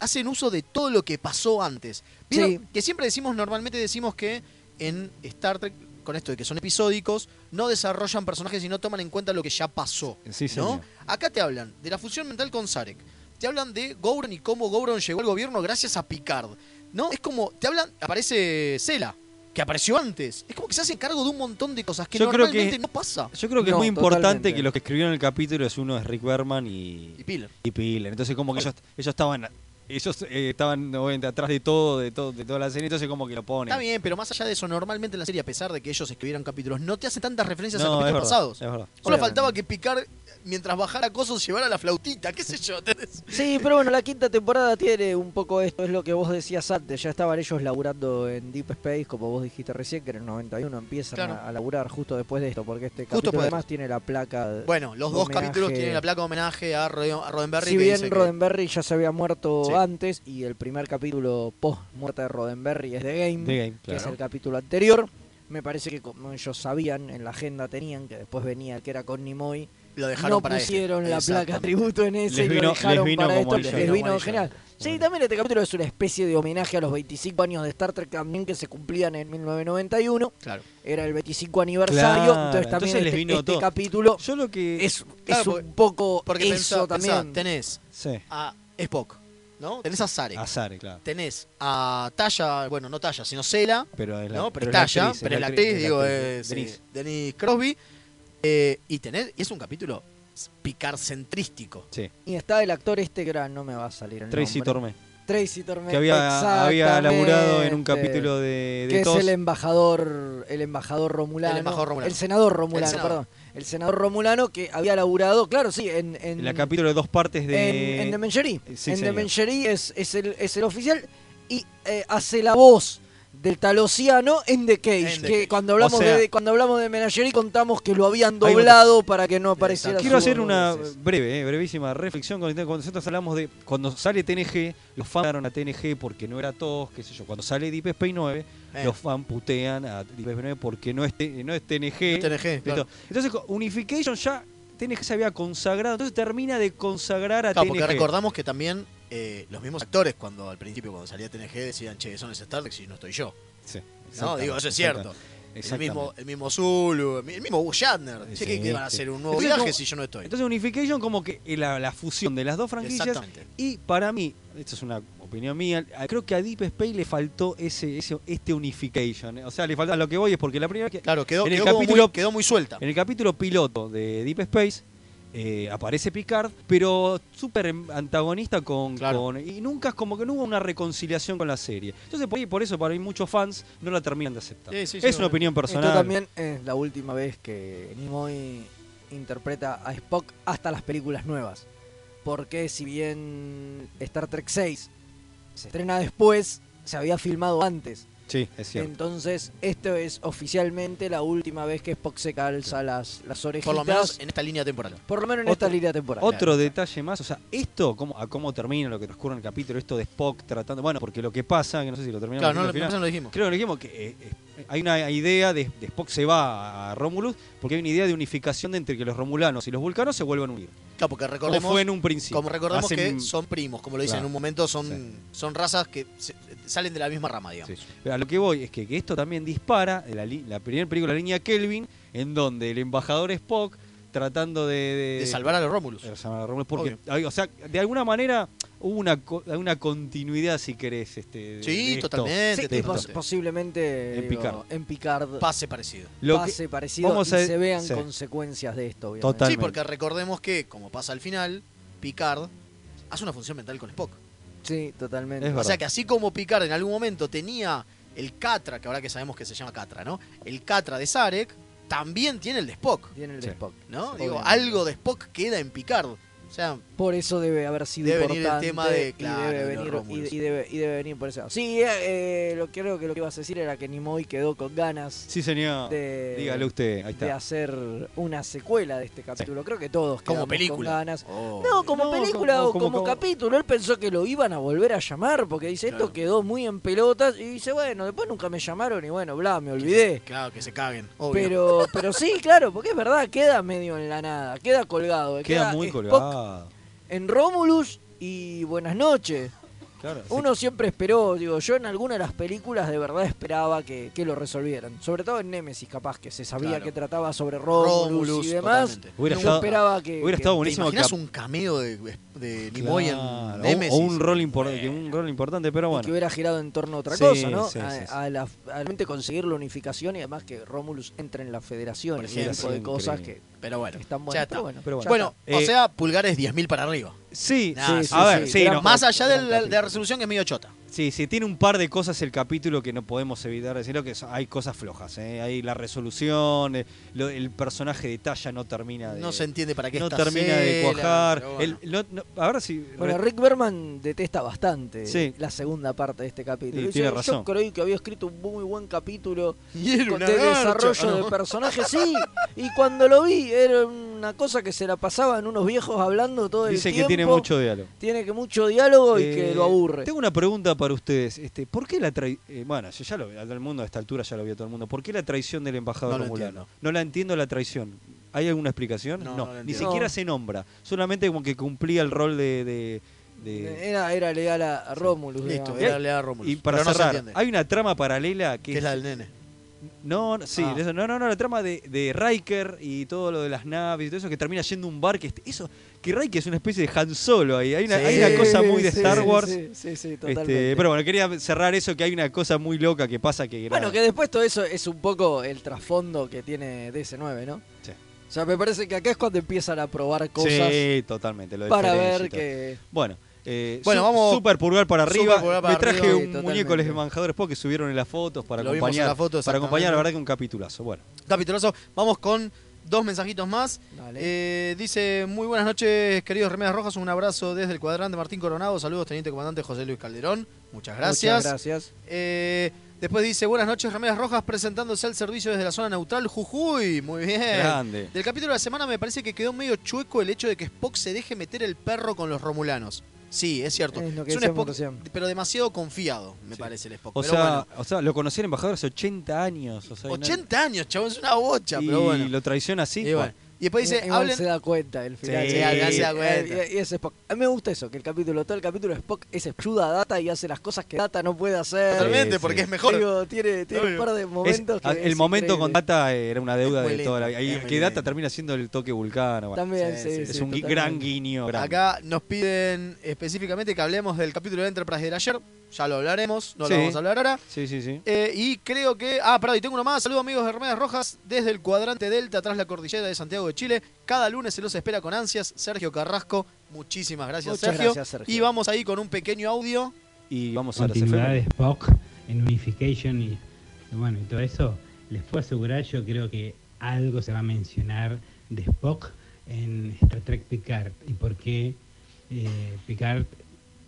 [SPEAKER 2] hacen uso de todo lo que pasó antes. ¿Vieron?
[SPEAKER 4] Sí.
[SPEAKER 2] Que siempre decimos, normalmente decimos que en Star Trek, con esto de que son episódicos, no desarrollan personajes y no toman en cuenta lo que ya pasó.
[SPEAKER 3] Sí,
[SPEAKER 2] ¿no?
[SPEAKER 3] señor.
[SPEAKER 2] Acá te hablan de la fusión mental con Sarek. Te hablan de Gowron y cómo Gowron llegó al gobierno gracias a Picard. ¿No? Es como, te hablan, aparece Cela, que apareció antes. Es como que se hacen cargo de un montón de cosas que
[SPEAKER 3] Yo creo que-
[SPEAKER 2] normalmente no pasa.
[SPEAKER 3] Yo creo que es
[SPEAKER 2] No,
[SPEAKER 3] muy importante
[SPEAKER 2] totalmente.
[SPEAKER 3] que los que escribieron el capítulo es uno es Rick Berman y,
[SPEAKER 2] Y Piller.
[SPEAKER 3] y Piller. Entonces como que ellos, ellos estaban ellos eh, estaban obviamente, atrás de todo, de todo, de toda la serie, entonces como que lo ponen.
[SPEAKER 2] Está bien, pero más allá de eso, normalmente en la serie, a pesar de que ellos escribieron capítulos, no te hacen tantas referencias a
[SPEAKER 3] No, es
[SPEAKER 2] capítulos
[SPEAKER 3] verdad,
[SPEAKER 2] pasados.
[SPEAKER 3] es verdad.
[SPEAKER 2] Solo
[SPEAKER 3] Obviamente.
[SPEAKER 2] faltaba que Picard, mientras bajara cosas, llevara la flautita, qué sé yo. ¿entendés?
[SPEAKER 4] Sí, pero bueno, la quinta temporada tiene un poco esto, es lo que vos decías antes, ya estaban ellos laburando en Deep Space, como vos dijiste recién, que en el 91 empiezan
[SPEAKER 2] Claro.
[SPEAKER 4] a, a laburar justo después de esto, porque este
[SPEAKER 2] Justo
[SPEAKER 4] capítulo
[SPEAKER 2] después.
[SPEAKER 4] además tiene la placa... de
[SPEAKER 2] Bueno, los dos
[SPEAKER 4] homenaje.
[SPEAKER 2] capítulos tienen la placa de homenaje a Roden- a Roddenberry.
[SPEAKER 4] Si
[SPEAKER 2] que
[SPEAKER 4] bien
[SPEAKER 2] dice que-
[SPEAKER 4] Roddenberry ya se había muerto
[SPEAKER 2] Sí.
[SPEAKER 4] antes y el primer capítulo post muerte de Roddenberry es The Game,
[SPEAKER 3] The Game,
[SPEAKER 4] que es
[SPEAKER 3] claro.
[SPEAKER 4] el capítulo anterior, me parece que como ellos sabían, en la agenda tenían, que después venía el que era con Nimoy,
[SPEAKER 2] Lo dejaron
[SPEAKER 4] no
[SPEAKER 2] para este.
[SPEAKER 4] pusieron la placa
[SPEAKER 2] Exactamente.
[SPEAKER 4] tributo en ese
[SPEAKER 3] Les
[SPEAKER 4] y
[SPEAKER 3] vino-
[SPEAKER 4] lo
[SPEAKER 3] les
[SPEAKER 4] dejaron
[SPEAKER 3] vino
[SPEAKER 4] para
[SPEAKER 3] como
[SPEAKER 4] esto,
[SPEAKER 3] anillo al
[SPEAKER 4] les
[SPEAKER 3] dedo.
[SPEAKER 2] Como
[SPEAKER 4] vino en
[SPEAKER 2] anillo al
[SPEAKER 4] general. Sí, también este capítulo es una especie de homenaje a los 25 años de Star Trek también que se cumplían en 1991.
[SPEAKER 2] Claro.
[SPEAKER 4] Era el 25 aniversario,
[SPEAKER 3] Claro,
[SPEAKER 4] entonces también
[SPEAKER 3] entonces les
[SPEAKER 4] este,
[SPEAKER 3] vino
[SPEAKER 4] este
[SPEAKER 3] todo.
[SPEAKER 4] capítulo
[SPEAKER 3] Yo lo que
[SPEAKER 4] es,
[SPEAKER 2] Claro,
[SPEAKER 4] es
[SPEAKER 2] porque-
[SPEAKER 4] un poco
[SPEAKER 2] Porque
[SPEAKER 4] eso
[SPEAKER 2] pensá- pensá,
[SPEAKER 4] también.
[SPEAKER 2] tenés
[SPEAKER 3] Sí.
[SPEAKER 2] a Spock, ¿no? Tenés a Zarek.
[SPEAKER 3] Azar, claro.
[SPEAKER 2] Tenés a Talla, bueno, no Talla, sino Cela.
[SPEAKER 3] Pero es la,
[SPEAKER 2] ¿no? Pero,
[SPEAKER 3] es
[SPEAKER 2] es
[SPEAKER 3] la
[SPEAKER 2] Talla,
[SPEAKER 3] actriz,
[SPEAKER 2] pero es la
[SPEAKER 3] actri-
[SPEAKER 2] actriz, digo,
[SPEAKER 3] actriz,
[SPEAKER 2] es, eh,
[SPEAKER 3] Denise.
[SPEAKER 2] Denise Crosby. Eh, y tener, y es un capítulo picarcentrístico.
[SPEAKER 3] Sí.
[SPEAKER 4] Y está el actor este que ahora no me va a salir el
[SPEAKER 3] Tracy
[SPEAKER 4] nombre.
[SPEAKER 3] Tormé.
[SPEAKER 4] Tracy Tormé.
[SPEAKER 3] Que había, había
[SPEAKER 4] exactamente.
[SPEAKER 3] laburado en un capítulo de, de
[SPEAKER 4] que
[SPEAKER 3] TOS.
[SPEAKER 4] es el embajador el embajador romulano
[SPEAKER 2] El embajador romulano.
[SPEAKER 4] el senador romulano
[SPEAKER 2] El senador.
[SPEAKER 4] perdón el senador romulano que había laburado claro sí en en,
[SPEAKER 3] el capítulo de dos partes de... Eh,
[SPEAKER 4] en, en The Mencherie.
[SPEAKER 3] Sí,
[SPEAKER 4] en The
[SPEAKER 3] señor.
[SPEAKER 4] Mencherie es, es el, es el oficial y eh, hace la voz del Talosiano en The Cage.
[SPEAKER 3] En The
[SPEAKER 4] que
[SPEAKER 3] Cage.
[SPEAKER 4] cuando hablamos
[SPEAKER 3] O sea-
[SPEAKER 4] de cuando hablamos de Menagerie contamos que lo habían
[SPEAKER 3] Hay un-
[SPEAKER 4] doblado para que no apareciera.
[SPEAKER 3] Quiero
[SPEAKER 4] su
[SPEAKER 3] hacer
[SPEAKER 4] voz.
[SPEAKER 3] una breve, eh, brevísima reflexión. con el tema. Cuando nosotros hablamos de. Cuando sale TNG, los fans ganaron a TNG porque no era todos, qué sé yo. Cuando sale Deep Space 9,
[SPEAKER 2] Eh.
[SPEAKER 3] los fans putean a Deep Space 9 porque no es, T- no es TNG.
[SPEAKER 2] No es TNG,
[SPEAKER 3] Esto.
[SPEAKER 2] claro.
[SPEAKER 3] Entonces, con Unification ya. TNG se había consagrado, entonces termina de consagrar a
[SPEAKER 2] Claro,
[SPEAKER 3] TNG.
[SPEAKER 2] porque recordamos que también eh, los mismos actores, cuando al principio, cuando salía TNG, decían, che, son los Star Trek y no estoy yo.
[SPEAKER 3] Sí,
[SPEAKER 2] No, digo, eso es cierto. El
[SPEAKER 3] Exactamente.
[SPEAKER 2] mismo, el mismo Zulu, el mismo Wu Shatner. Che,
[SPEAKER 3] Sí,
[SPEAKER 2] ¿qué- ¿Qué van a
[SPEAKER 3] sí.
[SPEAKER 2] hacer? ¿Un nuevo
[SPEAKER 3] Entonces,
[SPEAKER 2] viaje
[SPEAKER 3] como-
[SPEAKER 2] si yo no estoy?
[SPEAKER 3] Entonces Unification como que eh, la, la fusión de las dos franquicias
[SPEAKER 2] Exactamente.
[SPEAKER 3] y para mí, esta es una opinión mía, a- creo que a Deep Space le faltó ese, ese este Unification, eh. o sea, le falta lo que voy es porque la primera que
[SPEAKER 2] Claro, quedó-
[SPEAKER 3] en el
[SPEAKER 2] quedó como
[SPEAKER 3] capítulo
[SPEAKER 2] muy- quedó muy suelta.
[SPEAKER 3] En el capítulo piloto de Deep Space eh, aparece Picard, pero súper em- antagonista con, con- Y nunca es como que no hubo una reconciliación con la serie. Entonces, por, ahí- por eso, para mí, muchos fans no la terminan de aceptar. es una opinión personal.
[SPEAKER 4] Esto también es la última vez que Nimoy interpreta a Spock hasta las películas nuevas. Porque si bien Star Trek 6 se estrena después, se había filmado antes.
[SPEAKER 3] Sí, es cierto.
[SPEAKER 4] Entonces, esto es oficialmente la última vez que Spock se calza las, las
[SPEAKER 2] Por
[SPEAKER 4] orejitas.
[SPEAKER 2] lo menos en esta línea temporal.
[SPEAKER 4] Por lo menos en
[SPEAKER 3] Otro-
[SPEAKER 4] esta línea temporal.
[SPEAKER 3] Otro detalle más, o sea, esto, cómo, a cómo termina lo que transcurre en el capítulo, esto de Spock tratando. Bueno, porque lo que pasa, que no sé si lo terminamos
[SPEAKER 2] Claro, no
[SPEAKER 3] diciendo
[SPEAKER 2] lo-
[SPEAKER 3] al final,
[SPEAKER 2] no lo dijimos.
[SPEAKER 3] Creo que lo dijimos, que eh, eh, hay una idea de, de Spock se va a Romulus, porque hay una idea de unificación de entre que los romulanos y los vulcanos se vuelvan a unir.
[SPEAKER 2] Claro, porque recordemos.
[SPEAKER 3] Como fue en un principio.
[SPEAKER 2] Como recordemos
[SPEAKER 3] Hace
[SPEAKER 2] que
[SPEAKER 3] un-
[SPEAKER 2] son primos, como lo dicen en
[SPEAKER 3] Claro.
[SPEAKER 2] un momento, son, son razas que se- salen de la misma rama, digamos.
[SPEAKER 3] Pero a lo que voy es que, que esto también dispara la, li- la primera película, la línea Kelvin, en donde el embajador Spock tratando de...
[SPEAKER 2] De salvar a los Rómulos.
[SPEAKER 3] De salvar a los Rómulos, porque, ay, o sea, de alguna manera hubo una, co- una continuidad, si querés. Este, de- de esto.
[SPEAKER 4] Sí,
[SPEAKER 3] De
[SPEAKER 4] y
[SPEAKER 3] esto.
[SPEAKER 4] pos- posiblemente
[SPEAKER 3] En
[SPEAKER 4] digo,
[SPEAKER 3] Picard.
[SPEAKER 4] en Picard
[SPEAKER 2] Pase parecido.
[SPEAKER 3] Lo
[SPEAKER 4] pase
[SPEAKER 3] que-
[SPEAKER 4] parecido
[SPEAKER 3] vamos
[SPEAKER 4] y
[SPEAKER 3] a-
[SPEAKER 4] se vean
[SPEAKER 3] sí.
[SPEAKER 4] consecuencias de esto, obviamente.
[SPEAKER 3] Totalmente.
[SPEAKER 2] Sí, porque recordemos que, como pasa al final, Picard hace una función mental con Spock.
[SPEAKER 4] Sí, totalmente.
[SPEAKER 2] o sea que así como Picard en algún momento tenía el Catra, que ahora que sabemos que se llama Catra, ¿no? El Catra de Sarek, también tiene el de Spock.
[SPEAKER 4] Tiene el de Spock.
[SPEAKER 2] ¿No?
[SPEAKER 4] Sí.
[SPEAKER 2] Digo,
[SPEAKER 4] Obviamente.
[SPEAKER 2] algo de Spock queda en Picard. O sea,
[SPEAKER 4] Por eso debe haber sido
[SPEAKER 2] Debe venir el
[SPEAKER 4] importante.
[SPEAKER 2] tema de-
[SPEAKER 4] y
[SPEAKER 2] claro,
[SPEAKER 4] debe
[SPEAKER 2] de los
[SPEAKER 4] venir,
[SPEAKER 2] Romulus.
[SPEAKER 4] y, y debe, y debe venir por eso. Sí, eh, eh, lo, creo que lo que ibas a decir era que Nimoy quedó con ganas
[SPEAKER 3] Sí, señor.
[SPEAKER 4] de,
[SPEAKER 3] Dígale usted. Ahí está.
[SPEAKER 4] de hacer una secuela de este capítulo. Creo que todos
[SPEAKER 2] Como
[SPEAKER 4] quedamos
[SPEAKER 2] película.
[SPEAKER 4] con ganas.
[SPEAKER 2] Oh.
[SPEAKER 4] No, como
[SPEAKER 3] No,
[SPEAKER 4] película
[SPEAKER 3] como-
[SPEAKER 4] o como,
[SPEAKER 3] como-
[SPEAKER 4] capítulo. Él pensó que lo iban a volver a llamar porque dice, esto
[SPEAKER 2] Claro.
[SPEAKER 4] quedó muy en pelotas. Y dice, bueno, después nunca me llamaron y bueno, bla, me olvidé.
[SPEAKER 2] claro, que se caguen. obvio.
[SPEAKER 4] Pero, pero sí, claro, porque es verdad, queda medio en la nada, queda colgado.
[SPEAKER 3] Queda, muy
[SPEAKER 4] Spock
[SPEAKER 3] colgado.
[SPEAKER 4] En Romulus y buenas noches.
[SPEAKER 3] Claro, se-
[SPEAKER 4] Uno siempre esperó, digo, yo en alguna de las películas de verdad esperaba que, que lo resolvieran. Sobre todo en Nemesis, capaz que se sabía
[SPEAKER 2] Claro.
[SPEAKER 4] que trataba sobre Romulus,
[SPEAKER 2] Romulus,
[SPEAKER 4] y demás.
[SPEAKER 2] totalmente.
[SPEAKER 3] Hubiera
[SPEAKER 4] yo
[SPEAKER 3] estado-
[SPEAKER 4] esperaba que.
[SPEAKER 3] hubiera
[SPEAKER 4] que-
[SPEAKER 3] estado
[SPEAKER 2] ¿Te
[SPEAKER 3] buenísimo
[SPEAKER 2] imaginas
[SPEAKER 3] que-
[SPEAKER 2] un cameo de, de Nimoy en
[SPEAKER 3] Claro, o-
[SPEAKER 2] Nemesis? Eh,
[SPEAKER 3] o, un rol importante, un rol importante, pero bueno.
[SPEAKER 4] que hubiera girado en torno a otra
[SPEAKER 3] Sí,
[SPEAKER 4] cosa, ¿no?
[SPEAKER 3] sí,
[SPEAKER 4] a,
[SPEAKER 3] sí, sí.
[SPEAKER 4] a la- a realmente conseguir la unificación y además que Romulus entre en la federación,
[SPEAKER 2] Por
[SPEAKER 4] ese tipo
[SPEAKER 2] ejemplo.
[SPEAKER 4] de cosas que
[SPEAKER 2] Increíble. Pero bueno,
[SPEAKER 4] están
[SPEAKER 2] ya
[SPEAKER 4] buenas.
[SPEAKER 2] está.
[SPEAKER 4] Pero bueno, ya
[SPEAKER 2] Bueno,
[SPEAKER 4] está.
[SPEAKER 2] o
[SPEAKER 3] Eh,
[SPEAKER 2] sea, pulgares 10.000 para arriba.
[SPEAKER 3] Sí,
[SPEAKER 2] Nah,
[SPEAKER 3] sí, a ver, sí,
[SPEAKER 2] Gran-
[SPEAKER 3] no.
[SPEAKER 2] Más allá de la, de la resolución que es medio chota.
[SPEAKER 3] Sí, sí, tiene un par de cosas el capítulo que no podemos evitar decirlo, que son- hay cosas flojas, ¿eh? hay la resolución, eh, lo- el personaje de talla no termina de...
[SPEAKER 2] No se entiende para qué
[SPEAKER 3] no
[SPEAKER 2] está
[SPEAKER 3] termina de
[SPEAKER 2] Cela,
[SPEAKER 3] cuajar.
[SPEAKER 2] pero bueno.
[SPEAKER 3] El- no- no- a ver si...
[SPEAKER 4] Bueno, Rick Berman detesta bastante
[SPEAKER 3] Sí.
[SPEAKER 4] la segunda parte de este capítulo.
[SPEAKER 3] Y
[SPEAKER 4] Dice,
[SPEAKER 3] tiene
[SPEAKER 4] Yo
[SPEAKER 3] razón.
[SPEAKER 4] creí que había escrito un muy buen capítulo
[SPEAKER 2] Y era
[SPEAKER 4] con-
[SPEAKER 2] una
[SPEAKER 4] de
[SPEAKER 2] garcha".
[SPEAKER 4] desarrollo
[SPEAKER 2] Ah, no.
[SPEAKER 4] de personajes, sí. Y cuando lo vi, era una cosa que se la pasaban unos viejos hablando todo el
[SPEAKER 3] Dice
[SPEAKER 4] tiempo.
[SPEAKER 3] que tiene mucho diálogo.
[SPEAKER 4] Tiene que mucho diálogo y
[SPEAKER 3] Eh,
[SPEAKER 4] que lo aburre.
[SPEAKER 3] Tengo una pregunta para ustedes. Este, ¿Por qué la traición? bueno, yo ya lo todo el mundo a esta altura ya lo vio todo el mundo. ¿Por qué la traición del embajador
[SPEAKER 2] No lo
[SPEAKER 3] romulano?
[SPEAKER 2] entiendo.
[SPEAKER 3] No la entiendo la traición. ¿Hay alguna explicación?
[SPEAKER 2] No, no
[SPEAKER 3] No,
[SPEAKER 2] la
[SPEAKER 3] ni
[SPEAKER 2] entiendo.
[SPEAKER 3] siquiera
[SPEAKER 2] No.
[SPEAKER 3] se nombra. Solamente como que cumplía el rol de- de- de,
[SPEAKER 4] Era, era legal a, a Romulus.
[SPEAKER 2] Listo,
[SPEAKER 4] digamos.
[SPEAKER 2] era leal a Romulus.
[SPEAKER 3] Y para
[SPEAKER 2] Pero no se
[SPEAKER 3] cerrar,
[SPEAKER 2] entiende.
[SPEAKER 3] hay una trama paralela que,
[SPEAKER 2] Que es la del nene.
[SPEAKER 3] No, no, sí,
[SPEAKER 2] Ah.
[SPEAKER 3] de eso, no, no, no, la trama de, de Riker y todo lo de las naves y todo eso que termina yendo a un bar que este- eso que Riker es una especie de Han Solo ahí, hay una,
[SPEAKER 4] Sí,
[SPEAKER 3] hay una cosa muy de
[SPEAKER 4] sí,
[SPEAKER 3] Star
[SPEAKER 4] sí,
[SPEAKER 3] Wars.
[SPEAKER 4] sí, sí, sí,
[SPEAKER 3] Este,
[SPEAKER 4] totalmente.
[SPEAKER 3] pero bueno, quería cerrar eso que hay una cosa muy loca que pasa que
[SPEAKER 4] Bueno,
[SPEAKER 3] nada,
[SPEAKER 4] que después todo eso es un poco el trasfondo que tiene DC9, ¿no?
[SPEAKER 3] Sí.
[SPEAKER 4] O sea, me parece que acá es cuando empiezan a probar cosas
[SPEAKER 3] Sí, totalmente, lo de
[SPEAKER 4] para
[SPEAKER 3] Ferenc y
[SPEAKER 4] ver
[SPEAKER 3] todo.
[SPEAKER 4] que...
[SPEAKER 3] Bueno, eh,
[SPEAKER 2] Bueno,
[SPEAKER 3] su-
[SPEAKER 2] vamos-
[SPEAKER 3] super pulgar para
[SPEAKER 2] super
[SPEAKER 3] arriba.
[SPEAKER 2] pulgar para
[SPEAKER 3] Me traje
[SPEAKER 2] arriba. Sí,
[SPEAKER 3] un muñeco de
[SPEAKER 2] totalmente.
[SPEAKER 3] los manjadores porque subieron en las fotos para
[SPEAKER 2] Lo vimos en
[SPEAKER 3] acompañar
[SPEAKER 2] las fotos,
[SPEAKER 3] para
[SPEAKER 2] exactamente.
[SPEAKER 3] acompañar, la verdad que un capitulazo. Bueno,
[SPEAKER 2] Capitulazo, vamos con dos mensajitos más. Eh, dice, muy buenas noches, queridos Remedas Rojas, un abrazo desde el cuadrante Martín Coronado, saludos Teniente Comandante José Luis Calderón, muchas gracias.
[SPEAKER 4] Muchas gracias.
[SPEAKER 2] Eh, Después dice, buenas noches, Remeras Rojas, presentándose al servicio desde la zona neutral, Jujuy. Muy bien.
[SPEAKER 3] Grande.
[SPEAKER 2] Del capítulo de la semana me parece que quedó medio chueco el hecho de que Spock se deje meter el perro con los romulanos. Sí, es cierto.
[SPEAKER 4] Es lo que
[SPEAKER 2] un
[SPEAKER 4] decíamos
[SPEAKER 2] Spock,
[SPEAKER 4] recién.
[SPEAKER 2] pero demasiado confiado, me parece el Spock.
[SPEAKER 3] O
[SPEAKER 2] pero
[SPEAKER 3] sea,
[SPEAKER 2] bueno,
[SPEAKER 3] o sea, lo conocí el embajador hace 80 años. O sea, y no-
[SPEAKER 2] 80 años, chabón, es una bocha,
[SPEAKER 3] y
[SPEAKER 2] pero bueno.
[SPEAKER 3] lo traiciona así. pues.
[SPEAKER 2] Y bueno. Y después dice,
[SPEAKER 4] E-, Igual
[SPEAKER 2] hablen-
[SPEAKER 4] se da cuenta el final.
[SPEAKER 3] Sí, eh, al final se da cuenta.
[SPEAKER 4] Y, y es Spock. A mí me gusta eso, que el capítulo, todo el capítulo de Spock es ayuda a Data y hace las cosas que Data no puede hacer.
[SPEAKER 3] Totalmente, Sí, porque sí. es mejor.
[SPEAKER 4] Digo, tiene, tiene un
[SPEAKER 3] Obvio.
[SPEAKER 4] par de momentos
[SPEAKER 3] Es-
[SPEAKER 4] que
[SPEAKER 3] el
[SPEAKER 4] es
[SPEAKER 3] momento
[SPEAKER 4] increíble.
[SPEAKER 3] con Data era una deuda
[SPEAKER 4] muy
[SPEAKER 3] de toda la vida.
[SPEAKER 4] lindo,
[SPEAKER 3] Y
[SPEAKER 4] es muy
[SPEAKER 3] que Data termina siendo el toque vulcano. bueno.
[SPEAKER 4] También, Sí, sí, sí,
[SPEAKER 3] es
[SPEAKER 4] sí,
[SPEAKER 3] un gui-
[SPEAKER 4] totalmente.
[SPEAKER 3] gran guiño. grande.
[SPEAKER 2] Acá nos piden específicamente que hablemos del capítulo de Enterprise del ayer. Ya lo hablaremos, no
[SPEAKER 3] Sí.
[SPEAKER 2] lo vamos a hablar ahora.
[SPEAKER 3] Sí, sí, sí.
[SPEAKER 2] Eh, y creo que. Ah, pará, y tengo uno más. Saludos, amigos de Hermanas Rojas, desde el cuadrante Delta, tras la cordillera de Santiago de Chile. Cada lunes se los espera con ansias. Sergio Carrasco, muchísimas gracias,
[SPEAKER 4] Muchas
[SPEAKER 2] Sergio.
[SPEAKER 4] gracias, Sergio.
[SPEAKER 2] Y vamos ahí con un pequeño audio.
[SPEAKER 3] Y vamos a las
[SPEAKER 8] continuidad de
[SPEAKER 3] efemérides.
[SPEAKER 8] Spock en Unification y, y bueno, y todo eso, les puedo asegurar, yo creo que algo se va a mencionar de Spock en Star Trek Picard y por qué eh, Picard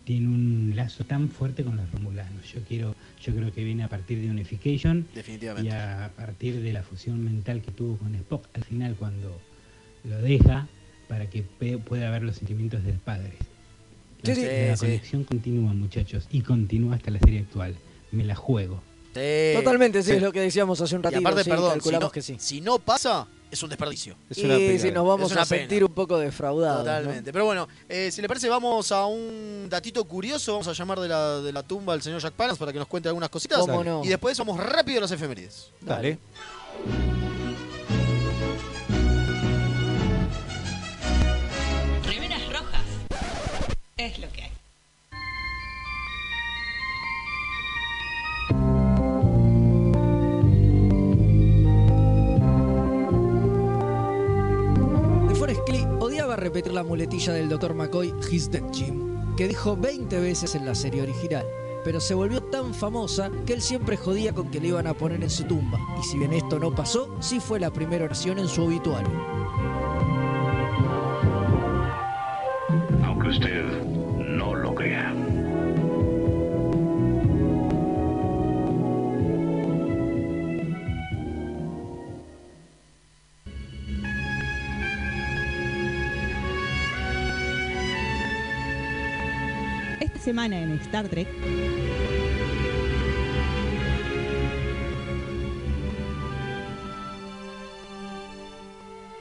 [SPEAKER 8] tiene un lazo tan fuerte con los romulanos. Yo quiero, yo creo que viene a partir de Unification
[SPEAKER 2] Definitivamente.
[SPEAKER 8] y a partir de la fusión mental que tuvo con Spock al final cuando lo deja para que pe- pueda ver los sentimientos del padre. La,
[SPEAKER 2] Sí, sí.
[SPEAKER 8] la
[SPEAKER 2] Sí, sí.
[SPEAKER 8] conexión continúa, muchachos, y continúa hasta la serie actual. Me la juego.
[SPEAKER 4] Totalmente, sí, es lo que decíamos hace un
[SPEAKER 2] Y
[SPEAKER 4] ratito.
[SPEAKER 2] aparte,
[SPEAKER 4] sí,
[SPEAKER 2] perdón, si
[SPEAKER 4] calculamos
[SPEAKER 2] no,
[SPEAKER 4] que sí.
[SPEAKER 2] si no pasa, es un desperdicio.
[SPEAKER 4] y si nos vamos
[SPEAKER 2] Es una
[SPEAKER 4] a sentir
[SPEAKER 2] pena.
[SPEAKER 4] un poco defraudados. ¿no?
[SPEAKER 2] Totalmente. Pero bueno, eh, si le parece, vamos a un datito curioso. Vamos a llamar de la, de la tumba al señor Jack Palance para que nos cuente algunas cositas.
[SPEAKER 4] ¿Cómo no?
[SPEAKER 2] Y después somos rápido a las efemérides.
[SPEAKER 3] Dale.
[SPEAKER 9] Remeras rojas. Es lo que hay.
[SPEAKER 16] De Forest Klee odiaba repetir la muletilla del Dr. McCoy, His Dead Jim, que dijo 20 veces en la serie original, pero se volvió tan famosa que él siempre jodía con que le iban a poner en su tumba, y si bien esto no pasó, sí fue la primera oración en su obituario.
[SPEAKER 18] aunque usted no lo crea.
[SPEAKER 16] Esta semana en Star Trek.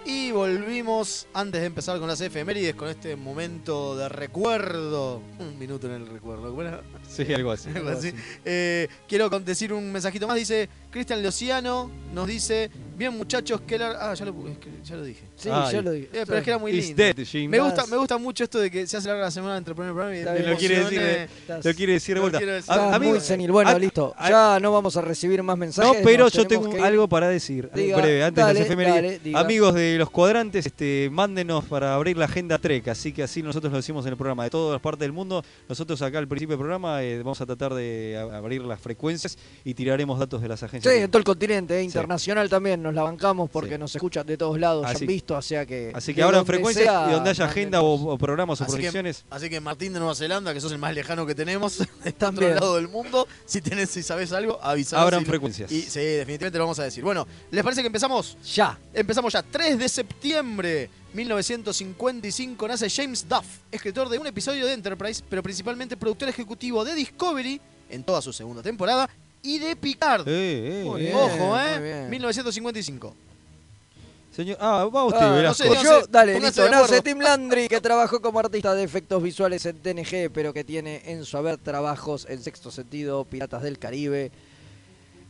[SPEAKER 2] Y volvimos antes de empezar con las efemérides, con este momento de recuerdo. Un minuto en el recuerdo. Bueno,
[SPEAKER 3] Sí, algo así.
[SPEAKER 2] algo así. Eh, quiero con- decir un mensajito más. Dice Cristian Leociano, nos dice: Bien, muchachos, que la. Ah, ya lo, es que ya lo dije.
[SPEAKER 4] Sí,
[SPEAKER 3] Ay.
[SPEAKER 4] yo lo digo.
[SPEAKER 2] Eh, pero es que era muy
[SPEAKER 3] It's
[SPEAKER 2] lindo.
[SPEAKER 3] dead, Jim.
[SPEAKER 2] me, gusta, me gusta mucho esto de que se hace larga la semana entre el primer programa y
[SPEAKER 4] Está
[SPEAKER 2] me
[SPEAKER 4] bien.
[SPEAKER 3] Lo quiere decir,
[SPEAKER 2] emociona.
[SPEAKER 3] eh, lo quiere decir de
[SPEAKER 2] Lo
[SPEAKER 3] vuelta.
[SPEAKER 2] quiero decir.
[SPEAKER 3] A-
[SPEAKER 4] Estás
[SPEAKER 3] a mí-
[SPEAKER 4] muy senil. Bueno,
[SPEAKER 3] a-
[SPEAKER 4] listo.
[SPEAKER 3] a-
[SPEAKER 4] ya no vamos a recibir más mensajes.
[SPEAKER 3] No, pero
[SPEAKER 4] nos
[SPEAKER 3] yo
[SPEAKER 4] tenemos
[SPEAKER 3] tengo
[SPEAKER 4] que ir.
[SPEAKER 3] algo para decir. algo
[SPEAKER 4] Diga,
[SPEAKER 3] breve, antes de
[SPEAKER 4] dale,
[SPEAKER 3] las efemérides.
[SPEAKER 4] dale, diga.
[SPEAKER 3] Amigos de los cuadrantes, este, mándenos para abrir la agenda Trek. Así que así nosotros lo decimos en el programa. De todas las partes del mundo, nosotros acá al principio del programa eh, vamos a tratar de a- abrir las frecuencias y tiraremos datos de las
[SPEAKER 4] Sí,
[SPEAKER 3] agencias.
[SPEAKER 4] en todo el continente, eh,
[SPEAKER 3] Sí.
[SPEAKER 4] internacional también, nos la bancamos porque nos escuchan de todos lados, ya
[SPEAKER 3] Así-
[SPEAKER 4] han visto, o sea que...
[SPEAKER 3] Así que
[SPEAKER 4] de
[SPEAKER 3] abran
[SPEAKER 4] donde
[SPEAKER 3] frecuencias
[SPEAKER 4] sea,
[SPEAKER 3] y donde haya
[SPEAKER 4] manden.
[SPEAKER 3] agenda o, o programas o
[SPEAKER 2] Así que,
[SPEAKER 3] proyecciones.
[SPEAKER 2] así que Martín de Nueva Zelanda, que sos el más lejano que tenemos, está al otro
[SPEAKER 3] También.
[SPEAKER 2] lado del mundo. Si tenés, si sabés algo, avisanos.
[SPEAKER 3] Abran
[SPEAKER 2] y-
[SPEAKER 3] frecuencias.
[SPEAKER 2] Y sí, definitivamente lo vamos a decir. Bueno, ¿les parece que empezamos?
[SPEAKER 4] Ya.
[SPEAKER 2] Empezamos ya. 3 de septiembre 1955 nace James Duff, escritor de un episodio de Enterprise, pero principalmente productor ejecutivo de Discovery en toda su segunda temporada y de Picard.
[SPEAKER 3] Eh, eh, eh.
[SPEAKER 2] Ojo,
[SPEAKER 4] muy
[SPEAKER 2] ¿eh?
[SPEAKER 4] bien.
[SPEAKER 2] 1955.
[SPEAKER 3] Señor, ah, va usted,
[SPEAKER 4] Ah, no
[SPEAKER 3] Velasco.
[SPEAKER 4] sé, yo, dale,
[SPEAKER 2] pónganse
[SPEAKER 4] listo,
[SPEAKER 2] de
[SPEAKER 4] nace
[SPEAKER 2] acuerdo.
[SPEAKER 4] Tim Landry, que trabajó como artista de efectos visuales en TNG, pero que tiene en su haber trabajos en Sexto Sentido, Piratas del Caribe,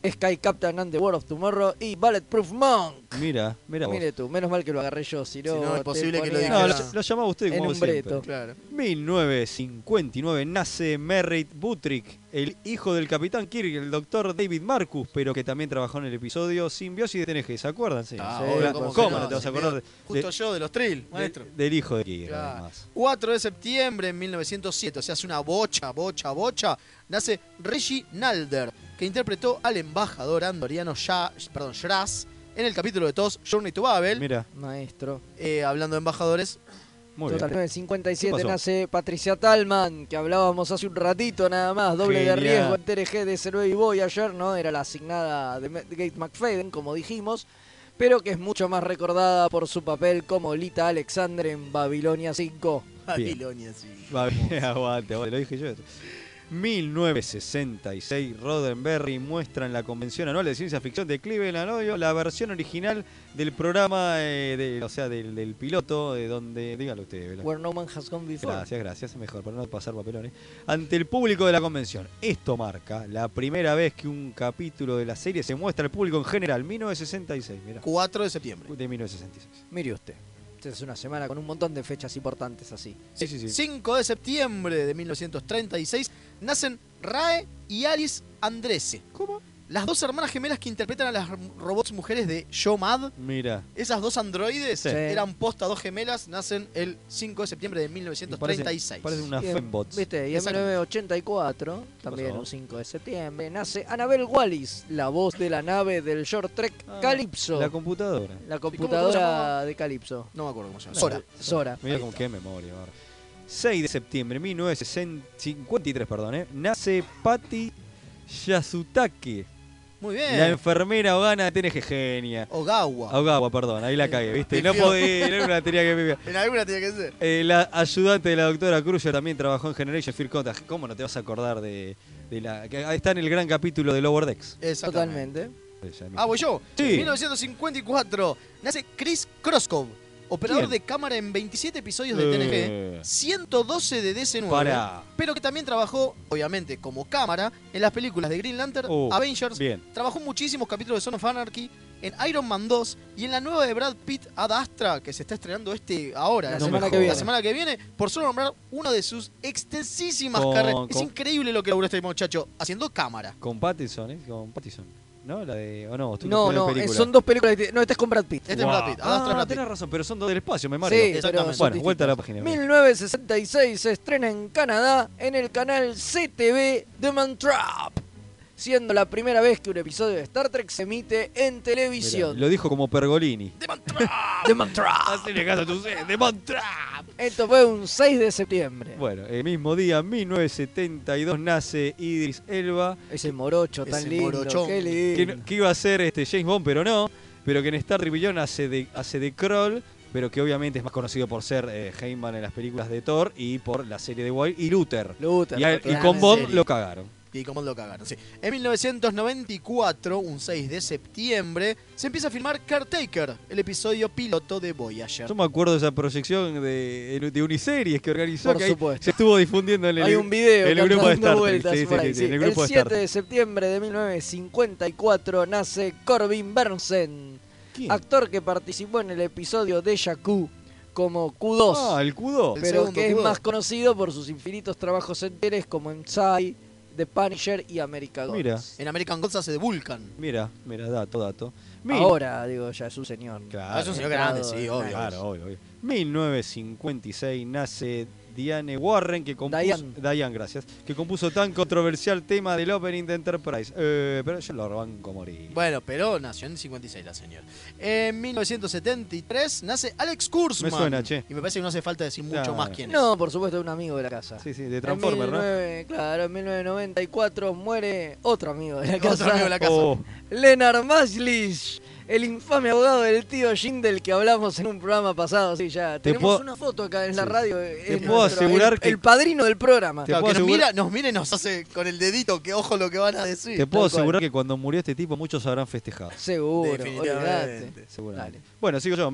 [SPEAKER 4] Sky Captain and the World of Tomorrow y Bulletproof Monk.
[SPEAKER 3] Mira, mira vos.
[SPEAKER 4] Mire tú, menos mal que lo agarré yo, si no...
[SPEAKER 2] Si no, es
[SPEAKER 4] te
[SPEAKER 2] posible que lo
[SPEAKER 4] ponía
[SPEAKER 2] diga.
[SPEAKER 3] No, lo, lo llamaba usted
[SPEAKER 4] En
[SPEAKER 3] como
[SPEAKER 4] un
[SPEAKER 3] siempre.
[SPEAKER 4] breto.
[SPEAKER 2] Claro.
[SPEAKER 3] 1959 nace Merritt Butrick, el hijo del capitán Kirk, el doctor David Marcus, pero que también trabajó en el episodio Simbiosis de TNG, ¿se acuerdan? Sí.
[SPEAKER 2] Ah,
[SPEAKER 3] Sí,
[SPEAKER 2] obvio,
[SPEAKER 3] claro.
[SPEAKER 2] ¿cómo
[SPEAKER 3] ¿cómo,
[SPEAKER 2] que no?
[SPEAKER 3] no te vas a
[SPEAKER 2] Si me-
[SPEAKER 3] acordar de-
[SPEAKER 2] Justo yo, de los Trill,
[SPEAKER 3] de-
[SPEAKER 2] maestro.
[SPEAKER 3] del hijo de Kirk,
[SPEAKER 2] Claro.
[SPEAKER 3] además.
[SPEAKER 2] 4 de septiembre de 1907, o sea, hace una bocha, bocha, bocha, nace Reggie Nalder, que interpretó al embajador andoriano ya, perdón, Shraz en el capítulo de TOS Journey to Babel.
[SPEAKER 3] Mira,
[SPEAKER 4] Maestro.
[SPEAKER 2] Eh, hablando de embajadores,
[SPEAKER 3] Muy
[SPEAKER 4] Total,
[SPEAKER 3] bien.
[SPEAKER 4] 957
[SPEAKER 3] ¿Qué pasó?
[SPEAKER 4] nace Patricia Talman, que hablábamos hace un ratito nada más, doble
[SPEAKER 3] Genial.
[SPEAKER 4] de riesgo en TRG de Cervé y Voyager, ¿no? Era la asignada de Ma- Gate McFadden, como dijimos, pero que es mucho más recordada por su papel como Lita Alexander en Babilonia 5.
[SPEAKER 3] Babilonia, Va bien, aguante, aguante, lo dije yo. 1966, Roddenberry muestra en la Convención Anual de Ciencia Ficción de Cleveland, Ohio, la versión original del programa, eh, de- o sea, del, del piloto, de donde, dígalo usted, Vela.
[SPEAKER 4] Where no man has gone before.
[SPEAKER 3] Gracias, gracias, mejor, para no pasar papelones. Ante el público de la convención, esto marca la primera vez que un capítulo de la serie se muestra al público en general, 1966, mira.
[SPEAKER 2] 4 de septiembre.
[SPEAKER 3] De 1966.
[SPEAKER 4] Mire usted, esta es una semana con un montón de fechas importantes así.
[SPEAKER 3] Sí, sí, sí.
[SPEAKER 2] 5 de septiembre de 1936 nacen Rae y Alice Andrese.
[SPEAKER 3] ¿Cómo?
[SPEAKER 2] Las dos hermanas gemelas que interpretan a las robots mujeres de Yo Mad.
[SPEAKER 3] Mira.
[SPEAKER 2] Esas dos androides
[SPEAKER 3] Sí.
[SPEAKER 2] eran posta dos gemelas, nacen el 5 de septiembre de 1936.
[SPEAKER 3] Parecen una
[SPEAKER 4] Y en-
[SPEAKER 3] fembot.
[SPEAKER 4] ¿Viste? Y en
[SPEAKER 2] Exacto.
[SPEAKER 4] 1984, también
[SPEAKER 3] pasó?
[SPEAKER 4] un 5 de septiembre, nace Anabel Wallis, la voz de la nave del short trek Calypso.
[SPEAKER 3] Ah. La computadora.
[SPEAKER 4] La
[SPEAKER 2] ¿Y cómo- cómo se
[SPEAKER 4] computadora de Calypso.
[SPEAKER 2] No me acuerdo cómo se llama.
[SPEAKER 4] Sora. Sora.
[SPEAKER 3] Mira con qué memoria. ahora. 6 de septiembre de 1953, perdón, ¿eh? nace Patty Yasutake,
[SPEAKER 2] Muy
[SPEAKER 3] la
[SPEAKER 2] bien.
[SPEAKER 3] enfermera hogana de TNG Genia.
[SPEAKER 2] Ogawa.
[SPEAKER 3] Ogawa, perdón, ahí la cagué, ¿viste? No podía, era una teoría que me
[SPEAKER 2] En alguna tiene que ser.
[SPEAKER 3] Eh, la ayudante de la doctora Crusher también trabajó en Generation Fear Contact. ¿Cómo no te vas a acordar de, de la.? que ahí está en el gran capítulo de Lower Decks.
[SPEAKER 2] Exactamente.
[SPEAKER 3] eh,
[SPEAKER 4] Totalmente.
[SPEAKER 3] Ella misma.
[SPEAKER 2] Ah, voy yo.
[SPEAKER 3] Sí.
[SPEAKER 2] 1954. Nace Chris Croskov, operador
[SPEAKER 3] ¿Quién?
[SPEAKER 2] de cámara en 27 episodios de
[SPEAKER 3] Eh.
[SPEAKER 2] TNG, 112 de DC9,
[SPEAKER 3] Pará.
[SPEAKER 2] pero que también trabajó, obviamente, como cámara en las películas de Green Lantern,
[SPEAKER 3] Uh,
[SPEAKER 2] Avengers.
[SPEAKER 3] bien.
[SPEAKER 2] Trabajó en muchísimos capítulos de Son of Anarchy, en Iron Man 2 y en la nueva de Brad Pitt, Ad Astra, que se está estrenando este ahora.
[SPEAKER 4] La
[SPEAKER 2] ¿no?
[SPEAKER 4] semana que viene.
[SPEAKER 2] La semana que viene, por solo nombrar una de sus extensísimas
[SPEAKER 3] Con-
[SPEAKER 2] carreras. Es
[SPEAKER 3] con-
[SPEAKER 2] increíble lo que logró este muchacho haciendo cámara.
[SPEAKER 3] Con Pattinson, ¿eh? Con Pattinson. ¿No? La de. ¿O no? Estoy
[SPEAKER 4] No,
[SPEAKER 3] confundiendo
[SPEAKER 4] no, eh,
[SPEAKER 3] películas.
[SPEAKER 4] son dos películas. de- No, este es con Brad Pitt.
[SPEAKER 2] Este es Brad Pitt. Ad Astra es
[SPEAKER 3] Ah,
[SPEAKER 2] Brad Pitt.
[SPEAKER 3] tenés razón, pero son dos del espacio, me
[SPEAKER 4] Sí,
[SPEAKER 3] mareo.
[SPEAKER 4] pero Exactamente. son
[SPEAKER 3] Bueno, vuelta a la página.
[SPEAKER 4] 1966 se estrena en Canadá en el canal CTV The Man Trap, siendo la primera vez que un episodio de Star Trek se emite en
[SPEAKER 3] Mirá,
[SPEAKER 4] televisión.
[SPEAKER 3] lo dijo como Pergolini.
[SPEAKER 4] The Man Trap.
[SPEAKER 3] Hacele caso a tu sed, ¡De Montrap!
[SPEAKER 4] Esto fue un 6 de septiembre.
[SPEAKER 3] Bueno, el mismo día, 1972, nace Idris Elba.
[SPEAKER 4] Ese morocho tan
[SPEAKER 2] Ese
[SPEAKER 4] lindo.
[SPEAKER 2] morochón.
[SPEAKER 4] Qué
[SPEAKER 3] que,
[SPEAKER 4] lindo.
[SPEAKER 3] no- que iba a ser este James Bond, pero no, pero que en Star Tribillon hace de, hace de Kroll, pero que obviamente es más conocido por ser eh, Heyman en las películas de Thor y por la serie de Wild y Luther.
[SPEAKER 4] Luther,
[SPEAKER 3] y, a- y
[SPEAKER 4] totalmente.
[SPEAKER 3] con Bond
[SPEAKER 2] serie.
[SPEAKER 3] lo cagaron.
[SPEAKER 2] Y cómo lo cagaron, sí. En 1994, un 6 de septiembre, se empieza a filmar Caretaker, el episodio piloto de Voyager.
[SPEAKER 3] Yo me acuerdo de esa proyección de, de Uniseries que organizó,
[SPEAKER 4] Por
[SPEAKER 3] que ahí
[SPEAKER 4] supuesto.
[SPEAKER 3] se estuvo difundiendo en el,
[SPEAKER 4] Hay un video
[SPEAKER 3] en
[SPEAKER 4] que
[SPEAKER 3] el
[SPEAKER 4] anda
[SPEAKER 3] grupo de
[SPEAKER 4] dando
[SPEAKER 3] Star Trek.
[SPEAKER 4] vueltas
[SPEAKER 3] sí,
[SPEAKER 4] por
[SPEAKER 3] sí,
[SPEAKER 4] ahí,
[SPEAKER 3] sí, en
[SPEAKER 4] sí.
[SPEAKER 3] el grupo de Star
[SPEAKER 4] 7
[SPEAKER 3] Trek.
[SPEAKER 4] de septiembre de 1954 nace Corbin Bernsen,
[SPEAKER 3] ¿Quién?
[SPEAKER 4] actor que participó en el episodio de Jakku como Q2,
[SPEAKER 3] Ah, el Kudo.
[SPEAKER 2] el
[SPEAKER 4] pero
[SPEAKER 2] segundo
[SPEAKER 4] que es
[SPEAKER 2] Q2.
[SPEAKER 4] más conocido por sus infinitos trabajos en teles como en Psy, The Punisher y America Gods.
[SPEAKER 3] Mira.
[SPEAKER 2] En American Gods hace de Vulcan.
[SPEAKER 3] Mira, mira, dato, dato. Mil-
[SPEAKER 4] Ahora, digo, ya es un señor.
[SPEAKER 3] Claro.
[SPEAKER 2] Ah, es un señor grande, sí, obvio.
[SPEAKER 3] Claro, obvio, obvio. 1956 nace Diane Warren, que compuso.
[SPEAKER 4] Diane.
[SPEAKER 3] Diane, gracias. Que compuso tan controversial tema del opening de Enterprise. Eh, pero yo lo banco a morir.
[SPEAKER 2] Bueno, pero nació en 56 la señora. En 1973 nace Alex Kurzman.
[SPEAKER 3] Me suena, che.
[SPEAKER 2] Y me parece que no hace falta decir mucho
[SPEAKER 3] Claro.
[SPEAKER 2] más quién es.
[SPEAKER 4] No, por supuesto, un amigo de la casa.
[SPEAKER 3] Sí, sí, de Transformer,
[SPEAKER 4] en
[SPEAKER 3] ¿no?
[SPEAKER 4] 19, Claro, en 1994 muere otro amigo de la
[SPEAKER 2] Otro
[SPEAKER 4] casa.
[SPEAKER 2] amigo de la casa.
[SPEAKER 3] Oh,
[SPEAKER 4] Leonard Maslish, el infame abogado del tío Jim del que hablamos en un programa pasado. Sí, ya. Tenemos
[SPEAKER 3] puedo-
[SPEAKER 4] una foto acá en la
[SPEAKER 3] Sí.
[SPEAKER 4] radio.
[SPEAKER 3] Te
[SPEAKER 4] es
[SPEAKER 3] puedo asegurar
[SPEAKER 4] el,
[SPEAKER 3] que-
[SPEAKER 4] el padrino del programa.
[SPEAKER 3] Te
[SPEAKER 2] Claro,
[SPEAKER 3] puedo
[SPEAKER 2] que nos
[SPEAKER 3] asegurar-
[SPEAKER 2] mira, nos mira y nos hace con el dedito, que ojo lo que van a decir.
[SPEAKER 3] te puedo
[SPEAKER 4] tal cual.
[SPEAKER 3] asegurar que cuando murió este tipo muchos habrán festejado.
[SPEAKER 4] Seguro,
[SPEAKER 2] Definitivamente.
[SPEAKER 4] olvidate.
[SPEAKER 3] Seguramente.
[SPEAKER 4] Dale.
[SPEAKER 3] Bueno, sigo yo.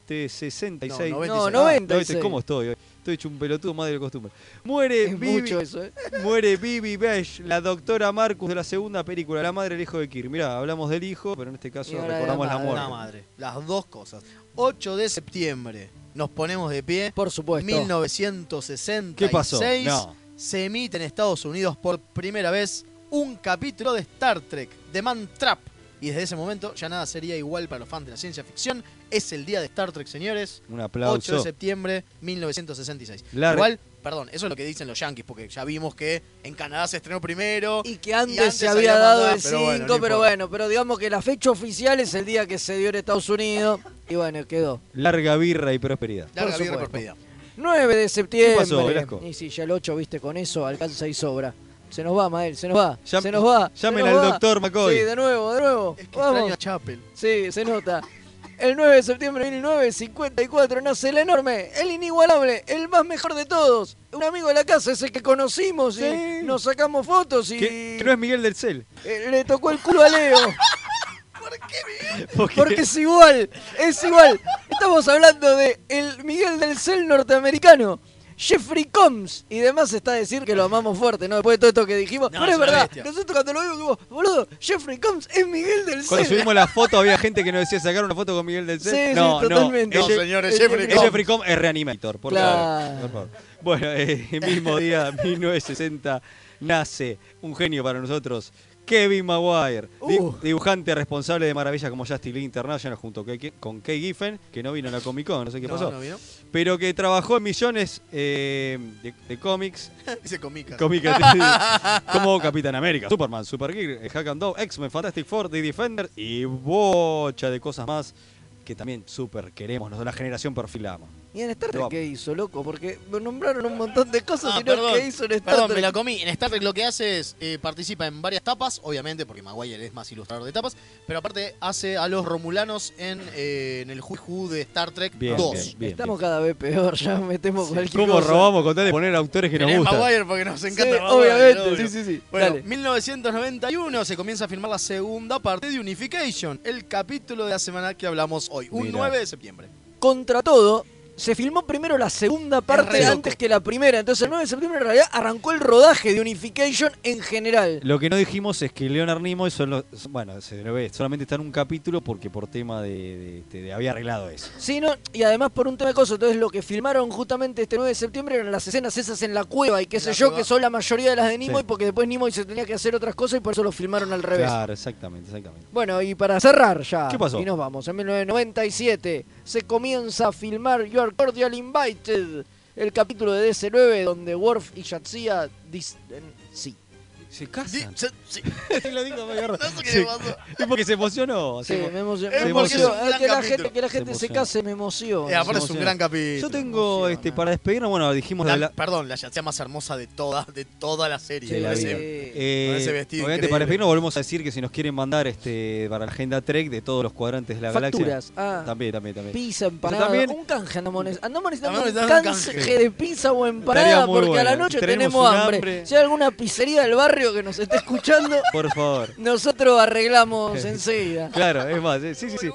[SPEAKER 3] 1966.
[SPEAKER 2] No, 96.
[SPEAKER 4] No,
[SPEAKER 3] No, ¿viste
[SPEAKER 4] 96.
[SPEAKER 3] ¿Cómo estoy hoy? Estoy hecho un pelotudo más de lo costumbre. Muere
[SPEAKER 4] Es
[SPEAKER 3] Bibi-
[SPEAKER 4] mucho eso, ¿eh?
[SPEAKER 3] Muere Bibi Besh, la doctora Marcus de la segunda película, la madre del hijo de Kirk. Mirá, hablamos del hijo, pero en este caso
[SPEAKER 4] Y ahora de la
[SPEAKER 3] recordamos la,
[SPEAKER 4] madre.
[SPEAKER 3] muerte.
[SPEAKER 2] La madre. Las dos cosas. 8 de septiembre, nos ponemos de pie.
[SPEAKER 4] Por supuesto.
[SPEAKER 2] 1966.
[SPEAKER 3] ¿Qué pasó? No.
[SPEAKER 2] Se emite en Estados Unidos por primera vez un capítulo de Star Trek, The Man Trap. Y desde ese momento ya nada sería igual para los fans de la ciencia ficción. Es el día de Star Trek, señores.
[SPEAKER 3] Un
[SPEAKER 2] 8 de
[SPEAKER 3] aplauso.
[SPEAKER 2] septiembre 1966.
[SPEAKER 3] Larga-
[SPEAKER 2] Igual, Perdón, eso es lo que dicen los yankees, porque ya vimos que en Canadá se estrenó primero.
[SPEAKER 4] Y que antes, se había, dado el 5, pero, bueno, pero digamos que la fecha oficial es el día que se dio en Estados Unidos. Y bueno, quedó.
[SPEAKER 3] Larga birra y prosperidad.
[SPEAKER 2] Larga
[SPEAKER 4] por
[SPEAKER 2] birra y
[SPEAKER 4] supuesto.
[SPEAKER 2] prosperidad.
[SPEAKER 4] 9 de septiembre.
[SPEAKER 3] ¿Qué pasó, Velasco?
[SPEAKER 4] y si ya el 8, viste, con eso alcanza y sobra. Se nos va, Mael, se nos va. se nos va. se
[SPEAKER 3] llamen
[SPEAKER 4] nos
[SPEAKER 3] al
[SPEAKER 4] va.
[SPEAKER 3] doctor McCoy.
[SPEAKER 4] Sí, de nuevo, de nuevo. Vamos.
[SPEAKER 2] Extraño a Chapel.
[SPEAKER 4] Sí, se nota. El 9 de septiembre de 1954 nace el enorme, el inigualable, el más mejor de todos. Un amigo de la casa, ese que conocimos y
[SPEAKER 3] Sí.
[SPEAKER 4] nos sacamos fotos y
[SPEAKER 3] Que, que no es Miguel del Cel.
[SPEAKER 4] eh, le tocó el culo a Leo. Porque es igual, es igual. Estamos hablando de el Miguel del Cel norteamericano. Jeffrey Combs y demás está a decir que lo amamos fuerte, ¿no? Después de todo esto que dijimos.
[SPEAKER 2] No,
[SPEAKER 4] pero
[SPEAKER 2] es
[SPEAKER 4] es
[SPEAKER 2] una
[SPEAKER 4] verdad,
[SPEAKER 2] bestia.
[SPEAKER 4] nosotros cuando lo vimos, dijimos, boludo, Jeffrey Combs es Miguel del
[SPEAKER 3] Cuando
[SPEAKER 4] Cel.
[SPEAKER 3] subimos la foto había gente que nos decía sacar una foto con Miguel del Cel.
[SPEAKER 4] Sí, sí,
[SPEAKER 3] no,
[SPEAKER 4] totalmente.
[SPEAKER 3] No,
[SPEAKER 4] No,
[SPEAKER 3] es-
[SPEAKER 4] señores,
[SPEAKER 3] es-
[SPEAKER 4] Jeffrey
[SPEAKER 3] es
[SPEAKER 4] Combs.
[SPEAKER 3] Jeffrey Combs es Reanimator, por
[SPEAKER 4] Claro.
[SPEAKER 3] favor, por favor. Bueno, eh, el mismo día, 1960, nace un genio para nosotros. Kevin Maguire, di-
[SPEAKER 4] Uh.
[SPEAKER 3] dibujante responsable de maravillas como Justin Lee International junto con Kay- con Kay Giffen, que no vino a la Comic Con, no sé qué
[SPEAKER 2] No,
[SPEAKER 3] pasó,
[SPEAKER 2] no vino.
[SPEAKER 3] pero que trabajó en millones eh, de- de cómics
[SPEAKER 2] Dice comicas.
[SPEAKER 3] Cómica, sí. como Capitán América, Superman, Super Gear, Hack and Dove, X-Men, Fantastic Four, The Defender y bocha de cosas más que también super queremos, nosotros la generación perfilamos.
[SPEAKER 4] ¿Y en Star Trek
[SPEAKER 3] Vamos.
[SPEAKER 4] qué hizo, loco? Porque me nombraron un montón de cosas
[SPEAKER 2] Ah,
[SPEAKER 4] y no es
[SPEAKER 2] perdón,
[SPEAKER 4] que hizo en Star
[SPEAKER 2] perdón,
[SPEAKER 4] Trek.
[SPEAKER 2] me la comí. En Star Trek lo que hace es eh, participa en varias tapas, obviamente, porque Maguire es más ilustrador de tapas, pero aparte hace a los romulanos en, eh, en el Juju de Star Trek
[SPEAKER 3] Bien,
[SPEAKER 2] 2.
[SPEAKER 3] bien, bien,
[SPEAKER 4] Estamos cada vez peor, ya metemos cualquier
[SPEAKER 3] ¿Cómo
[SPEAKER 4] cosa.
[SPEAKER 2] eh,
[SPEAKER 3] robamos con tal de poner autores que nos
[SPEAKER 2] Querés
[SPEAKER 3] gustan?
[SPEAKER 2] Maguire porque nos encanta
[SPEAKER 4] Sí,
[SPEAKER 2] Maguire,
[SPEAKER 4] obviamente,
[SPEAKER 2] obvio.
[SPEAKER 4] sí, sí, sí.
[SPEAKER 2] Bueno,
[SPEAKER 4] Dale.
[SPEAKER 2] 1991 se comienza a filmar la segunda parte de Unification, el capítulo de la semana que hablamos hoy, un
[SPEAKER 3] Mirá.
[SPEAKER 2] 9 de septiembre.
[SPEAKER 4] Contra todo, se filmó primero la segunda parte
[SPEAKER 2] re loco.
[SPEAKER 4] antes que la primera. Entonces el 9 de septiembre en realidad arrancó el rodaje de Unification en general.
[SPEAKER 3] Lo que no dijimos es que Leonard Nimoy solo, bueno, se lo ve, solamente está en un capítulo porque por tema de, de- este, de- había arreglado eso.
[SPEAKER 4] Sí, ¿no? y además por un tema de cosas, entonces lo que filmaron justamente este 9 de septiembre eran las escenas esas en la cueva y qué sé
[SPEAKER 2] la
[SPEAKER 4] yo,
[SPEAKER 2] cueva.
[SPEAKER 4] que son la mayoría de las de Nimoy,
[SPEAKER 3] Sí.
[SPEAKER 4] porque después Nimoy se tenía que hacer otras cosas y por eso lo filmaron al revés.
[SPEAKER 3] Claro, exactamente, exactamente.
[SPEAKER 4] Bueno, y para cerrar ya,
[SPEAKER 3] ¿Qué pasó?
[SPEAKER 4] y nos vamos, en 1997 se comienza a filmar Your Cordial Invited, el capítulo de DC9 donde Worf y Yatsia sí.
[SPEAKER 3] Se
[SPEAKER 2] Di-
[SPEAKER 3] casan.
[SPEAKER 2] se- sí.
[SPEAKER 3] lo digo, me agarro.
[SPEAKER 2] No sé qué
[SPEAKER 3] Se-
[SPEAKER 2] le pasó.
[SPEAKER 3] Es porque se emocionó.
[SPEAKER 4] Sí,
[SPEAKER 3] se emo-
[SPEAKER 4] me emocionó.
[SPEAKER 2] Es
[SPEAKER 4] me
[SPEAKER 2] porque es un
[SPEAKER 4] emocionó.
[SPEAKER 2] gran
[SPEAKER 4] que la
[SPEAKER 2] capítulo.
[SPEAKER 4] gente, que la gente se,
[SPEAKER 3] Se emociona.
[SPEAKER 4] case me emociona.
[SPEAKER 2] Eh, aparte es un
[SPEAKER 3] emociona.
[SPEAKER 2] gran capítulo.
[SPEAKER 3] Yo tengo, este, para despedirnos, bueno, dijimos
[SPEAKER 2] La-
[SPEAKER 3] de la,
[SPEAKER 2] Perdón, la yacía más hermosa de toda, de toda la serie.
[SPEAKER 3] de la
[SPEAKER 2] Ese-
[SPEAKER 3] vida.
[SPEAKER 2] con
[SPEAKER 3] Eh,
[SPEAKER 2] ese vestido
[SPEAKER 3] obviamente
[SPEAKER 2] increíble.
[SPEAKER 3] para Espino volvemos a decir que si nos quieren mandar este para la agenda Trek de todos los cuadrantes de la
[SPEAKER 4] Facturas.
[SPEAKER 3] galaxia.
[SPEAKER 4] Ah,
[SPEAKER 3] También, también, también.
[SPEAKER 4] pizza, empanada.
[SPEAKER 3] También-
[SPEAKER 4] un canje andamos nec- andamos
[SPEAKER 2] Andamos
[SPEAKER 4] necesitando un
[SPEAKER 2] necesitando un
[SPEAKER 4] canje
[SPEAKER 2] canje.
[SPEAKER 4] de pizza o
[SPEAKER 3] Estaría
[SPEAKER 4] empanada
[SPEAKER 3] muy
[SPEAKER 4] porque a la
[SPEAKER 3] bueno.
[SPEAKER 4] noche
[SPEAKER 3] Tenemos
[SPEAKER 4] tenemos
[SPEAKER 3] un
[SPEAKER 4] hambre.
[SPEAKER 3] hambre.
[SPEAKER 4] Si hay alguna pizzería del barrio que nos esté escuchando,
[SPEAKER 3] Por favor.
[SPEAKER 4] nosotros arreglamos enseguida.
[SPEAKER 3] Claro, es más, eh, sí, sí, sí.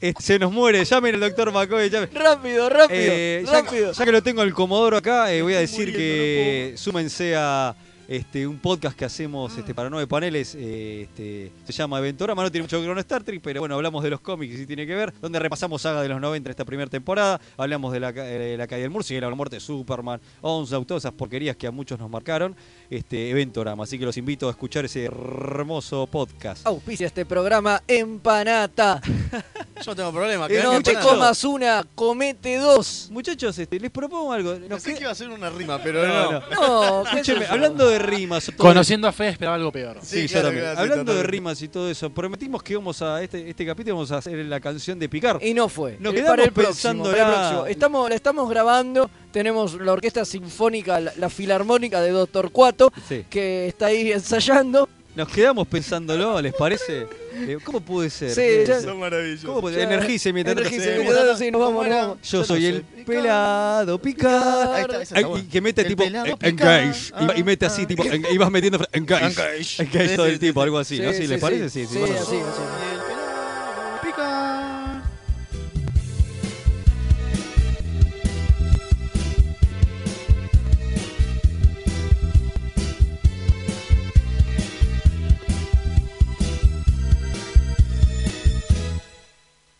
[SPEAKER 3] Eh, se nos muere, llamen al doctor McCoy, llamen.
[SPEAKER 4] Rápido, rápido,
[SPEAKER 3] Eh, ya,
[SPEAKER 4] rápido.
[SPEAKER 3] ya que lo tengo el Comodoro acá, eh, voy a
[SPEAKER 2] Estoy
[SPEAKER 3] decir
[SPEAKER 2] muriendo,
[SPEAKER 3] que súmense a este, un podcast que hacemos este, para nueve paneles. eh, este, se llama Eventorama, no tiene mucho que ver con Star Trek, pero bueno, hablamos de los cómics y sí tiene que ver. Donde repasamos saga de los 90 en esta primera temporada. Hablamos de la, ca- eh, la caída del murciélago, la muerte de Superman, Onslaught, todas esas porquerías que a muchos nos marcaron. Este, Eventorama, así que los invito a escuchar ese hermoso podcast.
[SPEAKER 4] Auspicia este programa Empanata.
[SPEAKER 2] Yo no tengo problema. que
[SPEAKER 4] No
[SPEAKER 2] venga
[SPEAKER 4] te
[SPEAKER 2] empanada.
[SPEAKER 4] comas una, comete dos.
[SPEAKER 3] Muchachos, este, les propongo algo. Nos
[SPEAKER 2] Pensé
[SPEAKER 3] qued-
[SPEAKER 2] que iba a ser una rima, pero
[SPEAKER 3] No,
[SPEAKER 2] no.
[SPEAKER 3] no.
[SPEAKER 4] No, qué sé
[SPEAKER 3] Escúcheme,
[SPEAKER 4] yo.
[SPEAKER 3] hablando de rimas. todo-
[SPEAKER 6] Conociendo a Fe esperaba algo peor.
[SPEAKER 3] Sí,
[SPEAKER 2] Sí,
[SPEAKER 3] yo
[SPEAKER 2] claro,
[SPEAKER 3] también.
[SPEAKER 2] claro, sí,
[SPEAKER 3] Hablando de
[SPEAKER 2] totalmente.
[SPEAKER 3] rimas y todo eso, prometimos que íbamos a este, este capítulo vamos a hacer la canción de Picar.
[SPEAKER 4] Y no fue.
[SPEAKER 3] Nos
[SPEAKER 4] Eh,
[SPEAKER 3] quedamos
[SPEAKER 4] para el próximo,
[SPEAKER 3] pensando
[SPEAKER 4] para el
[SPEAKER 3] la-
[SPEAKER 4] próximo. Estamos, la estamos grabando. Tenemos la orquesta sinfónica, la, la filarmónica de Doctor Cuato,
[SPEAKER 3] Sí.
[SPEAKER 4] que está ahí ensayando.
[SPEAKER 3] Nos quedamos pensándolo, ¿les parece? Eh, ¿Cómo puede ser?
[SPEAKER 4] Sí,
[SPEAKER 3] Eh,
[SPEAKER 4] ya-
[SPEAKER 2] Son maravillosos.
[SPEAKER 3] ¿Cómo puede
[SPEAKER 4] Ya-
[SPEAKER 3] Energice mientras tanto
[SPEAKER 4] Energice,
[SPEAKER 3] se-
[SPEAKER 4] mientras tanto, sí, nos vamos,
[SPEAKER 2] Bueno.
[SPEAKER 4] nos vamos.
[SPEAKER 3] Yo
[SPEAKER 2] Yo
[SPEAKER 3] soy
[SPEAKER 2] no
[SPEAKER 3] el
[SPEAKER 2] sé.
[SPEAKER 3] pelado Picar.
[SPEAKER 2] Ahí está, esa
[SPEAKER 3] Ay,
[SPEAKER 2] está
[SPEAKER 3] y
[SPEAKER 2] buena.
[SPEAKER 3] que mete
[SPEAKER 2] El
[SPEAKER 3] tipo
[SPEAKER 2] pelado
[SPEAKER 3] en-
[SPEAKER 2] Picar.
[SPEAKER 3] engage y,
[SPEAKER 2] Ah,
[SPEAKER 3] y mete así
[SPEAKER 2] ah.
[SPEAKER 3] tipo en- y vas metiendo fra- engage
[SPEAKER 2] Engage.
[SPEAKER 3] engage todo
[SPEAKER 2] Sí,
[SPEAKER 3] el
[SPEAKER 2] sí,
[SPEAKER 3] tiempo
[SPEAKER 2] sí.
[SPEAKER 3] algo así
[SPEAKER 4] Sí,
[SPEAKER 3] así
[SPEAKER 4] sí,
[SPEAKER 3] les
[SPEAKER 4] sí.
[SPEAKER 3] parece sí,
[SPEAKER 4] Sí,
[SPEAKER 3] bueno.
[SPEAKER 4] así, así.